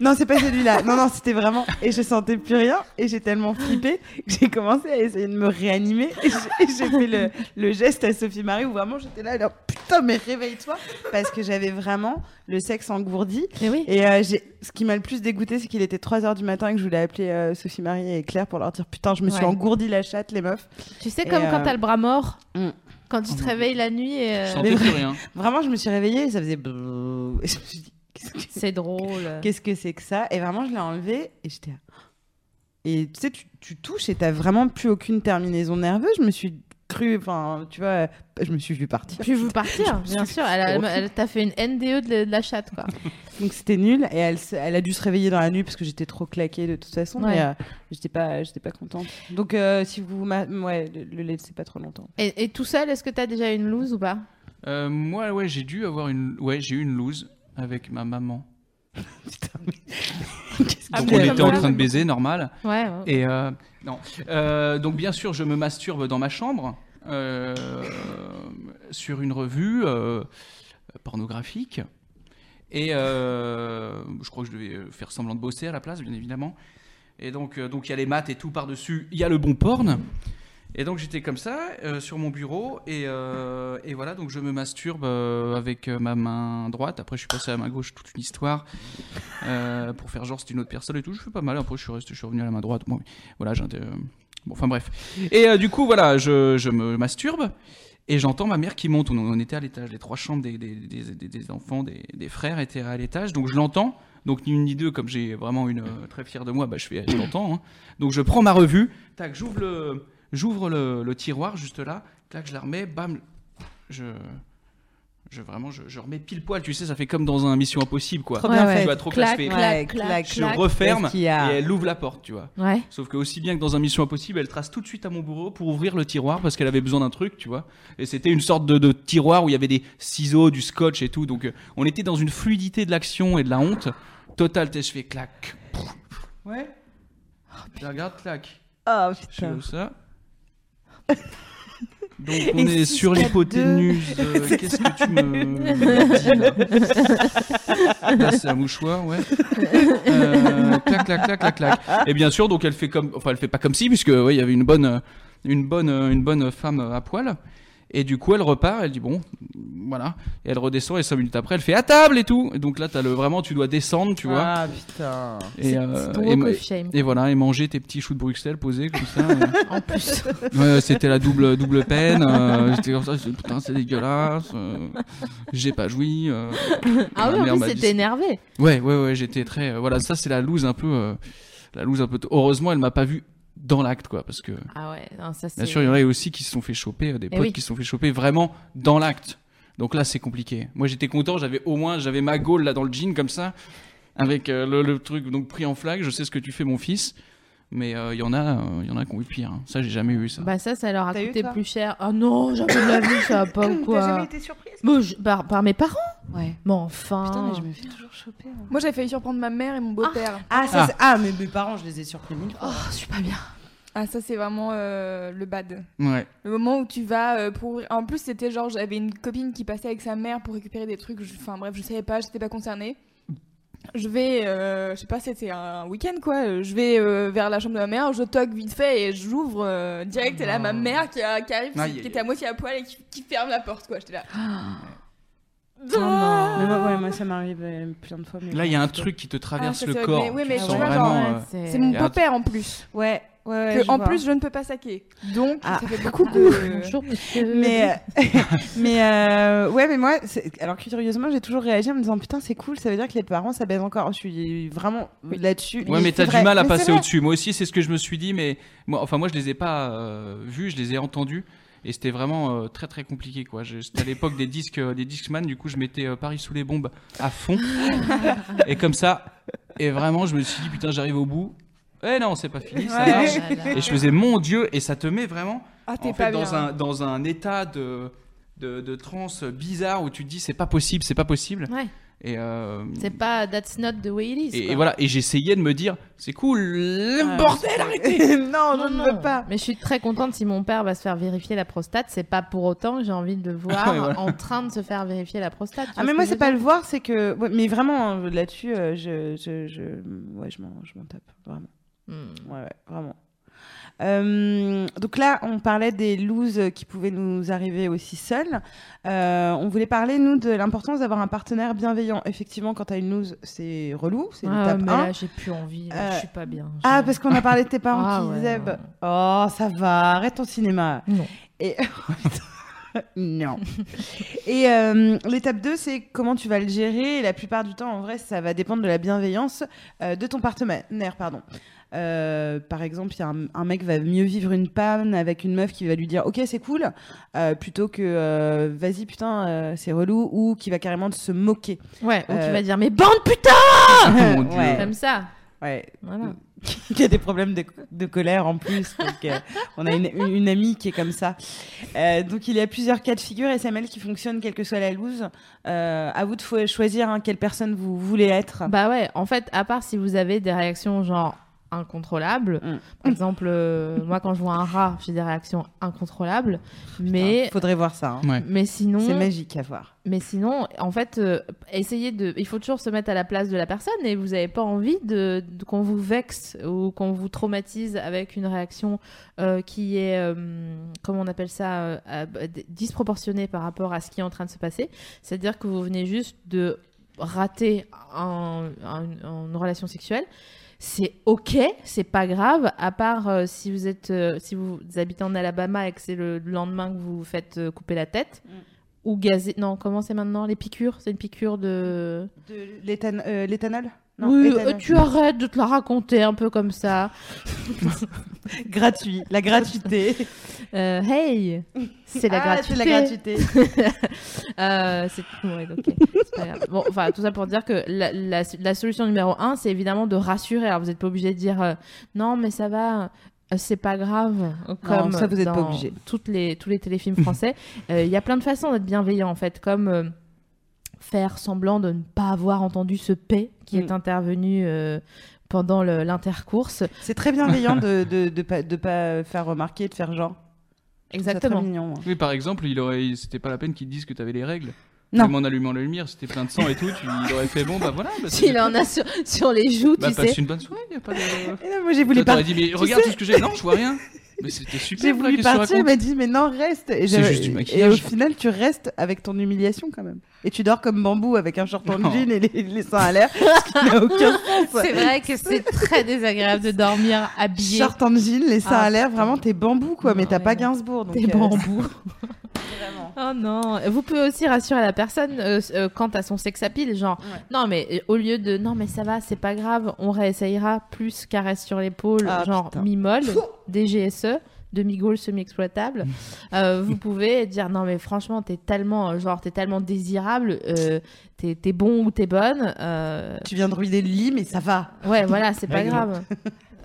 Non, c'est pas celui-là. Non, non, c'était vraiment. Et je sentais plus rien. Et j'ai tellement flippé que j'ai commencé à essayer de me réanimer. Et j'ai, et j'ai fait le, le geste à Sophie Marie où vraiment j'étais là, alors putain, mais réveille-toi parce que j'avais vraiment le sexe engourdi. Mais oui. Et euh, j'ai- ce qui m'a le plus dégoûté, c'est qu'il était 3h du matin et que je voulais appeler euh, Sophie Marie et Claire pour leur dire Putain, je me suis Ouais. engourdi la chatte, les meufs. Tu sais, Et, comme quand euh, t'as le bras mort, Mm. quand tu Oh te mon réveilles la nuit et. euh, Je mais sentais plus vrai. rien. Vraiment, je me suis réveillée et ça faisait. brrr. Et je me suis dit Qu'est-ce que- C'est drôle. Qu'est-ce que c'est que ça Et vraiment, je l'ai enlevé et j'étais. là. Et tu sais, tu, tu touches et t'as vraiment plus aucune terminaison nerveuse. Je me suis cru. Enfin, tu vois, je me suis vu partir. Puis vous partir, bien sûr. Elle, a- horrible. elle t'a fait une NDE de la, de la chatte, quoi. Donc c'était nul et elle, se- elle a dû se réveiller dans la nuit parce que j'étais trop claquée de toute façon. Ouais. Mais euh, j'étais pas, j'étais pas contente. Donc euh, si vous, m'a- ouais, le, le laissez pas trop longtemps. Et, et tout seul, est-ce que t'as déjà une loose ou pas Euh, moi, ouais, j'ai dû avoir une. Ouais, j'ai eu une loose avec ma maman. Putain, mais- Qu'est-ce que Ah, Donc tu on mais as était en voilà. train de baiser, normal. Ouais. Et euh, non. Euh, donc bien sûr, je me masturbe dans ma chambre euh, sur une revue euh, pornographique. Et euh, je crois que je devais faire semblant de bosser à la place, bien évidemment. Et donc, euh, donc il y a les maths et tout par-dessus. Il y a le bon porn. Et donc j'étais comme ça euh, sur mon bureau et, euh, et voilà donc je me masturbe euh, avec euh, ma main droite. Après je suis passé à ma gauche toute une histoire euh, pour faire genre c'est une autre personne et tout. Je fais pas mal. Après je suis resté, je suis revenu à la main droite. Bon mais voilà j'ai un- euh, bon enfin bref. Et euh, du coup voilà je, je me masturbe et j'entends ma mère qui monte. On, on était à l'étage. Les trois chambres des, des, des- des- des enfants des, des frères étaient à l'étage donc je l'entends. Donc ni une ni deux comme j'ai vraiment une euh, très fière de moi bah je fais je l'entends. hein. Donc je prends ma revue. Tac j'ouvre le J'ouvre le, le tiroir juste là, clac, je la remets, bam, je, je vraiment, je, je remets pile poil, tu sais, ça fait comme dans un Mission Impossible, quoi. Trop Ouais, bien ouais. Tu fait. vois, trop classe, clac, fait, clac, Ouais, clac, clac, je clac. referme Qu'est-ce qu'il et y a elle ouvre la porte, tu vois. Ouais. Sauf que aussi bien que dans un Mission Impossible, elle trace tout de suite à mon bureau pour ouvrir le tiroir parce qu'elle avait besoin d'un truc, tu vois. Et c'était une sorte de, de tiroir où il y avait des ciseaux, du scotch et tout. Donc euh, on était dans une fluidité de l'action et de la honte totale. t'es- Je fais clac, Ouais. je la regarde, clac. Oh Je suis putain. comme ça. Donc on Et est six sur fois l'hypoténuse. euh, C'est Qu'est-ce que tu me dis, là Là, c'est un mouchoir, ouais. Euh, clac, clac, clac, clac, clac. Et bien sûr, donc elle fait comme, enfin elle fait pas comme si, puisque ouais, il y avait une bonne, euh, une bonne, euh, une bonne femme euh, à poil. Et du coup, elle repart, elle dit bon, voilà. Et elle redescend et cinq minutes après, elle fait à table et tout. Et donc là, t'as le vraiment, tu dois descendre, tu vois. Ah putain. Et, C'est euh, c'est ton et walk me- of shame. et voilà, et manger tes petits choux de Bruxelles posés comme ça. euh. En plus. Ouais, c'était la double double peine. euh, J'étais comme ça, je dis, putain, c'est dégueulasse. euh, J'ai pas joui. euh. Ah Ma oui, en mère plus, m'a dit c'était ça. énervé. Ouais, ouais, ouais, j'étais très. euh, voilà, ça c'est la loose un peu. euh, la loose un peu. tôt. Heureusement, elle m'a pas vu dans l'acte, quoi, parce que Ah ouais, non, ça c'est. bien sûr, il y en a aussi qui se sont fait choper, euh, des Eh potes oui. qui se sont fait choper vraiment dans l'acte. Donc là, c'est compliqué. Moi, j'étais content, j'avais au moins, j'avais ma gaule là dans le jean comme ça, avec euh, le, le truc donc pris en flag. Je sais ce que tu fais, mon fils. Mais euh, il y en a, euh, il y en a qui ont eu pire. hein. Ça, j'ai jamais eu ça. Bah ça, ça leur a T'as eu, coûté toi plus cher. Ah non, jamais de la vie, ça va pas ou T'as jamais quoi. été surprise Bon, je- par, par mes parents Ouais. Mais enfin. Putain, mais je me fais toujours choper. Moi, j'avais failli surprendre ma mère et mon beau-père. Ah, ça, Ah. c'est- ah, mais mes parents, je les ai surpris mille fois. Oh, je suis pas bien. Ah, ça, c'est vraiment euh, le bad. Ouais. Le moment où tu vas euh, pour. En plus, c'était genre, j'avais une copine qui passait avec sa mère pour récupérer des trucs. Je- Enfin, bref, je savais pas, j'étais pas concernée. Je vais, euh, je sais pas, c'était un week-end quoi. Euh, Je vais euh, vers la chambre de ma mère, je toque vite fait et j'ouvre euh, direct. Et là, ma mère qui, a- qui arrive, Aïe, qui aïe, était à moitié à poil et qui, qui ferme la porte quoi. J'étais là. Ah. Ah. Oh Mais moi, ouais, moi, ça m'arrive euh, plein de fois. mais Là, bon, il y a un c'est pas- truc qui te traverse Ah, ça, le c'est- corps. mais oui, Tu mais le tu sens vois, genre, vraiment. Ouais, euh, C'est mon Et un beau-père en plus. Ouais, ouais, que, ouais. je en vois. plus, je ne peux pas saquer. Donc, Ah, ça fait beaucoup de. Bonjour, monsieur. Mais, euh, Mais euh, ouais, mais moi, c'est- alors curieusement, j'ai toujours réagi en me disant putain, c'est cool, ça veut dire que les parents ça baise encore. Je suis vraiment là-dessus. Ouais, mais c'est t'as vrai. du mal à Mais c'est passer vrai. au-dessus. Moi aussi, c'est ce que je me suis dit, mais moi, enfin, moi, je les ai pas euh, vus, je les ai entendus, et c'était vraiment euh, très très compliqué, quoi. Je- C'était à l'époque des disques, euh, des Discman, du coup, je mettais euh, Paris sous les bombes à fond, et comme ça, et vraiment, je me suis dit, putain, j'arrive au bout. Eh non, c'est pas fini, ça Ouais. marche. Ah là là. Et je faisais mon Dieu, et ça te met vraiment Ah, t'es en pas fait, bien. dans, un, dans un état de, de, de transe bizarre où tu te dis, c'est pas possible, c'est pas possible. Ouais. Et, euh, C'est pas That's not the way it is. et, et quoi. voilà, et j'essayais de me dire, c'est cool, le Ouais. bordel, arrêtez non, je Non, ne non. veux pas. Mais je suis très contente si mon père va se faire vérifier la prostate. C'est pas pour autant que j'ai envie de le voir Ouais, voilà. en train de se faire vérifier la prostate. tu Ah vois mais ce moi que je c'est veux pas dire le voir, c'est que ouais, mais vraiment hein, là-dessus, euh, je je je ouais, je m'en je m'en tape vraiment. Hmm. Ouais, ouais, vraiment. Euh, donc là, on parlait des looses qui pouvaient nous arriver aussi seuls. on voulait parler, nous, de l'importance d'avoir un partenaire bienveillant. Effectivement, quand t'as une loose, c'est relou, c'est Ah, l'étape mais 1. là, j'ai plus envie. là, Euh, Je suis pas bien. Ah, Je- parce qu'on a parlé de tes parents Ah qui ouais, disaient ouais, bah, ouais. Oh, ça va, arrête ton cinéma. Non. Et. non. Et euh, l'étape 2, c'est comment tu vas le gérer. Et la plupart du temps, en vrai, ça va dépendre de la bienveillance euh, de ton partenaire. Pardon. Euh, par exemple, il y a un, un mec va mieux vivre une panne avec une meuf qui va lui dire ok c'est cool euh, plutôt que euh, vas-y putain euh, c'est relou ou qui va carrément se moquer. Ouais, ou Euh, tu vas dire, mais bande putain Mon Dieu. ouais, Comme ça. ouais, Voilà. qui a des problèmes de, de colère en plus. Donc, euh, on a une, une amie qui est comme ça. Euh, donc, il y a plusieurs cas de figure SML qui fonctionnent, quelle que soit la loose. Euh, à vous de fo- choisir hein, quelle personne vous voulez être. Bah ouais, en fait, à part si vous avez des réactions genre incontrôlables. Mm. Par exemple, euh, moi quand je vois un rat, j'ai des réactions incontrôlables. Mais, Putain, faudrait voir ça. hein. Ouais. mais sinon, C'est magique à voir. Mais sinon, en fait, euh, essayez de. Il faut toujours se mettre à la place de la personne et vous n'avez pas envie de, de- qu'on vous vexe ou qu'on vous traumatise avec une réaction euh, qui est, euh, comment on appelle ça, euh, euh, bah, d- disproportionnée par rapport à ce qui est en train de se passer. C'est-à-dire que vous venez juste de rater un- un- une relation sexuelle. C'est ok, c'est pas grave, à part euh, si vous êtes, euh, si vous habitez en Alabama et que c'est le lendemain que vous vous faites euh, couper la tête ou gazé. Non, comment c'est maintenant Les piqûres C'est une piqûre de. De l'éthan- euh, l'éthanol Non, oui, éthanol. euh, tu arrêtes de te la raconter un peu comme ça. Gratuit, la gratuité. Euh, hey C'est la Ah, gratuité. c'est la gratuité. Euh, c'est ouais, ok. C'est pas grave. Bon, enfin, tout ça pour dire que la, la- la solution numéro un, c'est évidemment de rassurer. Alors, vous n'êtes pas obligé de dire euh, non, mais ça va. euh, C'est pas grave, comme ça, vous êtes pas dans obligé. toutes les, tous les téléfilms français. Euh, Il y a plein de façons d'être bienveillant, en fait, comme euh, faire semblant de ne pas avoir entendu ce P qui est Mm. intervenu euh, pendant le- l'intercourse. C'est très bienveillant de de, de pas, de pas faire remarquer, de faire genre. C'est très Exactement. mignon. hein. Oui, par exemple, il aurait, il- c'était pas la peine qu'ils te disent que t'avais les règles. Non. Même en allumant la lumière, c'était plein de sang et tout, tu, il aurait fait bon, bah voilà. Bah, c'est- S'il en a sur, sur les joues, bah, tu passe sais. une bonne soirée, y a pas de. Et là, moi, j'ai voulu Toi, pas t'aurais dit, mais regarde sais- tout ce que j'ai. Non, je vois rien. Mais c'était super. J'ai voilà, voulu qu'est-ce que tu partir, il racontes m'a dit mais non reste. Et, C'est j'avais- juste du et au maquillage. final tu restes avec ton humiliation quand même. Et tu dors comme bambou avec un short en Non. jean et les, les seins à l'air. ce qui n'a aucun sens. C'est vrai que c'est très désagréable de dormir habillé. Short en jean, les seins Ah, à l'air, putain. vraiment t'es bambou quoi, mais Non, t'as mais pas non. Gainsbourg. Donc, Des euh, bambous. Oh non. Vous pouvez aussi rassurer la personne euh, s- euh, quant à son sex appeal, genre Ouais. non mais euh, au lieu de non mais ça va, c'est pas grave, on réessayera plus caresse sur l'épaule, Ah, genre putain. mi-molle, DGSE, demi-gaule E, semi-exploitable. Euh, vous pouvez dire non mais franchement t'es tellement euh, genre t'es tellement désirable, euh, t'es t'es bon ou t'es bonne. euh, tu viens de ruiner le lit mais ça va. Ouais voilà c'est pas Règle. grave.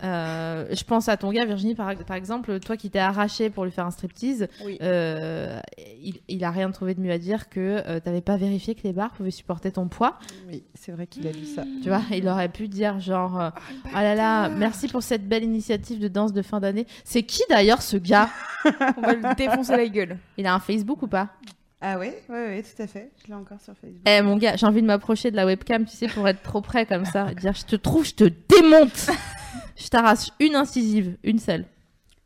Euh, je pense à ton gars, Virginie, par, par exemple, toi qui t'es arraché pour lui faire un striptease, Oui. euh, il, il a rien trouvé de mieux à dire que euh, t'avais pas vérifié que les bars pouvaient supporter ton poids. Oui, c'est vrai qu'il a dit ça. Tu vois, il aurait pu dire genre, euh, Ah, oh, là là, merci pour cette belle initiative de danse de fin d'année. C'est qui d'ailleurs ce gars On va le défoncer la gueule. Il a un Facebook ou pas Ah ouais, ouais, ouais, tout à fait. Je l'ai encore sur Facebook. Eh mon gars, j'ai envie de m'approcher de la webcam, tu sais, pour être trop près comme ça, et dire je te trouve, je te démonte. Je t'arrache une incisive, une seule.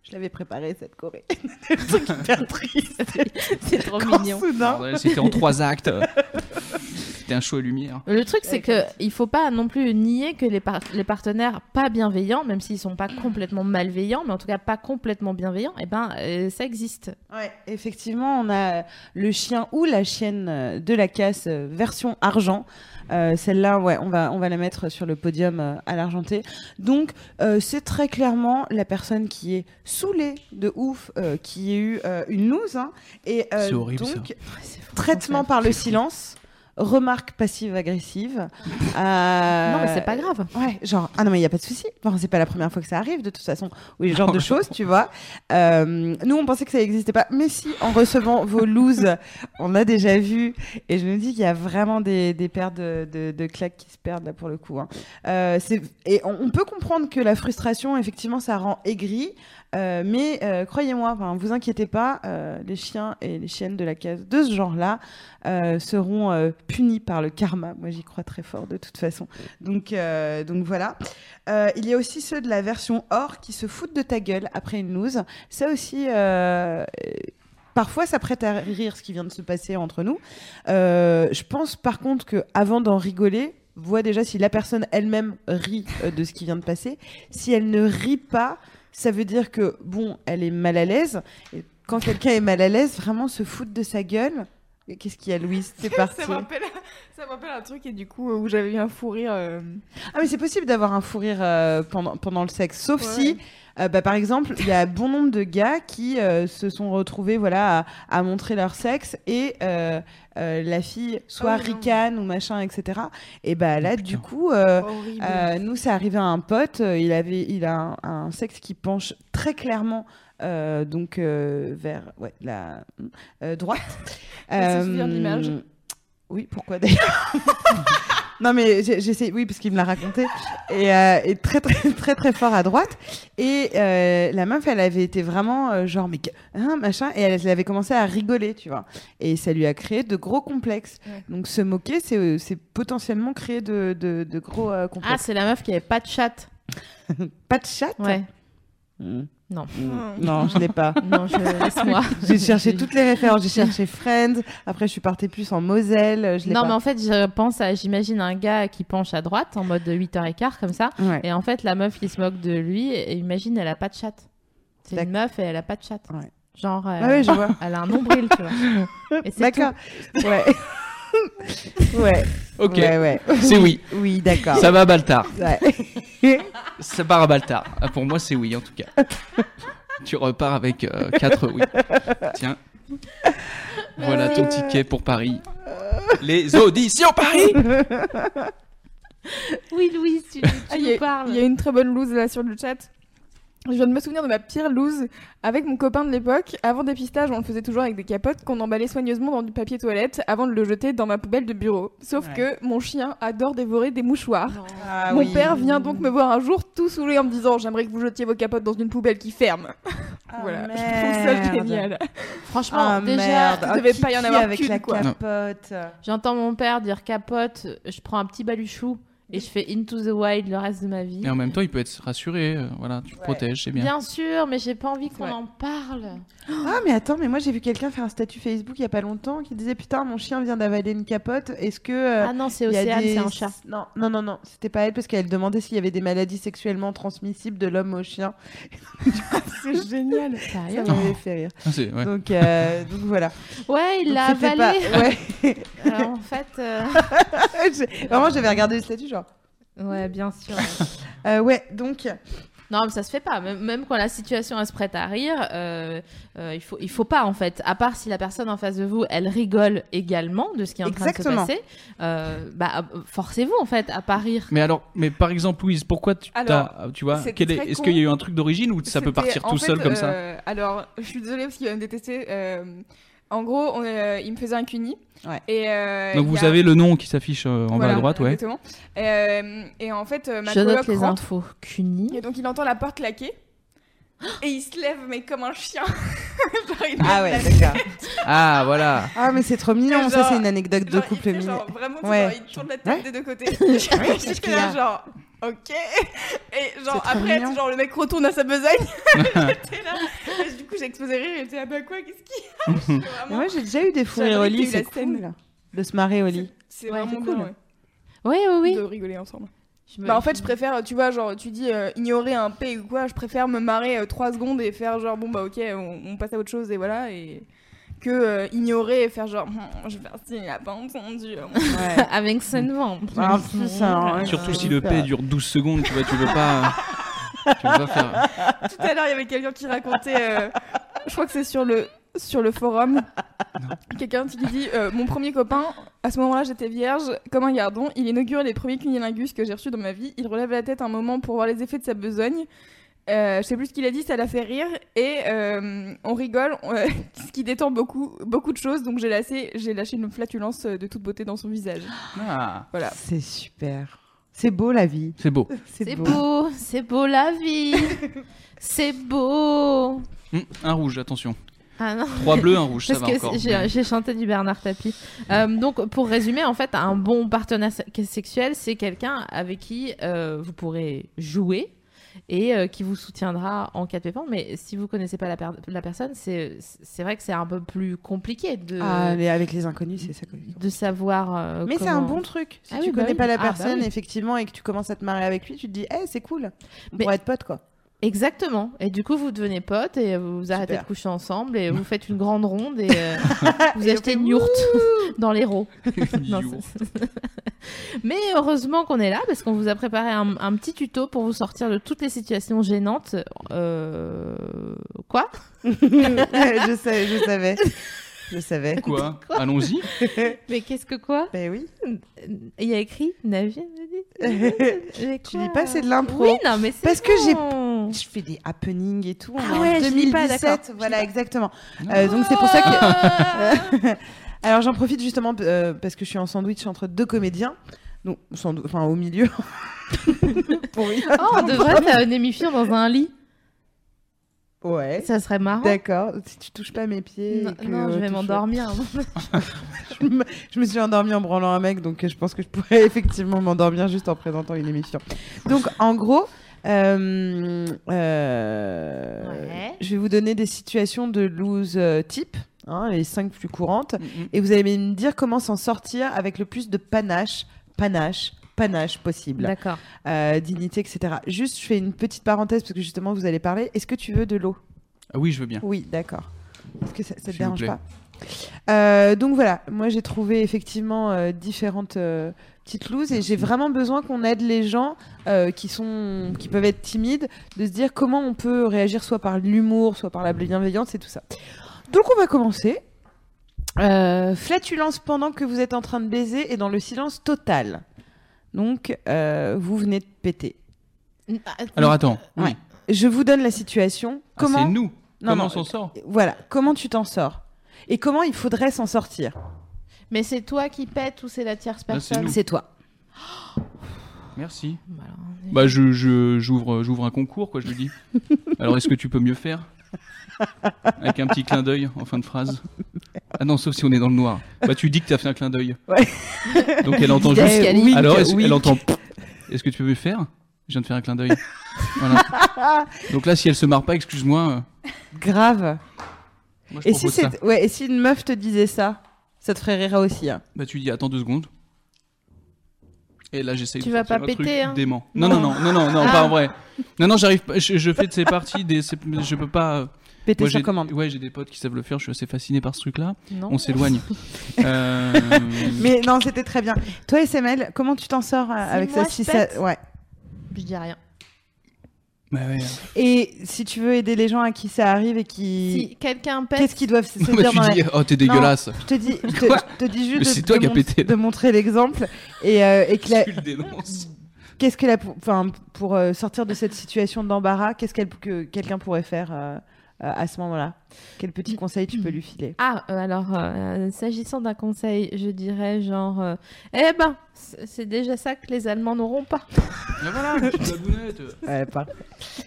Je l'avais préparé cette Corée. C'est un truc hyper triste. C'est trop Oh, Quand mignon. soudain, Bordel, C'était en trois actes. C'était un show et lumière. Le truc, c'est que il faut pas non plus nier que les, par- les partenaires pas bienveillants, même s'ils sont pas complètement malveillants, mais en tout cas pas complètement bienveillants, et ben euh, ça existe. Ouais, effectivement, on a le chien ou la chienne euh, de la casse euh, version argent. Euh, Celle-là, ouais, on va, on va la mettre sur le podium euh, à l'argenté. Donc, euh, c'est très clairement la personne qui est saoulée de ouf, euh, qui a eu euh, une loose. hein, et euh, C'est horrible, donc, C'est franchement traitement ça. par le silence, remarque passive-agressive. euh, Non mais c'est pas grave. Ouais, genre, ah non, mais il n'y a pas de souci. Bon, c'est pas la première fois que ça arrive, de toute façon. Oui, ce genre de choses, tu vois. Euh, nous, on pensait que ça n'existait pas. Mais si, en recevant vos looses, on a déjà vu. Et je me dis qu'il y a vraiment des, des paires de, de- de claques qui se perdent, là, pour le coup. hein. Euh, c'est- et on, on peut comprendre que la frustration, effectivement, ça rend aigri. Euh, mais euh, croyez-moi, enfin, vous inquiétez pas, euh, les chiens et les chiennes de la case de ce genre-là euh, seront euh, punis par le karma. Moi, j'y crois très fort de toute façon. Donc, euh, donc voilà. Euh, il y a aussi ceux de la version or qui se foutent de ta gueule après une loose. Ça aussi, euh, euh, parfois, ça prête à rire ce qui vient de se passer entre nous. Euh, je pense par contre que avant d'en rigoler, vois déjà si la personne elle-même rit euh, de ce qui vient de passer. Si elle ne rit pas, ça veut dire que bon, elle est mal à l'aise. Et quand quelqu'un est mal à l'aise, vraiment se foutre de sa gueule. Qu'est-ce qu'il y a, Louise C'est parti. Ça me rappelle, ça me rappelle un truc et du coup euh, où j'avais eu un fou rire. euh, Ah mais c'est possible d'avoir un fou rire euh, pendant, pendant le sexe, sauf Ouais. si, euh, bah, par exemple, il y a bon nombre de gars qui euh, se sont retrouvés voilà à, à montrer leur sexe et euh, euh, la fille soit Ah oui, non. ricane ou machin, etc. Et bah là, du Putain. coup, euh, horrible. euh, nous, c'est arrivé à un pote. euh, il avait, il a un, un sexe qui penche très clairement euh, donc euh, vers ouais, la euh, droite. Euh, Elle se souvient de l'image. Oui, pourquoi d'ailleurs Non mais j'ai- j'essaie, oui, parce qu'il me l'a raconté, et, euh, et très très très très fort à droite. Et euh, la meuf, elle avait été vraiment euh, genre mais que- hein, machin, et elle, elle avait commencé à rigoler, tu vois. Et ça lui a créé de gros complexes. Ouais. Donc se moquer, c'est euh, c'est potentiellement créer de, de, de gros euh, complexes. Ah c'est la meuf qui avait pas de chat. Pas de chat Ouais. Mm. Non. Mm. Non, je l'ai pas. Non je laisse-moi. J'ai cherché toutes les références. J'ai cherché Friends. Après, je suis partie plus en Moselle. Je l'ai Non mais pas. en fait je pense à j'imagine un gars qui penche à droite en mode 8h15 comme ça Ouais. et en fait la meuf qui se moque de lui et imagine elle a pas de chatte. C'est une D'accord. meuf et elle a pas de chatte. Ouais. Genre euh, Ah ouais, je vois. elle a un nombril tu vois. Et c'est tout. D'accord. Ouais. ouais. Ok, Ouais, ouais. c'est oui. Oui, d'accord. Ça va, Baltar. Ouais. Ça part à Baltar. Ah, pour moi, c'est oui, en tout cas. tu repars avec 4 oui. Tiens. Voilà ton Euh. ticket pour Paris. Les auditions Paris Oui, Louise, tu, tu Ah, il y nous a- parles. Il y a une très bonne loose là sur le chat. Je viens de me souvenir de ma pire loose avec mon copain de l'époque. Avant dépistage, on le faisait toujours avec des capotes qu'on emballait soigneusement dans du papier toilette avant de le jeter dans ma poubelle de bureau. Sauf Ouais. que mon chien adore dévorer des mouchoirs. Ah mon oui. père vient donc me voir un jour tout saoulé en me disant J'aimerais que vous jetiez vos capotes dans une poubelle qui ferme. Ah, voilà, merde. je trouve ça génial. Franchement, Ah, déjà, merde. il Ah, devait qui pas y en qui avoir avec qu'une, la quoi. Non. capote. j'entends mon père dire capote, je prends un petit baluchou et je fais into the wild le reste de ma vie. Et en même temps, il peut être rassuré. euh, Voilà, tu te protèges, c'est bien. bien. sûr, mais j'ai pas envie qu'on Ouais. en parle. Ah, mais attends, mais moi j'ai vu quelqu'un faire un statut Facebook il y a pas longtemps qui disait Putain, mon chien vient d'avaler une capote. Est-ce que. euh, Ah non, c'est il y a Océane, des- c'est un chat. Non, non, non, non, c'était pas elle parce qu'elle demandait s'il y avait des maladies sexuellement transmissibles de l'homme au chien. C'est génial. Ça Sérieux m'avait fait rire. Ah, c'est- ouais. Donc, euh, donc voilà. Ouais, il Donc, l'a c'était avalé. pas- Ouais. Alors, en fait, euh, J'ai- Vraiment, j'avais regardé le statut, genre. ouais, bien sûr. Euh, ouais, donc. Non, mais ça se fait pas. Même, même quand la situation elle se prête à rire, euh, euh, il faut il faut pas en fait. À part si la personne en face de vous, elle rigole également de ce qui est en train Exactement. de se passer. euh, bah euh, forcez-vous en fait à pas rire. Mais alors, mais par exemple, Louise, pourquoi tu Alors, t'as- euh, tu vois, c'est quel est- très est-ce con. qu'il y a eu un truc d'origine ou ça peut C'était- partir en tout fait, seul comme ça euh, Alors, je suis désolée parce qu'il va me détester. euh, en gros, on, euh, il me faisait un cuni. Ouais. Et, euh, Donc il y vous a- avez le nom qui s'affiche euh, en bas à Voilà, droite, ouais. Exactement. Euh, et en fait, euh, ma Je note coloc les rentre. infos. Cuny. Et donc, il entend la porte claquer. Et il se lève, mais comme un chien. Genre, il Ah lève ouais, la d'accord. Ah voilà. Ah, mais c'est trop mignon. Genre- ça, c'est une anecdote de Genre, il couple fait mignon. genre, vraiment, tu Ouais. vois, il tourne la tête Ouais. des deux côtés. J'étais qu'il y là, a genre, ok. Et genre, trop après, mignon. genre, le mec retourne à sa besogne. J'étais là. Et du coup, j'ai explosé rire. Et j'étais, ah bah quoi, qu'est-ce qu'il y a J'étais vraiment- Mais Moi, j'ai déjà eu des fous rires au J'adorais qu'il y lit. ait eu la C'est scène. cool. De se marrer au lit. C'est Ouais, vraiment c'est cool. cool. Oui, oui, oui. De rigoler ensemble. Je me- Bah, en fait, je préfère, tu vois, genre, tu dis euh, ignorer un P ou quoi, je préfère me marrer 3 secondes et faire genre, bon bah ok, on, on passe à autre chose et voilà, et que euh, ignorer et faire genre, Hum, je vais faire si, il a pas entendu. euh, Ouais. avec son vent. Mm. Ah, en plus, ça, Surtout Ah, Ouais, si le ça. P dure 12 secondes, tu vois, tu veux pas. euh, tu veux pas faire. Tout à l'heure, il y avait quelqu'un qui racontait, euh, je crois que c'est sur le, sur le forum, quelqu'un qui dit euh, Mon premier copain, à ce moment-là, j'étais vierge, comme un gardon, il inaugure les premiers cunilingus que j'ai reçus dans ma vie, il relève la tête un moment pour voir les effets de sa besogne. Euh, je sais plus ce qu'il a dit, ça l'a fait rire et euh, on rigole, on- ce qui détend beaucoup, beaucoup de choses. Donc j'ai lâché, j'ai lâché une flatulence de toute beauté dans son visage. Ah, Voilà. C'est super. C'est beau la vie. c'est beau. C'est beau, c'est beau la vie. c'est beau. Hum, un rouge, attention. Ah non. Trois bleus, un rouge, ça Parce va que encore. c'est- j'ai j'ai chanté du Bernard Tapie. Euh, donc, pour résumer, en fait, un bon partenaire se- sexuel, c'est quelqu'un avec qui euh, vous pourrez jouer et euh, qui vous soutiendra en cas de pépin. Mais si vous connaissez pas la, per- la personne, c'est c'est vrai que c'est un peu plus compliqué de, Ah, mais avec les inconnus, c'est ça. quoi. de savoir. euh, Mais c'est comment- un bon truc. Si Ah tu oui, bah connais oui. pas la Ah, bah personne, oui. effectivement, et que tu commences à te marier avec lui, tu te dis, eh, c'est cool. On Mais- pourrait être potes, quoi. Exactement. Et du coup, vous devenez potes et vous vous arrêtez Super. de coucher ensemble et vous faites une grande ronde et euh, vous Et on fait achetez une yourte dans l'héros. Non, Yo. c'est- Mais heureusement qu'on est là parce qu'on vous a préparé un, un petit tuto pour vous sortir de toutes les situations gênantes. Euh... Quoi je, sais, je savais. Je savais. Quoi Allons-y. Mais qu'est-ce que quoi Ben oui. Il y a écrit Navi. Euh, Tu dis pas, c'est de l'impro. Oui, non, mais c'est Parce que j'ai- bon. Je fais des happenings et tout. On Ah est en ouais, je dis pas, 2017. d'accord. voilà, Je dis exactement. Non. Euh, donc c'est pour ça que. Ah Alors j'en profite justement euh, parce que je suis en sandwich entre deux comédiens. Donc, sandou- enfin, au milieu. Pour rien. Oh, on devrait faire une émission dans un lit. Ouais. Ça serait Oh. marrant. D'accord. Si tu touches pas mes pieds. et Non, que, non, je euh, vais touche- m'endormir. hein. je me- je me suis endormie en branlant un mec, donc euh, je pense que je pourrais effectivement m'endormir juste en présentant une émission. Donc, en gros, euh, euh, Ouais. je vais vous donner des situations de lose euh, type, hein, les cinq plus courantes, Mm, mm. et vous allez me dire comment s'en sortir avec le plus de panache, panache, panache possible, D'accord. Euh, dignité, etc. Juste, je fais une petite parenthèse parce que justement, vous allez parler. Est-ce que tu veux de l'eau Ah oui, je veux bien. oui, d'accord. Est-ce que ça, ça te S'il vous dérange plaît. pas Euh, donc voilà, moi j'ai trouvé effectivement euh, différentes euh, petites looses et j'ai vraiment besoin qu'on aide les gens euh, qui sont qui peuvent être timides de se dire comment on peut réagir soit par l'humour, soit par la bienveillance et tout ça. Donc on va commencer. Euh, flatulence pendant que vous êtes en train de baiser et dans le silence total. Donc euh, vous venez de péter. ah, Alors attends. oui. Ouais. Je vous donne la situation. Ah, c'est Comment nous. Non, Comment non, on s'en sort voilà, comment tu t'en sors et comment il faudrait s'en sortir. Mais c'est toi qui pètes ou c'est la tierce Là, c'est personne nous. C'est toi. Merci. Bah, alors, on est- Bah je je- j'ouvre j'ouvre un concours quoi, je lui dis. Alors est-ce que tu peux mieux faire Avec un petit clin d'œil en fin de phrase. Ah non, sauf si on est dans le noir. Bah tu dis que t'as fait un clin d'œil. Ouais. Donc elle entend juste. Jusqu'à oui, Alors, est-ce- oui. elle entend. Est-ce que tu peux me le faire Je viens de faire un clin d'œil. Voilà. Donc là, si elle se marre pas, excuse-moi. euh, Grave. Moi, je Et si, propose ça. c'est- ouais, et si une meuf te disait ça, ça te ferait rire aussi. hein. Bah, tu dis, attends deux secondes. Et là, j'essaye. Tu de vas sortir pas un péter, truc hein dément. Non, non, non, non, non, non, Ah. pas en vrai. Non, non, j'arrive pas. Je, je fais de ces parties des. ces- Je peux pas. Péter Moi, sur j'ai. commande. Ouais, j'ai des potes qui savent le faire. Je suis assez fasciné par ce truc-là. Non. On s'éloigne. Euh, Mais non, c'était très bien. Toi, SML, comment tu t'en sors euh, avec moi, ça, si je ça pète Ouais. Je dis rien. Bah ouais. Et si tu veux aider les gens à qui ça arrive et qui. Si quelqu'un pète, Qu'est-ce qu'ils doivent se Bah, dire dans la- tu dis, oh, t'es dégueulasse. Je te dis, je te, Quoi je te dis Mais juste c'est de, toi de qui as mon- pété. de montrer l'exemple et, euh, et que la- Tu le dénonces. qu'est-ce que la, pou- enfin pour euh, sortir de cette situation d'embarras, qu'est-ce qu'elle que quelqu'un pourrait faire euh, euh, à ce moment-là Quel petit conseil tu peux lui filer Ah, euh, alors, euh, s'agissant d'un conseil, je dirais genre, euh, eh ben, c'est c'est déjà ça que les Allemands n'auront pas. Mais voilà, petite babounette. Ouais, parfait.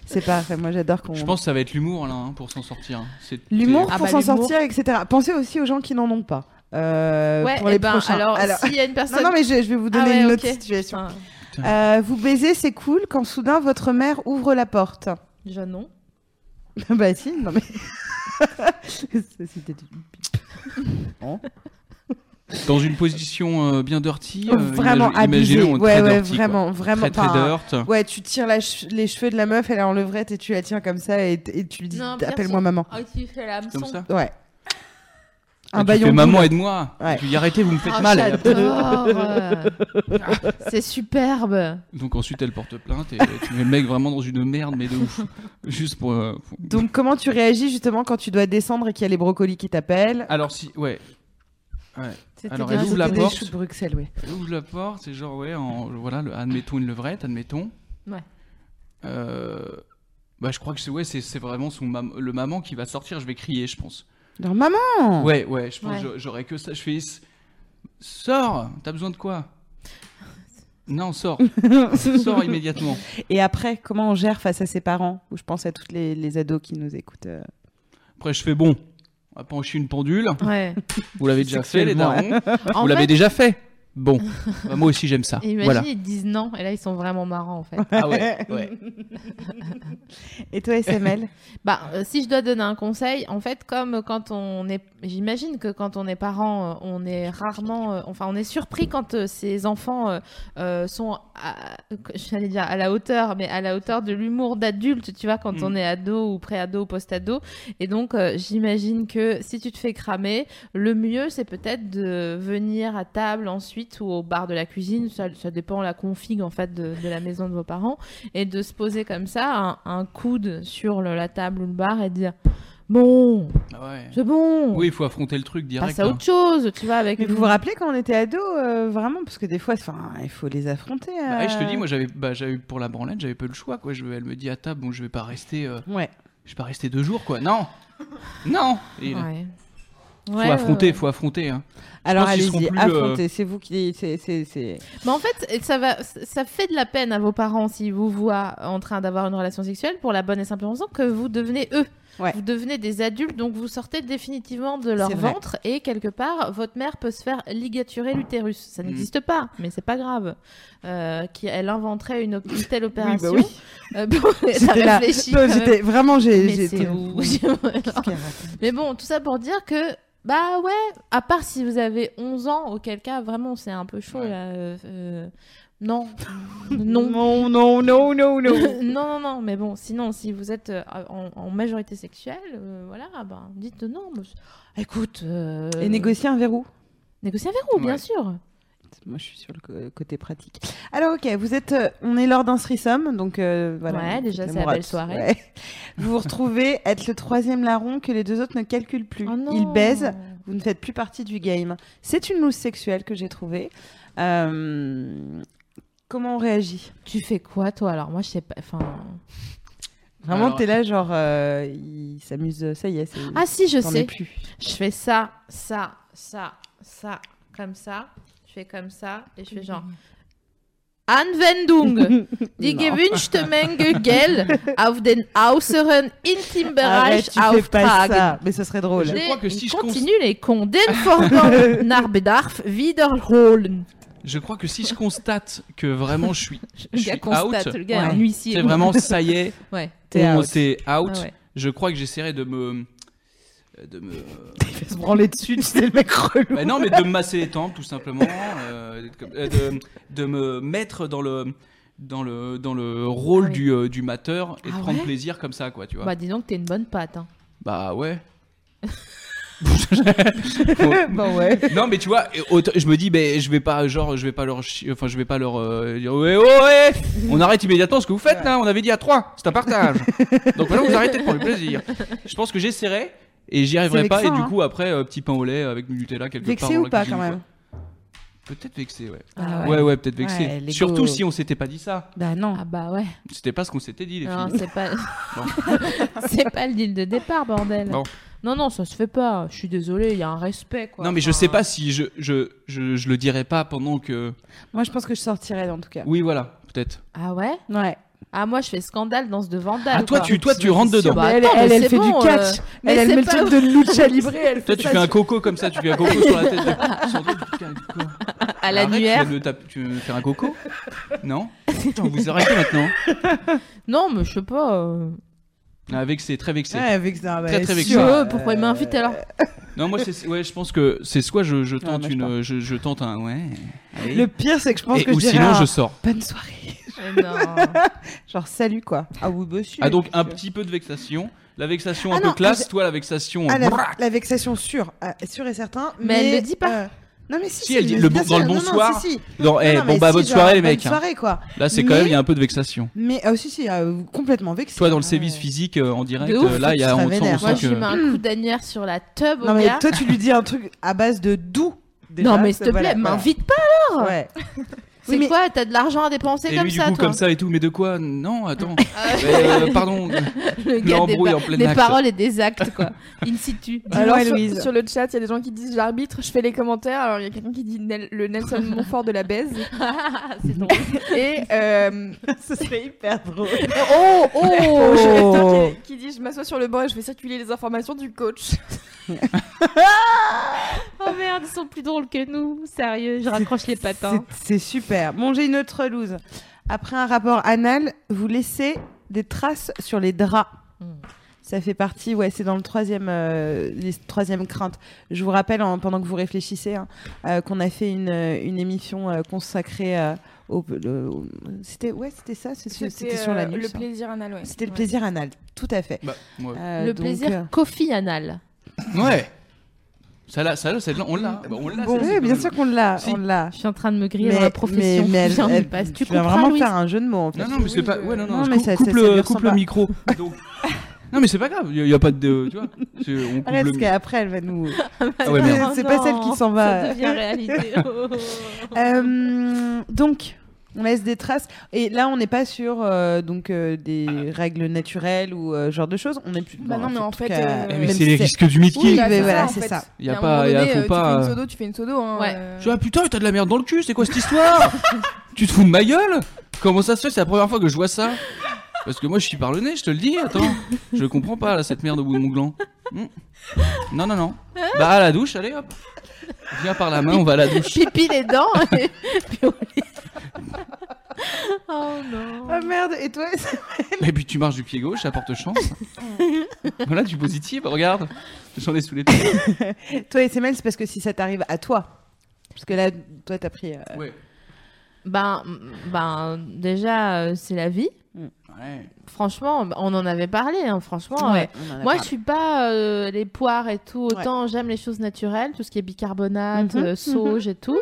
C'est parfait. Moi, j'adore qu'on. Je pense que ça va être l'humour là hein, pour s'en sortir. C'est- L'humour Ah pour bah, s'en l'humour. sortir, etc. Pensez aussi aux gens qui n'en ont pas. euh, ouais, pour eh les ben, prochains. alors, Alors- s'il y a une Non, personne. non, mais je, je vais vous Ah donner ouais, une ok. autre situation. Enfin, Euh, vous baiser, c'est cool quand soudain votre mère ouvre la porte. déjà non. bah si, non mais. Ça, C'était une pipe. c'est Dans une position euh, bien dirty. euh, vraiment imagine- imaginons, abusé. on est Ouais, très ouais, dirty, quoi. vraiment, vraiment. hein. Très très enfin, dirt. Ouais, tu tires la che- les cheveux de la meuf, elle est en levrette et tu la tiens comme ça et, et tu lui dis Non, appelle-moi perso. maman. Ah, tu fais Comme ça. Ouais. Et Un Ah, tu fais baillon. maman aide-moi. Ouais. Tu dis arrêtez, vous me faites mal. Et après- Ah, C'est superbe. Donc ensuite elle porte plainte et euh, tu mets le mec vraiment dans une merde mais de ouf. Juste pour. euh, pour- Donc comment tu réagis justement quand tu dois descendre et qu'il y a les brocolis qui t'appellent Alors si ouais. C'était Alors, des- elle ouvre Ah, la c'était des porte. choux de Bruxelles, oui. Elle ouvre la porte, c'est genre, ouais, en- voilà, le- admettons une levrette, admettons. Ouais. Euh, bah, je crois que c'est ouais, c'est c'est vraiment son mam- le maman qui va sortir, je vais crier, je pense. Genre maman. Ouais, ouais, je pense Ouais. que j'a- j'aurais que ça. Je fais, sors, t'as besoin de quoi Non, sors, sors immédiatement. Et après, comment on gère face à ses parents Ou je pense à toutes les, les ados qui nous écoutent. euh. Après, je fais, bon, on va pas enchier une pendule. Ouais. Vous l'avez déjà fait, les Sexuellement, darons. En Vous fait, l'avez déjà fait. Bon, Bah, moi aussi, j'aime ça. imagine, Voilà. ils disent non, et là, ils sont vraiment marrants, en fait. Ah ouais, ouais. Et toi, SML Bah, euh, si je dois donner un conseil, en fait, comme quand on est, j'imagine que quand on est parent, euh, on est rarement, euh, enfin, on est surpris quand euh, ses enfants euh, euh, sont, à- que- j'allais dire à la hauteur, mais à la hauteur de l'humour d'adulte, tu vois, quand Mm. on est ado ou pré-ado ou post-ado. Et donc, euh, j'imagine que si tu te fais cramer, le mieux, c'est peut-être de venir à table ensuite ou au bar de la cuisine. Ça, ça dépend la config en fait de- de la maison de vos parents et de se poser comme ça, un, un coude sur le- la table ou le bar et de dire bon, Ah ouais. c'est bon, Oui, il faut affronter le truc direct. passe à hein. autre chose, tu vois, avec Mais une- vous vous rappelez quand on était ado, euh, vraiment Parce que des fois, enfin, il faut les affronter. Bah ouais, je te dis, euh. moi j'avais, bah, j'avais pour la branlette, j'avais peu le choix quoi. Je, elle me dit à table, bon, je vais pas rester, euh, Ouais. je vais pas rester deux jours quoi. Non, non. Et, Ouais. euh, Ouais, faut ouais, affronter, ouais. faut affronter. hein. Alors pense qu'ils seront allez-y, plus, euh, affrontez. C'est vous qui. c'est- c'est- c'est- Mais en fait, ça va, ça fait de la peine à vos parents s'ils vous voient en train d'avoir une relation sexuelle pour la bonne et simple raison que vous devenez eux. Ouais. Vous devenez des adultes, donc vous sortez définitivement de leur C'est vrai. ventre et quelque part, votre mère peut se faire ligaturer l'utérus. Ça Mm. n'existe pas, mais c'est pas grave. Euh, qui- elle inventerait une, op- une telle Oui, bah opération. oui. Euh, bon, t'as J'étais là. réfléchi Non, quand même. j'étais vraiment j'ai Mais j'étais- c'est où Mais bon, tout ça pour dire que bah ouais, à part si vous avez 11 ans, auquel cas vraiment c'est un peu chaud Ouais. là. euh, euh, non, non. Non non non non non. non, non, non, mais bon, sinon, si vous êtes euh, en, en majorité sexuelle, euh, voilà, ben, dites non. mais c'est- Écoute, euh, Et négocier un verrou. négocier un verrou, bien Ouais. sûr. Moi, je suis sur le co- côté pratique. Alors, ok, vous êtes, euh, on est lors d'un threesome, donc euh, voilà. Ouais, donc, déjà, c'est la l'amourette. belle soirée. Ouais. Vous vous retrouvez être le troisième larron que les deux autres ne calculent plus. Oh non. Ils baisent, vous ne faites plus partie du game. C'est une loose sexuelle que j'ai trouvée. Euh, Comment on réagit Tu fais quoi, toi Alors, moi, je sais pas. Enfin... Vraiment, Alors- t'es là, genre, euh, il s'amuse, ça y est, c'est. Ah, si, je t'en sais. es plus. Je fais ça, ça, ça, ça, comme ça. Je fais comme ça et je fais genre. Anwendung, die Non. gewünschte Menge Geld auf den äußeren Arrête, Intimbereich tu fais pas auftragen. ça, mais ce serait drôle. Je crois que Les- si il je continue les cons den Vorgang nach Bedarf wiederholen. Je crois que si je constate que vraiment je suis, je Le suis gars constate, out, le gars est un Ouais. huissier. c'est vraiment ça y est, Ouais. T'es on out. Oh, c'est out. Ah ouais. Je crois que j'essaierai de me, de me, Il va se branler dessus, tu sais, le mec relou. Bah non, mais de me masser les tempes, tout simplement. euh, d'être comme- euh, de, de me mettre dans le, dans le, dans le rôle Ah oui. du, euh, du mateur et de Ah prendre ouais plaisir comme ça, quoi, tu vois. Bah, dis donc, t'es une bonne patte. hein. Bah ouais. bah ouais. non mais tu vois, et autant- je me dis ben je vais pas genre je vais pas leur chi- enfin je vais pas leur euh, dire ouais ouais on arrête immédiatement ce que vous faites là. On avait dit à 3, c'est un partage. Donc maintenant vous arrêtez de prendre le plaisir. Je pense que j'essaierai et j'y arriverai C'est pas. et vexant, du hein. coup après euh, petit pain au lait avec du Nutella quelque part. Vexé dans ou la pas cuisine, quand même quoi. Peut-être vexé, ouais. Ah Ouais, ouais, peut-être vexé. Ouais, l'ego. Surtout si on s'était pas dit ça. Bah non. Ah bah ouais. C'était pas ce qu'on s'était dit les Non, filles. c'est pas... c'est pas le deal de départ, bordel. Bon. Non, non, ça se fait pas. Je suis désolée, il y a un respect, quoi. Non mais je Enfin, euh. sais pas si je je, je je le dirai pas pendant que. Moi, je pense que je sortirais en tout Ah. cas. Oui voilà peut-être. Ah ouais Ouais. Ah, moi, je fais scandale dans ce de vandale. Ah toi quoi. tu toi tu rentres dedans. Bah, elle, attends, elle, mais elle c'est fait bon, du catch. euh, Elle, mais elle c'est met le pas- truc de lucha libre. Elle fait Toi, tu ça fais un coco comme ça, tu fais un coco sur la tête. de- Sans doute, putain, quoi. À Arrête, l'annuaire. Tu veux, me taper- tu veux me faire un coco Non Putain, Vous arrêtez maintenant. Non, mais je sais pas. euh, Avec c'est très Ah, vexé. Ouais, vexé, ah, bah, Très, très sûr. vexé. Tu veux, pourquoi il m'invite alors Euh, Non, moi, c'est, ouais, je pense que c'est soit je, je tente moi, je une, je, je tente un, ouais. allez. Euh, Le pire, c'est que je pense Et- que ou je dirais sinon, un je sors. bonne soirée. Eh Non. Genre, salut quoi. Ah, oui, monsieur. Ah, donc un petit peu de vexation. La vexation un Ah peu non, classe, j'ai- toi, la vexation. Ah, la, braque. la vexation sûre, ah, sûre et certain. Mais elle le dit pas. euh, non, mais si, Si, elle dit le bon- bien dans le sûr, bon non, non, soir. si, si. Non, Non, eh, non, bon, mais bah, si, bonne genre, soirée, les bonne mecs. hein. soirée, quoi. Là, c'est quand Mais- même, il y a un peu de vexation. Mais ah, aussi, si, euh, complètement vexé. Toi, dans le Ah, sévice ouais. physique, euh, en direct, De ouf, euh, là, il y a, ça on sent, on vénère. sent Moi, que. je lui mets un coup d'annuaire sur la tub au Non, mais gars. toi, tu lui dis un truc à base de doux. déjà, non, mais s'il te plaît, voilà, voilà. m'invite pas. Ouais. C'est Oui, mais- quoi T'as de l'argent à dépenser Et comme lui, du ça, coup, toi comme ça et tout, mais de quoi Non, attends. Euh, pardon. Le gars, L'embrouille des, en plein des acte. paroles et des actes, quoi. In situ. Alors, Dis-moi, sur, Héloïse. sur le chat, il y a des gens qui disent j'arbitre, je fais les commentaires. Alors, il y a quelqu'un qui dit Nel- le Nelson Montfort de la baise. c'est drôle. Et euh, Ce serait hyper drôle. Oh, je suis oh quelqu'un qui, qui dit je m'assois sur le banc et je fais circuler les informations du coach. Oh merde, ils sont plus drôles que nous. Sérieux, je raccroche les patins. C'est- C'est super. Bon, j'ai une autre loose. Après un rapport anal, vous laissez des traces sur les draps. Hmm. Ça fait partie, ouais, c'est dans le troisième, euh, les troisième crainte. Je vous rappelle, en- pendant que vous réfléchissez, hein, euh, qu'on a fait une, euh, une émission euh, consacrée euh, au, le- au- c'était, ouais, c'était ça, c'est- c'était, sur la euh, nuque, Le ça. plaisir anal, ouais. C'était le Ouais. plaisir anal, tout à fait. Bah, ouais. Euh, Le donc, euh, plaisir coffee anal. Ouais. Ça là, ça là, celle-là, on l'a. Bah, on l'a. bon, celle-ci, ouais, quand bien même. sûr qu'on l'a, Si. on l'a. Je suis en train de me griller dans la profession. mais elle- J'en ai elle- pas. Tu tu vas comprends, vraiment Louise faire un jeu de mots. En fait. Non, non, mais c'est Oui, pas. je- Ouais, non, Non, non, je mais cou- ça- ça- coupe, ça lui le, ressemble coupe le pas. micro. Donc- Non, mais c'est pas grave, il n'y a, pas de. Tu vois, c'est- on coupe Arrête, le parce micro. Eh, qu'après, elle va nous. Ah ouais, merde. C'est pas celle qui s'en va. Oh, Ça devient réalité. Oh, oh, oh. Euh, donc, on laisse des traces. Et là, on n'est pas sur euh, donc euh, des Ah. règles naturelles ou euh, ce genre de choses. On est plus. Bah dans non, un mais en truc, fait, euh, Eh, même mais si c'est les risques du Oui, métier. bah, bah, voilà, en c'est fait. ça. Il y a Et à un pas. moment il y a- donné, euh, faut pas. Tu fais euh, une sodo, tu fais une sodo. Hein, Ouais. euh. Tu vois, putain, t'as de la merde dans le cul, c'est quoi cette histoire Tu te fous de ma gueule Comment ça se fait C'est la première fois que je vois ça. Parce que moi, je suis par le nez, je te le dis, attends. Je comprends pas, là, cette merde au bout de mon gland. Hmm. Non, non, non. Bah, à la douche, allez, hop. Viens par la main, on va à la douche. Pipi les dents. et puis on les- oh non. Ah merde, et toi Et puis tu marches du pied gauche, ça porte chance. voilà du positif, regarde. J'en ai sous les pieds. Toi, SML, c'est parce que si ça t'arrive à toi. Parce que là, toi, t'as pris. euh, Ouais. Ben, ben déjà, euh, c'est la vie. Ouais. Franchement, on en avait parlé. hein, franchement, euh, on en a Moi, je parlé. suis pas euh, les poires et tout. Autant j'aime les choses naturelles, tout ce qui est bicarbonate, Mhm, euh, sauge et tout,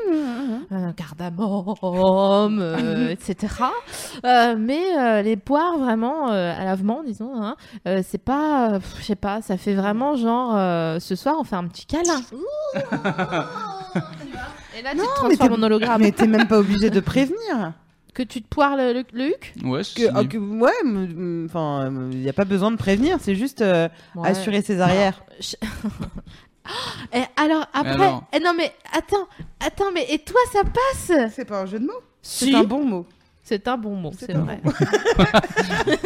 Euh, cardamome, euh, etc. Euh, mais euh, les poires, vraiment, euh, à l'avement, disons, hein, euh, c'est pas, euh, pff, je sais pas, ça fait vraiment genre, euh, ce soir, on fait un petit câlin. et là, tu te mais transformes t'es- en hologramme. Ah, Mais t'es même pas obligé de prévenir. Que tu te poires le, le, le huc Ouais, c'est Que, ah, que- ouais, m- m- enfin, euh, y a pas besoin de prévenir. C'est juste euh, Ouais. assurer ses arrières. Et alors, après, alors eh non, mais attends, attends, mais et toi, ça passe Ah, C'est pas un jeu de mots. Si. C'est un bon mot. C'est un bon mot, c'est un vrai.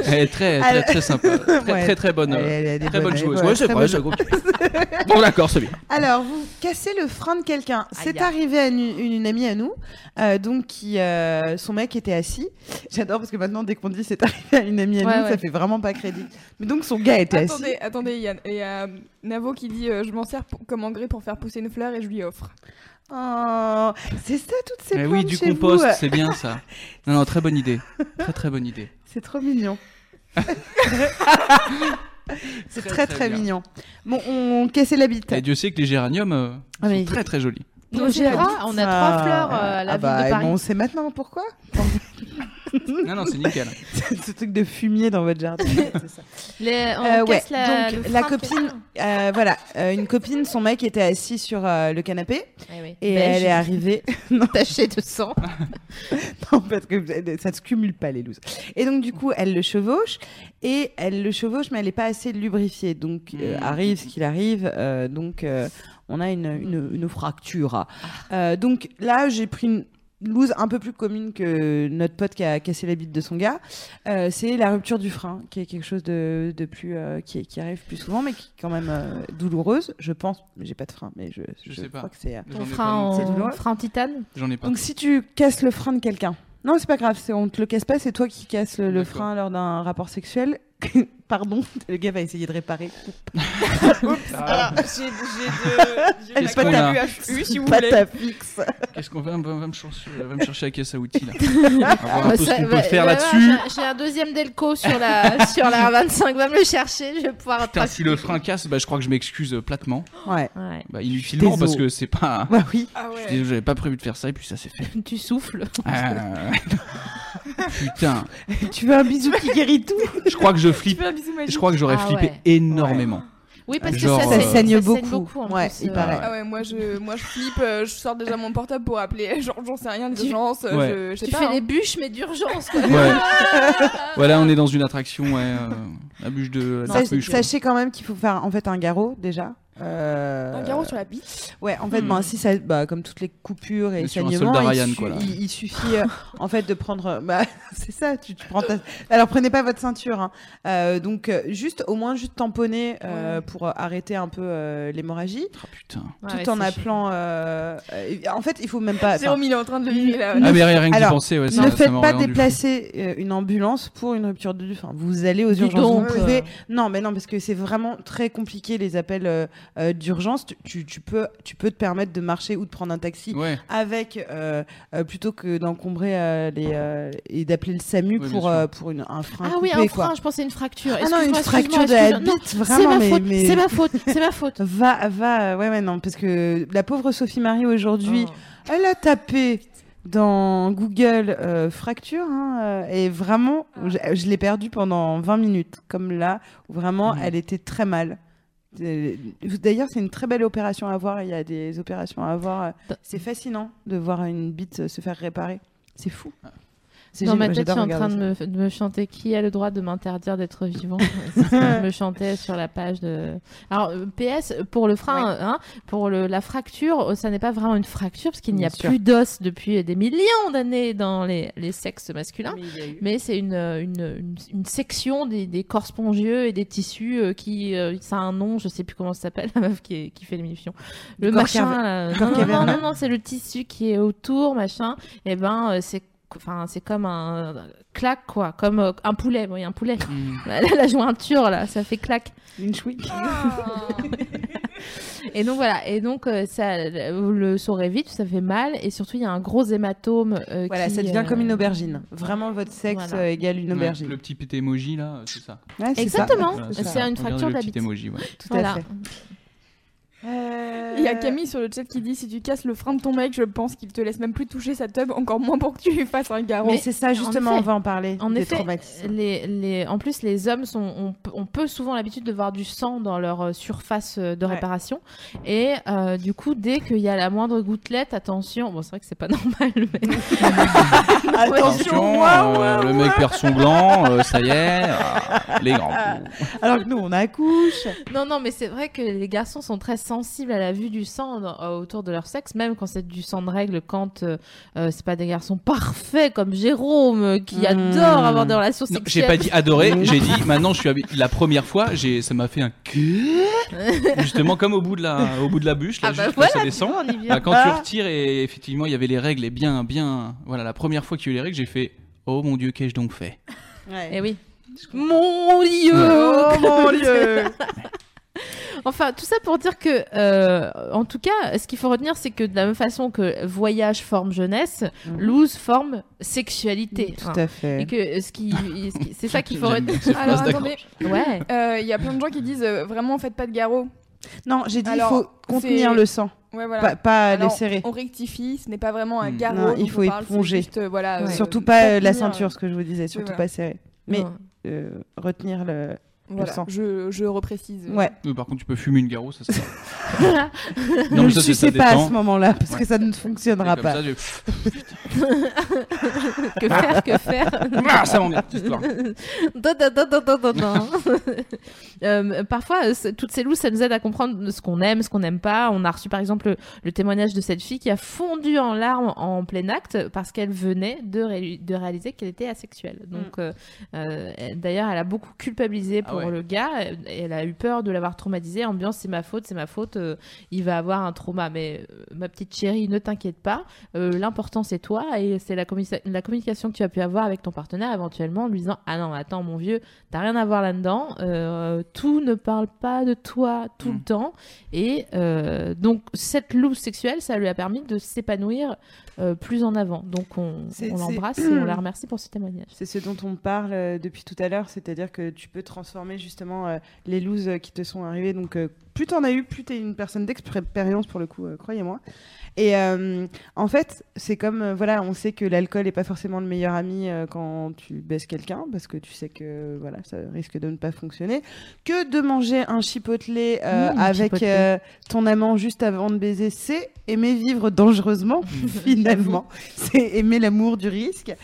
Elle est Eh, très, très, très sympa. Très, Ouais. très, très bonne. Elle- euh, elle a des Très bonne bonnes- joueuse. ouais, Ouais, c'est très vrai, bonne c'est un gros petit- Bon, d'accord, c'est bien. Alors, vous cassez le frein de quelqu'un. C'est Aïe. arrivé à une, une- une amie à nous, euh, donc qui, euh, son mec était assis. J'adore parce que maintenant, dès qu'on dit c'est arrivé à une amie à Ouais, nous, ouais. ça fait vraiment pas crédit. Mais donc, son gars était assis. Attendez, attendez, il y a, il y a Navo qui dit euh, je m'en sers pour- comme engrais pour faire pousser une fleur et je lui offre. Oh, c'est ça, toutes ces Mais plantes oui, du chez compost, vous. euh. c'est bien ça. Non, non, très bonne idée. Très, très bonne idée. C'est trop mignon. c'est Très, très, très, très bien. mignon. Bon, on cassait la bite. Et Dieu sait que les géraniums euh, Ah, mais- sont très, très jolis. Nos Gérard, on a Ah, trois fleurs euh, à la ah bah, ville de et Paris. bon, on sait maintenant pourquoi. Non, non, c'est nickel. ce truc de fumier dans votre jardin. c'est ça. Les- on Euh, ouais, casse la, donc le la frein de copine, quelqu'un. euh, voilà, euh, une copine, son mec était assis sur euh, le canapé Eh oui. et Belge, elle est arrivée. non, tachée de sang. non, parce que ça ne se cumule pas les looses. Et donc du coup, elle le chevauche et elle le chevauche, mais elle n'est pas assez lubrifiée. Donc euh, Mhm. arrive ce qu'il arrive. euh, donc euh, on a une, une- une fracture. Euh, donc là, j'ai pris une loose un peu plus commune que notre pote qui a cassé la bite de son gars. Euh, c'est la rupture du frein, qui est quelque chose de, de plus euh, qui, est- qui arrive plus souvent, mais qui est quand même euh, douloureuse. Je pense. J'ai pas de frein, mais je, Je sais pas. crois que c'est. euh, J'en On ai fera pas non C'est en, douloureux. fera en titane. plus. J'en ai pas. donc si tu casses le frein de quelqu'un, non c'est pas grave, c'est on te le casse pas, c'est toi qui casses le, le D'accord. frein lors d'un rapport sexuel. Pardon, le gars va essayer de réparer. Ah, J'ai deux. Elle Qu'est-ce qu'on a UHU, si vous Pas voulez. ta fixe. Qu'est-ce qu'on va, va- va me chercher, va me chercher la caisse à outils là. On va voir un peu ce Ça- qu'on peut bah, faire bah, là-dessus. j'ai- J'ai un deuxième Delco sur la, sur la 25. Va me le chercher, je vais pouvoir Putain, attraper. si le frein casse, bah, je crois que je m'excuse euh, platement. Ouais. Ouais. Bah, inutilement, Désolé. parce que c'est pas. Bah oui. Ah Je ouais. dis, J'avais pas prévu de faire ça et puis ça s'est fait. Tu souffles. Ah. Putain, tu veux un bisou qui guérit tout je crois que je flippe. Tu fais un bisou magique. Je crois que j'aurais Ah flippé ouais. énormément. Oui, parce Genre, que ça, euh, c'est- Ça saigne beaucoup. en Ouais, plus, il euh, paraît. Ah ouais, moi je, moi je flippe, euh, je sors déjà mon portable pour appeler, genre j'en sais rien, les urgences, euh, Ouais. je, je sais Tu pas. fais hein. des bûches, mais d'urgence. quoi. Ouais. voilà, on est dans une attraction, ouais. euh, la bûche de. la Sach- bûche, quoi. Sachez quand même qu'il faut faire en fait un garrot déjà. Euh, Un garrot sur la bite. Ouais, en fait, Hmm. ben, si ça, bah, comme toutes les coupures et Mais sur un saignements, soldat il, Ryan, su- quoi, là. il- il suffit euh, en fait de prendre. euh, Bah, c'est ça, tu, tu prends ta. Alors prenez pas votre ceinture. hein. Euh, donc euh, juste, au moins juste tamponner euh, pour euh, arrêter un peu euh, l'hémorragie, Ah, putain. Ouais, tout ouais, en c'est appelant. euh, euh, en fait, il faut même pas. enfin, Jérôme, il est en train de le vivre là. Ah, mais rien rien que d'y Alors, penser, ouais, ça ne ça faites m'a pas rendu fou. déplacer euh, une ambulance pour une rupture du frein. Vous allez aux Dis urgences. donc, vous pouvez. euh. Non, mais non, parce que c'est vraiment très compliqué les appels euh, euh, d'urgence. Tu, tu- tu peux, tu peux te permettre de marcher ou de prendre un taxi Ouais, avec euh, euh, plutôt que d'encombrer euh, les euh, et d'appeler le SAMU Oui, bien pour sûr. euh, pour une, un frein Ah coupé, oui, un quoi. frein, je pensais une fracture. Ah non, une Excuse-moi, fracture de excuse-moi, la excuse-moi. Non, bite, vraiment. C'est ma mais, faute, mais- c'est ma faute, c'est ma faute. Va, va, ouais, ouais, non, parce que la pauvre Sophie Marie Oh. aujourd'hui, elle a tapé dans Google euh, fracture hein, euh, et vraiment, Ah. je, je l'ai perdue pendant 20 minutes, comme là, où vraiment, Mm. Mhm. elle était très mal. Euh, D'ailleurs, c'est une très belle opération à voir. Il y a des opérations à voir. Dans- C'est fascinant de voir une bite euh, se faire réparer. C'est fou. C'est Dans ma génial, tête, je suis j'adore en train de regarder me, de me chanter qui a le droit de m'interdire d'être vivant. C'est ce que je me chantais sur la page de. Alors euh, PS pour le frein, hein, pour le, la fracture, euh, ça n'est pas vraiment une fracture parce qu'il n'y Bien a sûr. plus d'os depuis des millions d'années dans les, les sexes Ah, masculins. Mais c'est une, euh, une, une, une section des, des corps spongieux et des tissus euh, qui. euh, ça a un nom, je sais plus comment ça s'appelle, la meuf qui, est- qui fait l'émission. Le corps machin. cave- là. corps Non, non, non, caverneux. non, non, c'est le tissu qui est autour, machin. Et ben, euh, c'est. Enfin, c'est comme un euh, claque, quoi. Comme euh, un poulet. Bon, il y a un poulet. Mm. La, la- la jointure, là, ça fait claque. ça. Une chouic. Et donc, voilà. Et donc, euh, ça, vous le saurez vite, ça fait mal. Et surtout, il y a un gros hématome. euh, Voilà, qui, ça devient euh, comme une aubergine. Vraiment, votre sexe Voilà. euh, égale une Ouais, aubergine. le petit pété emoji là, c'est ça. Ouais, c'est ça. Exactement. Voilà, c'est C'est ça. une Regardez fracture de le la petit bite. emoji, ouais. Tout à Voilà. fait. Il y a Camille sur le chat qui dit si tu casses le frein de ton mec, je pense qu'il te laisse même plus toucher sa teub, encore moins pour que tu lui fasses un garrot. Mais c'est ça, justement, effet- on va en parler. En des effet, traumatismes. les, les, en plus, les hommes, sont, on, peut- on peut souvent l'habitude de voir du sang dans leur euh, surface euh, de Ouais. réparation. Et euh, du coup, dès qu'il y a la moindre gouttelette, attention. Bon, c'est vrai que c'est pas normal, mais. Attention, euh, le mec perd son gland, euh, ça y est, ah, les grands. Alors que nous, on accouche. Non, non, mais c'est vrai que les garçons sont très sensibles à la vue du sang dans- euh, autour de leur sexe, même quand c'est du sang de règle, quand euh, euh, c'est pas des garçons parfaits comme Jérôme euh, qui Mmh. adore avoir des relations Non, sexuelles. J'ai pas dit adoré, j'ai dit maintenant je suis habi- la première fois, j'ai ça m'a fait un que justement comme au bout de la au bout de la bûche là, Ah bah juste quand voilà, ça tu descend. vois, on y vient. Bah, quand tu retires et effectivement il y avait les règles et bien bien voilà la première fois qu'il y a eu les règles j'ai fait oh mon dieu qu'ai-je donc fait Ah. Eh oui. Mon dieu Oh mon dieu Enfin, tout ça pour dire que, euh, en tout cas, ce qu'il faut retenir, c'est que de la même façon que voyage forme jeunesse, Mhm. loose forme sexualité. Tout hein. à fait. Et que ce qui, ce qui- c'est ça qu'il faut J'aime retenir. bien cette Alors phrase attendez, d'accroche. Ouais. euh, il y a plein de gens qui disent euh, vraiment faites pas de garrot. Non, j'ai dit, il Alors, faut contenir c'est- le sang. Ouais, voilà. Ah Pas, pas Alors, les serrer. On rectifie, ce n'est pas vraiment un Hmm. garrot. Non, il dont faut on parle, c'est éponger. juste, euh, voilà, Ouais. euh, Surtout pas euh, la tenir, ceinture, ce que je vous disais, surtout voilà. pas serrer. Mais Non. euh, retenir le. voilà. sang. Je, je reprécise. Ouais. Euh, par contre, tu peux fumer une garo, ça, ça va. Ne mais le ça, c'est- ça sucez pas à détend. ce moment-là parce Ouais. que ça ne Et fonctionnera comme pas. ça, tu- que faire, que faire Ah, ça m'emmerde, cette histoire. Dun, dun, dun, dun, dun, dun, dun. Euh, parfois, euh, c'est- toutes ces loups, ça nous aide à comprendre ce qu'on aime, ce qu'on n'aime pas. On a reçu par exemple le, le témoignage de cette fille qui a fondu en larmes en plein acte parce qu'elle venait de, ré- de réaliser qu'elle était asexuelle. Donc, euh, euh, elle- d'ailleurs, elle a beaucoup culpabilisé Mm. Ah pour ouais. le gars. Elle, elle a eu peur de l'avoir traumatisé en disant c'est ma faute, c'est ma faute. euh, il va avoir un trauma, mais euh, ma petite chérie, ne t'inquiète pas. Euh, L'important, c'est toi et c'est la, communi- la communication que tu as pu avoir avec ton partenaire éventuellement en lui disant Ah non, attends, mon vieux, t'as rien à voir là-dedans. Euh, tout ne parle pas de toi tout Mm. le temps. Et euh, donc, cette loupe sexuelle, ça lui a permis de s'épanouir euh, plus en avant. Donc, on, C'est- on c'est- l'embrasse et on la remercie pour ce témoignage. C'est ce dont on parle euh, depuis tout à l'heure, c'est-à-dire que tu peux transformer justement euh, les looses euh, qui te sont arrivées. Donc, euh, plus t'en as eu, plus t'es une personne d'expérience pour le coup, euh, croyez-moi. Et euh, en fait, c'est comme, euh, voilà, on sait que l'alcool n'est pas forcément le meilleur ami euh, quand tu baisses quelqu'un, parce que tu sais que voilà, ça risque de ne pas fonctionner, que de manger un chipotle euh, Mmh, avec chipotle. euh, ton amant juste avant de baiser, c'est aimer vivre dangereusement, finalement. c'est aimer l'amour du risque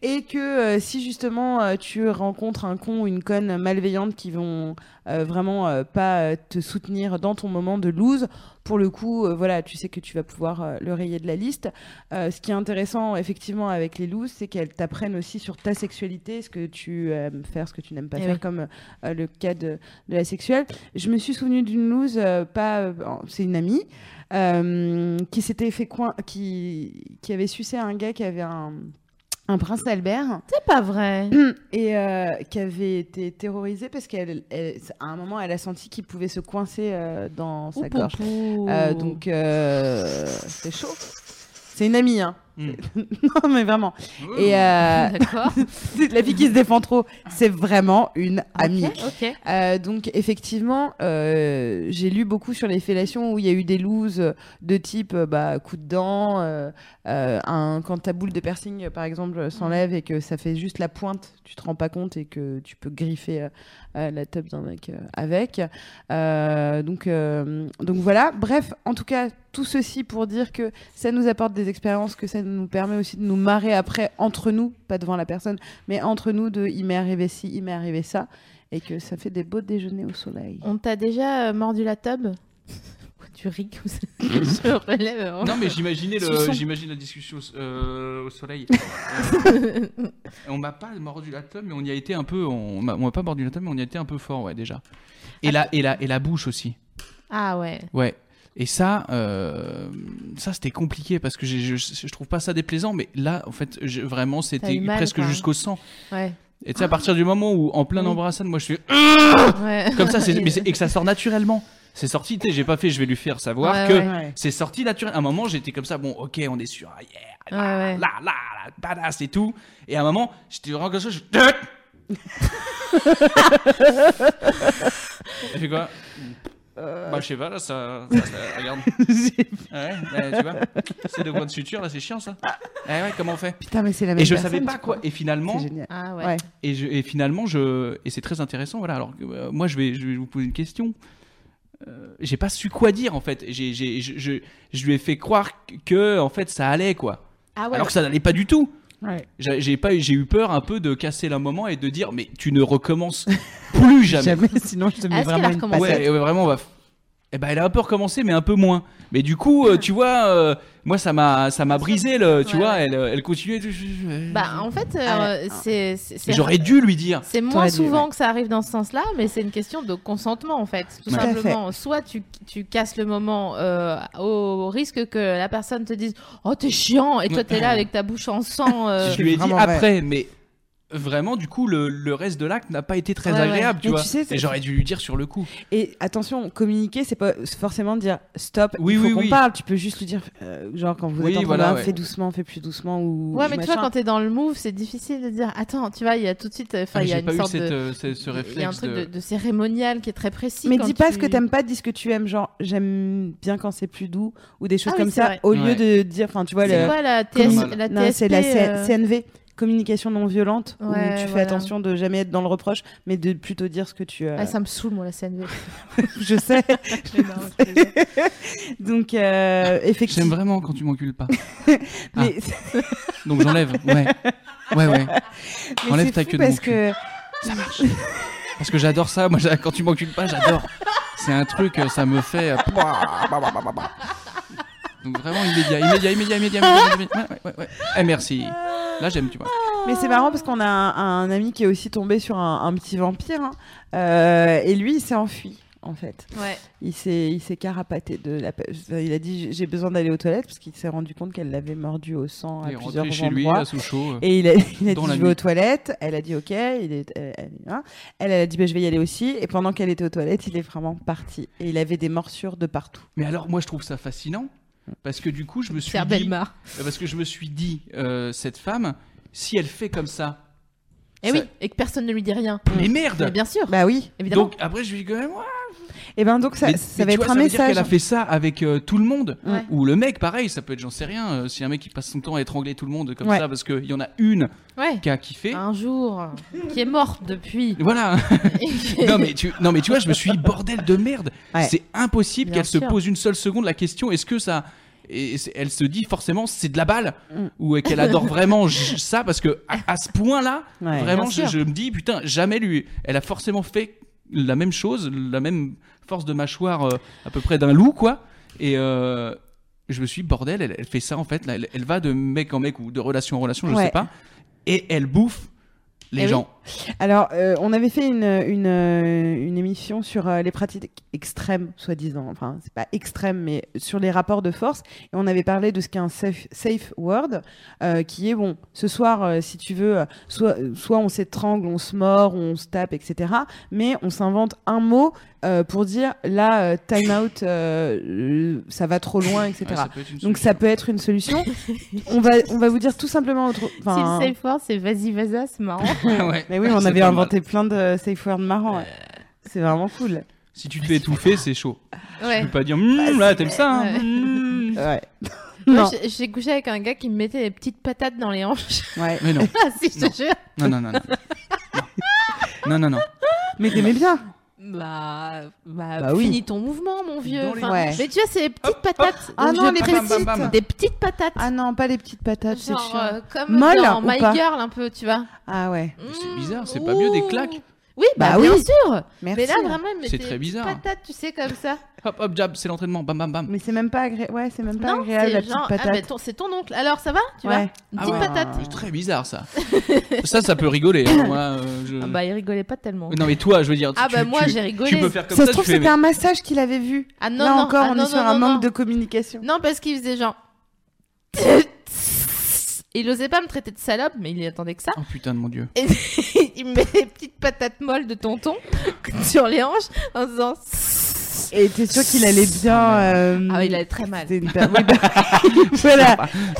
et que euh, si justement euh, tu rencontres un con ou une conne malveillante qui vont euh, vraiment euh, pas euh, te soutenir dans ton moment de lose, pour le coup, euh, voilà, tu sais que tu vas pouvoir euh, le rayer de la liste. Euh, ce qui est intéressant effectivement avec les looses, c'est qu'elles t'apprennent aussi sur ta sexualité, ce que tu aimes faire, ce que tu n'aimes pas Eh faire, oui. comme euh, le cas de, de la sexuelle. Je me suis souvenu d'une loose, euh, pas, euh, c'est une amie. euh, qui s'était fait coin, qui, qui avait sucé un gars qui avait un, un prince Albert C'est pas vrai. et euh, qui avait été terrorisée parce qu'elle, elle- à un moment, elle a senti qu'il pouvait se coincer euh, dans sa Ouh, pou, gorge. pou. Euh, donc, euh, c'est chaud. C'est une amie, hein. Mm. non, mais vraiment. Et euh, D'accord. c'est la fille qui se défend trop, c'est vraiment une amie. Ok, ok. Euh, donc effectivement, euh, j'ai lu beaucoup sur les fellations où il y a eu des looses de type euh, bah, coup de dent, euh, euh, un, quand ta boule de piercing euh, par exemple euh, s'enlève et que ça fait juste la pointe, tu te rends pas compte et que tu peux griffer euh, euh, la teub d'un mec euh, avec. Euh, donc, euh, donc voilà, bref, en tout cas, tout ceci pour dire que ça nous apporte des expériences, que ça nous permet aussi de nous marrer après entre nous, pas devant la personne, mais entre nous de il m'est arrivé ci, il m'est arrivé ça et que ça fait des beaux déjeuners au soleil. On t'a déjà euh, mordu la tub Tu ris comme ça. Je relève. hein. vraiment. Non, mais j'imaginais Suçon. le, j'imagine la discussion au- euh, au soleil. Euh, on m'a pas mordu la tome, mais on y a été un peu. On m'a on m'a pas mordu la tome, mais on y a été un peu fort, ouais, déjà. Et la, et la, et la bouche aussi. Ah ouais. Ouais. Et ça, euh, ça c'était compliqué parce que j'ai- je, je trouve pas ça déplaisant, mais là, en fait, je- vraiment, T'as c'était eu mal, presque quoi. jusqu'au sang. Ouais. Et tu sais, à partir du moment où, en plein Oui. embrassade, moi, je suis ouais. comme ça, c'est- mais c'est- et que ça sort naturellement. C'est sorti, tu sais, j'ai pas fait, je vais lui faire savoir Ouais, que ouais. c'est sorti naturellement. À un moment, j'étais comme ça, bon, ok, on est sûr, ah, yeah, là, Ouais, ouais. là, là, là, badass et tout. Et à un moment, j'étais vraiment comme ça, je. Elle fait quoi Euh. Bah, je sais pas, là, ça. ça- ça- regarde. Ah Ouais, là, tu vois, c'est deux points de suture, là, c'est chiant ça. Eh ouais, comment on fait Putain, mais c'est la même Et je personne, savais pas tu quoi. crois Et finalement, C'est génial. Ah ouais. Ouais. et, je- et finalement, je, et c'est très intéressant. Voilà. Alors, que, euh, moi, je vais, je vais vous poser une question. Euh, j'ai pas su quoi dire en fait. J'ai, j'ai- je, je- je lui ai fait croire que en fait ça allait quoi. Ah ouais. Alors que ça n'allait pas du tout. Ouais. J'ai, j'ai pas, eu- j'ai eu peur un peu de casser le moment et de dire mais tu ne recommences plus jamais. Jamais, sinon je te mets Est-ce qu'elle vraiment a une recommencé Ouais, passette. et ouais, vraiment, on va. f- Eh ben, elle a un peu recommencé, mais un peu moins. Mais du coup, euh, tu vois, euh, moi, ça m'a, ça m'a brisé, le, tu Ouais, vois. ouais. Elle, euh, elle continuait. de- je- je- Bah en fait, euh, c'est c'est- Et c'est- J'aurais dû lui dire. c'est moins T'aurais dû, souvent que ça arrive dans ce sens-là, mais c'est une question de consentement en fait, tout Tout à simplement. Soit tu, tu casses le moment euh, au risque que la personne te dise oh t'es chiant et toi t'es là avec ta bouche en sang. euh, je lui ai dit vraiment vrai. après, mais vraiment, du coup, le, le reste de l'acte n'a pas été très Ouais, ouais. agréable, tu Mais vois. tu sais, c'est- et j'aurais dû lui dire sur le coup. Et attention, communiquer, c'est pas forcément dire stop, Oui, il faut oui, qu'on oui. parle. Tu peux juste lui dire, euh, genre quand vous Oui, êtes en train voilà, de- ouais. fais doucement, fais plus doucement ou. Ouais, ou mais tu vois, machin. quand t'es dans le move, c'est difficile de dire attends, tu vois, il y a tout de suite. euh, Enfin, Ah, il y a J'ai une pas eu sorte cette, de. euh, ce, ce réflexe. Il y a un truc de, de- de cérémonial qui est très précis. Mais quand dis pas tu- ce que t'aimes pas, dis ce que tu aimes. Genre, j'aime bien quand c'est plus doux ou des choses Ah oui, comme c'est ça, vrai. au lieu Ouais. de dire, enfin, tu vois, C'est le- quoi la, Comme- TS, la Non, c'est TSP, la C- euh, CNV, communication non violente, où Ouais, tu fais voilà. attention de jamais être dans le reproche, mais de plutôt dire ce que tu. euh, Ah, ça me saoule, moi, la CNV. je sais. Donc, euh, J'aime effectivement. vraiment quand tu m'encules pas. Mais, Ah. Donc j'enlève. Ouais. Ouais, ouais. mais Enlève c'est ta fou queue de mon parce cul. que Parce que j'adore ça. Moi, j'a- quand tu m'encules pas, j'adore. C'est un truc, euh, ça me fait. euh, Donc vraiment immédiat, immédiat, immédiat, immédiat, immédiat, immédiat. Ouais, ouais, ouais, ouais. Eh, merci. Là, j'aime, tu vois. Mais c'est marrant parce qu'on a un, un ami qui est aussi tombé sur un, un petit vampire. hein. Euh, et lui, il s'est enfui, en fait. Ouais. Il s'est, il s'est carapaté de la. pa- Il a dit J'ai- J'ai besoin d'aller aux toilettes parce qu'il s'est rendu compte qu'elle l'avait mordu au sang à Il est plusieurs rentré endroits. chez lui, à sous chaud. Et il a, il a Dans dit la je vais nuit. aux toilettes. Elle a dit ok. Il est, elle, elle est là. Elle, elle a dit bah, je vais y aller aussi. Et pendant qu'elle était aux toilettes, il est vraiment parti. Et il avait des morsures de partout. Mais alors, moi, je trouve ça fascinant. Parce que du coup, je me suis C'est dit. euh, Belmar. Parce que je me suis dit, euh, cette femme, si elle fait comme ça. Et ça- Eh oui, et que personne ne lui dit rien. Mm. Mais Mais merde bien sûr, Bah oui. évidemment. Donc après, je lui dis quand même. ouais. Et ben donc ça, Mais- ça mais va tu être vois, un veut dire message. qu'elle a fait ça avec euh, tout le monde. Ouais. Ou le mec, pareil, ça peut être, j'en sais rien, euh, si un mec qui passe son temps à étrangler tout le monde comme Ouais. ça, parce qu'il y en a une ouais. qui a kiffé. Un jour, qui est morte depuis. Voilà. Et qui- non, mais tu, non, mais tu vois, je me suis dit, bordel de merde. Ouais. C'est impossible Bien qu'elle se sûr. pose une seule seconde la question est-ce que ça. Et c'est- elle se dit forcément c'est de la balle Mm. ou qu'elle adore vraiment j- ça parce que à, à ce point-là Ouais. vraiment Bien sûr. je, je me dis putain jamais lui elle a forcément fait la même chose la même force de mâchoire euh, à peu près d'un loup quoi et euh, je me suis dit, bordel elle, elle fait ça en fait là, elle, elle va de mec en mec ou de relation en relation je Ouais. sais pas et elle bouffe les Eh oui. gens Alors, euh, on avait fait une, une, euh, une émission sur euh, les pratiques extrêmes, soi-disant. Enfin, c'est pas extrême, mais sur les rapports de force. Et on avait parlé de ce qu'est un safe, safe word, euh, qui est bon. Ce soir, euh, si tu veux, euh, soit, euh, soit on s'étrangle, on se mord, on se tape, etc. Mais on s'invente un mot euh, pour dire là, euh, time out, euh, euh, ça va trop loin, etc. Ouais, Ah, ça peut être une Donc, solution. ça peut être une solution. on, va, on va vous dire tout simplement. autre- Si enfin, le safe word, c'est vas-y, vas-y, c'est marrant. Ah Ouais. mais oui, on C'est avait pas mal. Euh. inventé plein de safe words marrants. ouais. C'est vraiment cool. Si tu te fais étouffer, c'est chaud. Tu ouais. peux pas dire, Hum, là, t'aimes ça. hein, Ouais. hum. Ouais. Moi, Non. j'ai- j'ai couché avec un gars qui me mettait des petites patates dans les hanches. Ouais. Mais non, Ah, si, je Non. te jure. non, non, non. non. Non, non, non. non. Mais t'aimais bien. Bah, bah, Bah oui. finis ton mouvement, mon vieux. Dans les Enfin, hanches. Mais tu vois, c'est des petites patates. Ah Donc, non, je les précise, Bam, bam, bam. Des petites patates. Ah non, pas les petites patates, c'est Genre, chiant. euh, comme Molle dans ou My pas Girl, un peu, tu vois. Ah ouais. c'est Mmh, bizarre, c'est pas mieux des claques Oui, bah, Bah bien oui. sûr. Merci. Mais là, vraiment, il me C'est mettait très des petites bizarre. patates, tu sais, comme ça. Hop, hop, jab, c'est l'entraînement. Bam, bam, bam. Mais c'est même pas agré- Ouais, c'est même pas non, agréable la c'est petite genre, ah, patate. bah, ton- c'est ton oncle. Alors, ça va Tu vois ouais. Une Ah petite ouais. patate. C'est très bizarre, ça. ça, ça peut rigoler. hein, voilà, euh, je- Ah bah, il rigolait pas tellement. Non, mais toi, je veux dire. Ah tu- bah, tu- moi, tu- j'ai rigolé. Tu peux faire comme Ça ça, se tu trouve fais, c'était mais- un massage qu'il avait vu. Ah non, Là non, encore, ah on non, est sur non, un non, manque de non. communication. Non, parce qu'il faisait genre. Il osait pas me traiter de salope, mais il attendait que ça. Oh putain de mon dieu. Et il me met des petites patates molles de tonton sur les hanches en se disant. Et t'es sûr qu'il allait bien. euh, Ah, il allait très mal. c'était une per- oui, bah- voilà.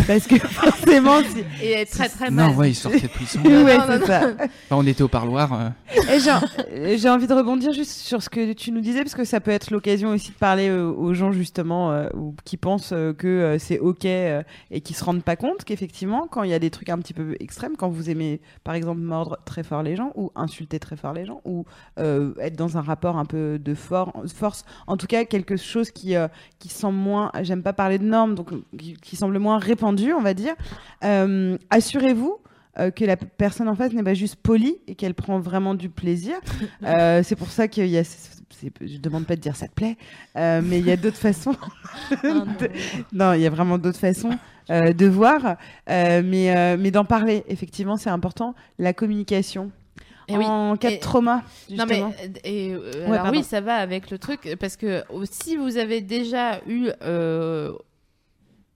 Parce que forcément, si- Et elle est très très mal. Non, ouais, il sortait de prison. ouais, non, c'est non, ça. Enfin, on était au parloir. euh, Et j'ai- euh, j'ai envie de rebondir juste sur ce que tu nous disais, parce que ça peut être l'occasion aussi de parler euh, aux gens justement euh, ou qui pensent euh, que euh, c'est ok euh, et qui se rendent pas compte qu'effectivement, quand il y a des trucs un petit peu extrêmes, quand vous aimez par exemple mordre très fort les gens ou insulter très fort les gens ou euh, être dans un rapport un peu de for- force, en tout cas quelque chose qui euh, qui semble moins, j'aime pas parler de normes, donc euh, qui, qui semble moins répandu, on va dire. Euh, Assurez-vous euh, que la p- personne en face n'est pas juste polie et qu'elle prend vraiment du plaisir. Euh, c'est pour ça qu'il y a. c'est- c'est- Je demande pas de dire ça te plaît, euh, mais il y a d'autres façons. Ah, non. Non, il y a vraiment d'autres façons euh, de voir, euh, mais, euh, mais d'en parler, effectivement, c'est important. La communication. Et Eh oui. en cas Et- de trauma, Non, justement. mais euh, et, euh, alors pardon. oui, ça oh, va avec le truc parce que euh, si vous avez déjà eu euh,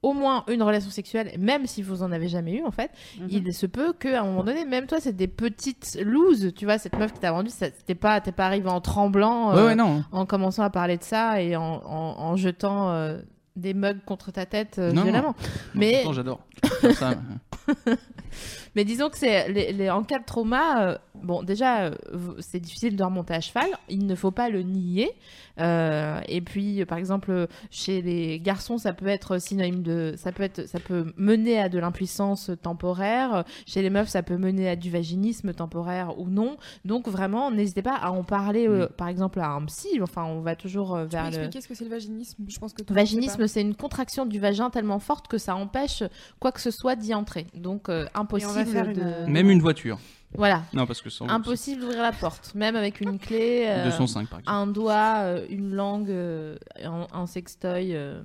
au moins une relation sexuelle, même si vous en avez jamais eu en fait, Mhm. il se peut qu'à un moment donné, même toi, c'est des petites looses, tu vois, cette meuf qui t'a vendu, ça- t'es pas, t'es pas arrivé en tremblant, Ouais, euh, ouais, non. hein. en commençant à parler de ça et en, en- en jetant euh, des mugs contre ta tête euh, Non, non. violemment. Mais... Mais, Pourtant, j'adore. Comme ça, euh, mais disons que c'est les, les- en cas de trauma, euh, bon déjà euh, v- c'est difficile de remonter à cheval, il ne faut pas le nier. Euh, et puis euh, par exemple euh, chez les garçons ça peut être synonyme de, ça peut être, ça peut mener à de l'impuissance temporaire. Euh, Chez les meufs ça peut mener à du vaginisme temporaire ou non. Donc vraiment n'hésitez pas à en parler, euh, par exemple à un psy. Enfin on va toujours euh, Tu peux vers le expliquer ce que c'est le vaginisme Je pense que tout le monde sait Vaginisme, c'est une contraction du vagin tellement forte que ça empêche quoi que ce soit d'y entrer. Donc Et euh, on va impossible faire de une- Même une voiture. voilà, Non, parce que sans. impossible d'ouvrir la porte, même avec une clé, euh, 205, par exemple. un doigt, euh, une langue, euh, un, un sextoy, euh,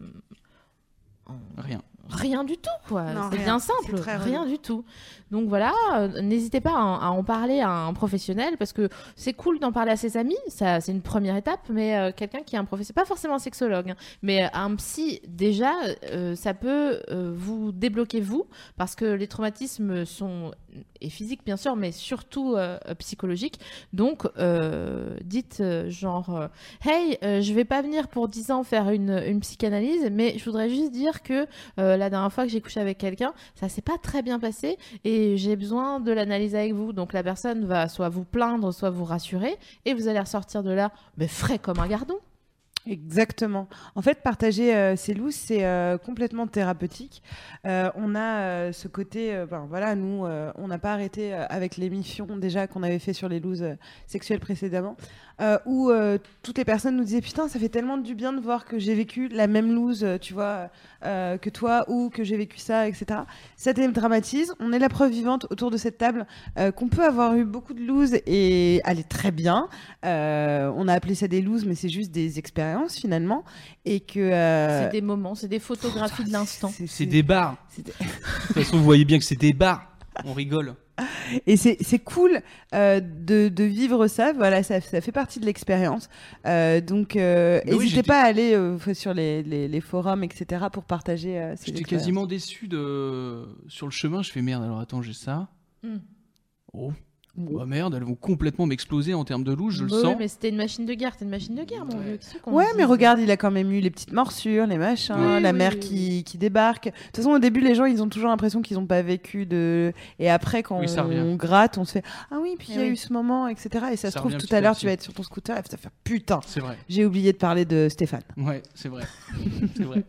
un- Rien. rien du tout quoi. Non, C'est rien. bien C'est simple, très rien du tout. Donc voilà, euh, n'hésitez pas à, en- à en parler à un professionnel parce que c'est cool d'en parler à ses amis, ça c'est une première étape, mais euh, quelqu'un qui est un professionnel, pas forcément un sexologue, hein, mais euh, un psy déjà, euh, ça peut euh, vous débloquer vous parce que les traumatismes sont et physiques bien sûr, mais surtout euh, psychologiques. Donc euh, dites euh, genre euh, hey, euh, je vais pas venir pour 10 ans faire une, une psychanalyse, mais je voudrais juste dire que euh, la dernière fois que j'ai couché avec quelqu'un, ça s'est pas très bien passé et j'ai besoin de l'analyse avec vous. Donc la personne va soit vous plaindre, soit vous rassurer et vous allez ressortir de là mais frais comme un gardon. Exactement. En fait, partager euh, ses loups, c'est euh, complètement thérapeutique. Euh, on a euh, ce côté, euh, ben, voilà, nous, euh, on n'a pas arrêté euh, avec l'émission déjà qu'on avait fait sur les loups sexuelles précédemment, euh, où euh, toutes les personnes nous disaient putain, ça fait tellement du bien de voir que j'ai vécu la même loose, euh, tu vois, euh, que toi ou que j'ai vécu ça, etc. Ça dédramatise. On est la preuve vivante autour de cette table euh, qu'on peut avoir eu beaucoup de loose et aller très bien. Euh, on a appelé ça des looses, mais c'est juste des expériences finalement. Et que. euh, C'est des moments, c'est des photographies de l'instant. c'est- C'est des bars. c'est des- De toute façon, vous voyez bien que c'est des bars. On rigole. Et c'est c'est cool euh, de, de vivre ça. Voilà, ça, ça fait partie de l'expérience. Euh, donc, euh, Mais oui, n'hésitez j'étais- pas à aller euh, sur les, les- les forums, etc., pour partager euh, ces J'étais expériences. quasiment déçu de. Sur le chemin, je fais merde, alors attends, j'ai ça. Hmm. Oh. Bah merde, elles vont complètement m'exploser en termes de louche, je le Bah oui, sens. mais c'était une machine de guerre, c'était une machine de guerre mon vieux. qu'est-ce qu'on Ouais, dit mais regarde, il a quand même eu les petites morsures, les machins, Oui, la oui, mère oui, qui, qui débarque. De toute façon, au début, les gens, ils ont toujours l'impression qu'ils n'ont pas vécu de. Et après, quand Oui, ça revient. on gratte, on se fait Ah oui, puis Eh il y a oui. eu ce moment, etc. Et ça, Ça se trouve, revient tout petit à à l'heure, petit. tu vas être sur ton scooter et tu vas faire Putain, C'est vrai. j'ai oublié de parler de Stéphane. Ouais, c'est vrai. c'est vrai.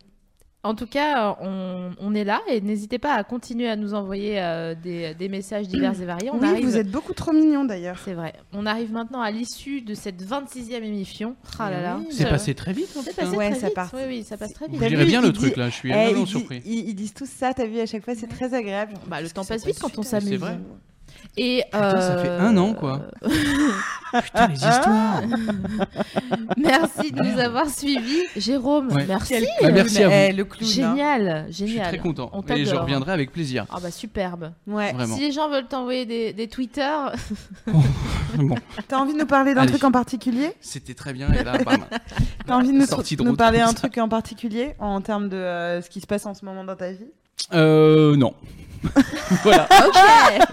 En tout cas, euh, on, on est là et n'hésitez pas à continuer à nous envoyer euh, des, des messages divers et variés. On oui, arrive- vous êtes beaucoup trop mignon d'ailleurs. C'est vrai. On arrive maintenant à l'issue de cette 26e émission. Ah là là. Eh Oui. C'est passé très vite. hein, C'est putain. passé Ouais, très ça vite. part. Oui, oui, ça passe très Vous vite. T'as direz vu, bien le il truc dit- là, je suis Eh, vraiment ils, surpris. ils- ils disent tous ça, t'as vu, à chaque fois, c'est très agréable. Bah, le Parce temps que passe ça vite quand on super s'amuse. C'est vrai. Et euh, Putain, ça fait un an, quoi. Putain, les Hein histoires. Merci de nous avoir suivis, Jérôme. Ouais. Merci. Quel Bah, clown. merci à vous. Eh, le clown. hein. Génial, génial. Je suis très content. On Et je t'adore. reviendrai avec plaisir. Ah bah superbe. Ouais. Vraiment. Si les gens veulent t'envoyer des, des Twitter, Bon, T'as envie de nous parler d'un Allez. truc en particulier c'était très bien et là, bam. T'as envie de nous, Sortie de nous route, parler comme un ça. truc en particulier en termes de euh, ce qui se passe en ce moment dans ta vie Euh, non. voilà.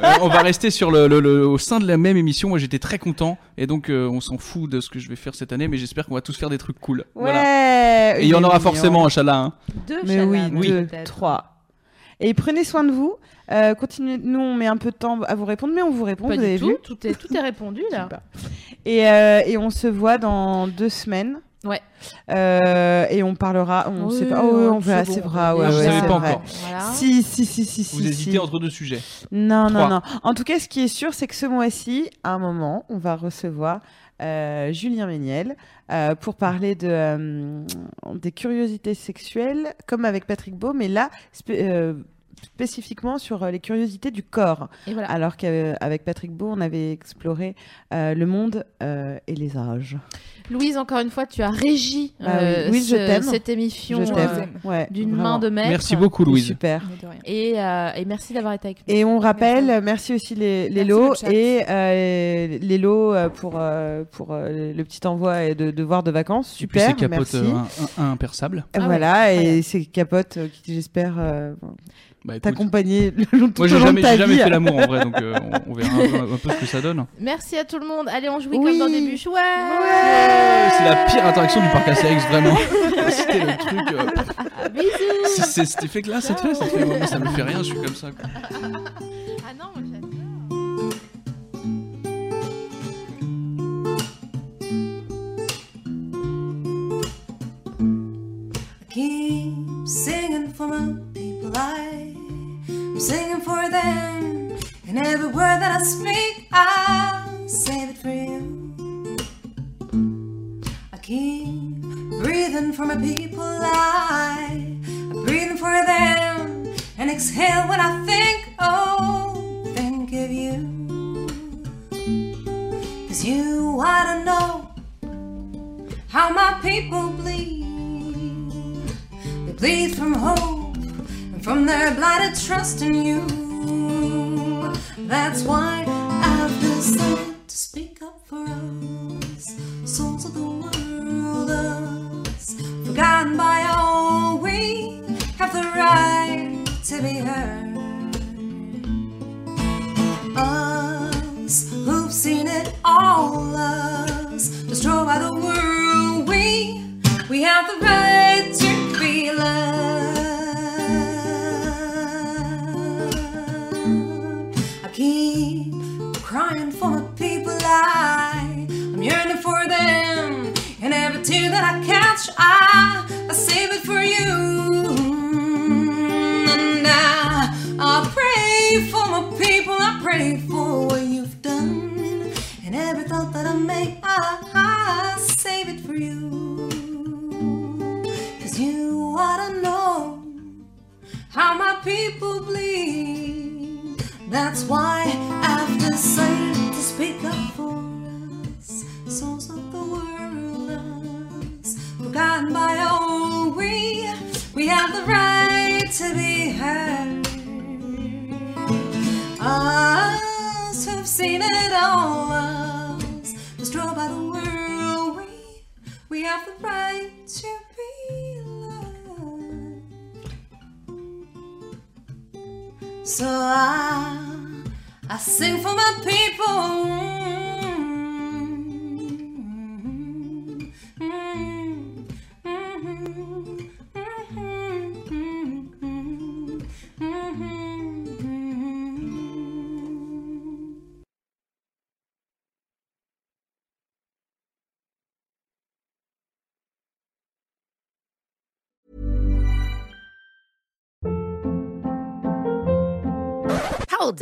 Euh, on va rester sur le, le- le- au sein de la même émission. Moi, j'étais très content et donc euh, on s'en fout de ce que je vais faire cette année, mais j'espère qu'on va tous faire des trucs cool. Voilà. Ouais Et il y en aura mignon. forcément, Inch'Allah. Hein. deux Mais oui, chalabs, oui. deux, peut-être. trois. Et prenez soin de vous. Euh, continuez. Nous, on met un peu de temps à vous répondre, mais on vous répond. Pas vous du avez tout. vu Tout est, tout est répondu là. Super. Et, euh, et on se voit dans deux semaines. Ouais. Euh, et on parlera. On Oui, sait pas. Oh, ouais, on une verra. seconde. C'est vrai. Ouais, Déjà. Vous ouais, savez c'est pas vrai. encore. Voilà. Si, si, si, si. Vous si, hésitez si. entre deux sujets. Non, Trois. non, non. En tout cas, ce qui est sûr, c'est que ce mois-ci, à un moment, on va recevoir euh, Julien Méniel euh, pour parler de, euh, des curiosités sexuelles, comme avec Patrick Beau, mais là, spé- euh, spécifiquement sur euh, les curiosités du corps. Et voilà. Alors qu'avec Patrick Beau, on avait exploré euh, le monde euh, et les âges. Louise, encore une fois, tu as régi Bah oui. euh, Louise, je ce- t'aime. cette émission Je euh, t'aime. Ouais, d'une vraiment. main de maître. Merci beaucoup, C'est Louise. Super. Mais de rien. Et, euh, et merci d'avoir été avec nous. Et on rappelle, euh, merci aussi les, les Merci lots le chat. et euh, les lots euh, pour, euh, pour euh, le petit envoi et de devoirs de vacances. Et puis, Super, c'est capote merci. euh, un, un- impersable. Et Ah voilà, et c'est capote euh, qui, j'espère, euh, Bah, écoute, t'accompagner le long tout Moi, au j'ai long de jamais, ta j'ai jamais vie. fait l'amour en vrai, donc euh, on, on verra un peu, un peu ce que ça donne. Merci à tout le monde. Allez, on jouit Oui. comme dans des bûches. Ouais. Euh, C'est la pire interaction du parc Astérix, vraiment. C'était le truc. euh, Bisous. c'est- c'est cet effet-là, cette fait, ça fait vraiment, ça me fait rien, je suis comme ça. quoi. Ah non, moi, j'adore. Keep singing for my people. I am singing for them. And every word that I speak, I save it for you. I keep breathing for my people. I am breathing for them. And exhale when I think, oh, think of you. Cause you wanna know how my people bleed. They bleed from hope and from their blinded trust in you. That's why I've decided to speak up for us, souls of the world, us, forgotten by all. We have the right to be heard us who've seen it all us destroyed by the world we we have the right to be loved i keep crying for my people i i'm yearning for them and every tear that i catch i i save it for you and I, I pray for my people. I pray for what you've done. And every thought that I make, I, I save it for you. Cause you ought to know how my people bleed. That's why I've decided to speak up for us, souls of the world, us, forgotten by all we. We have the right to be heard. Us who've seen it all, us destroyed by the world. We we have the right to be loved. So I, I sing for my Mm-hmm. people. Mm-hmm. Hold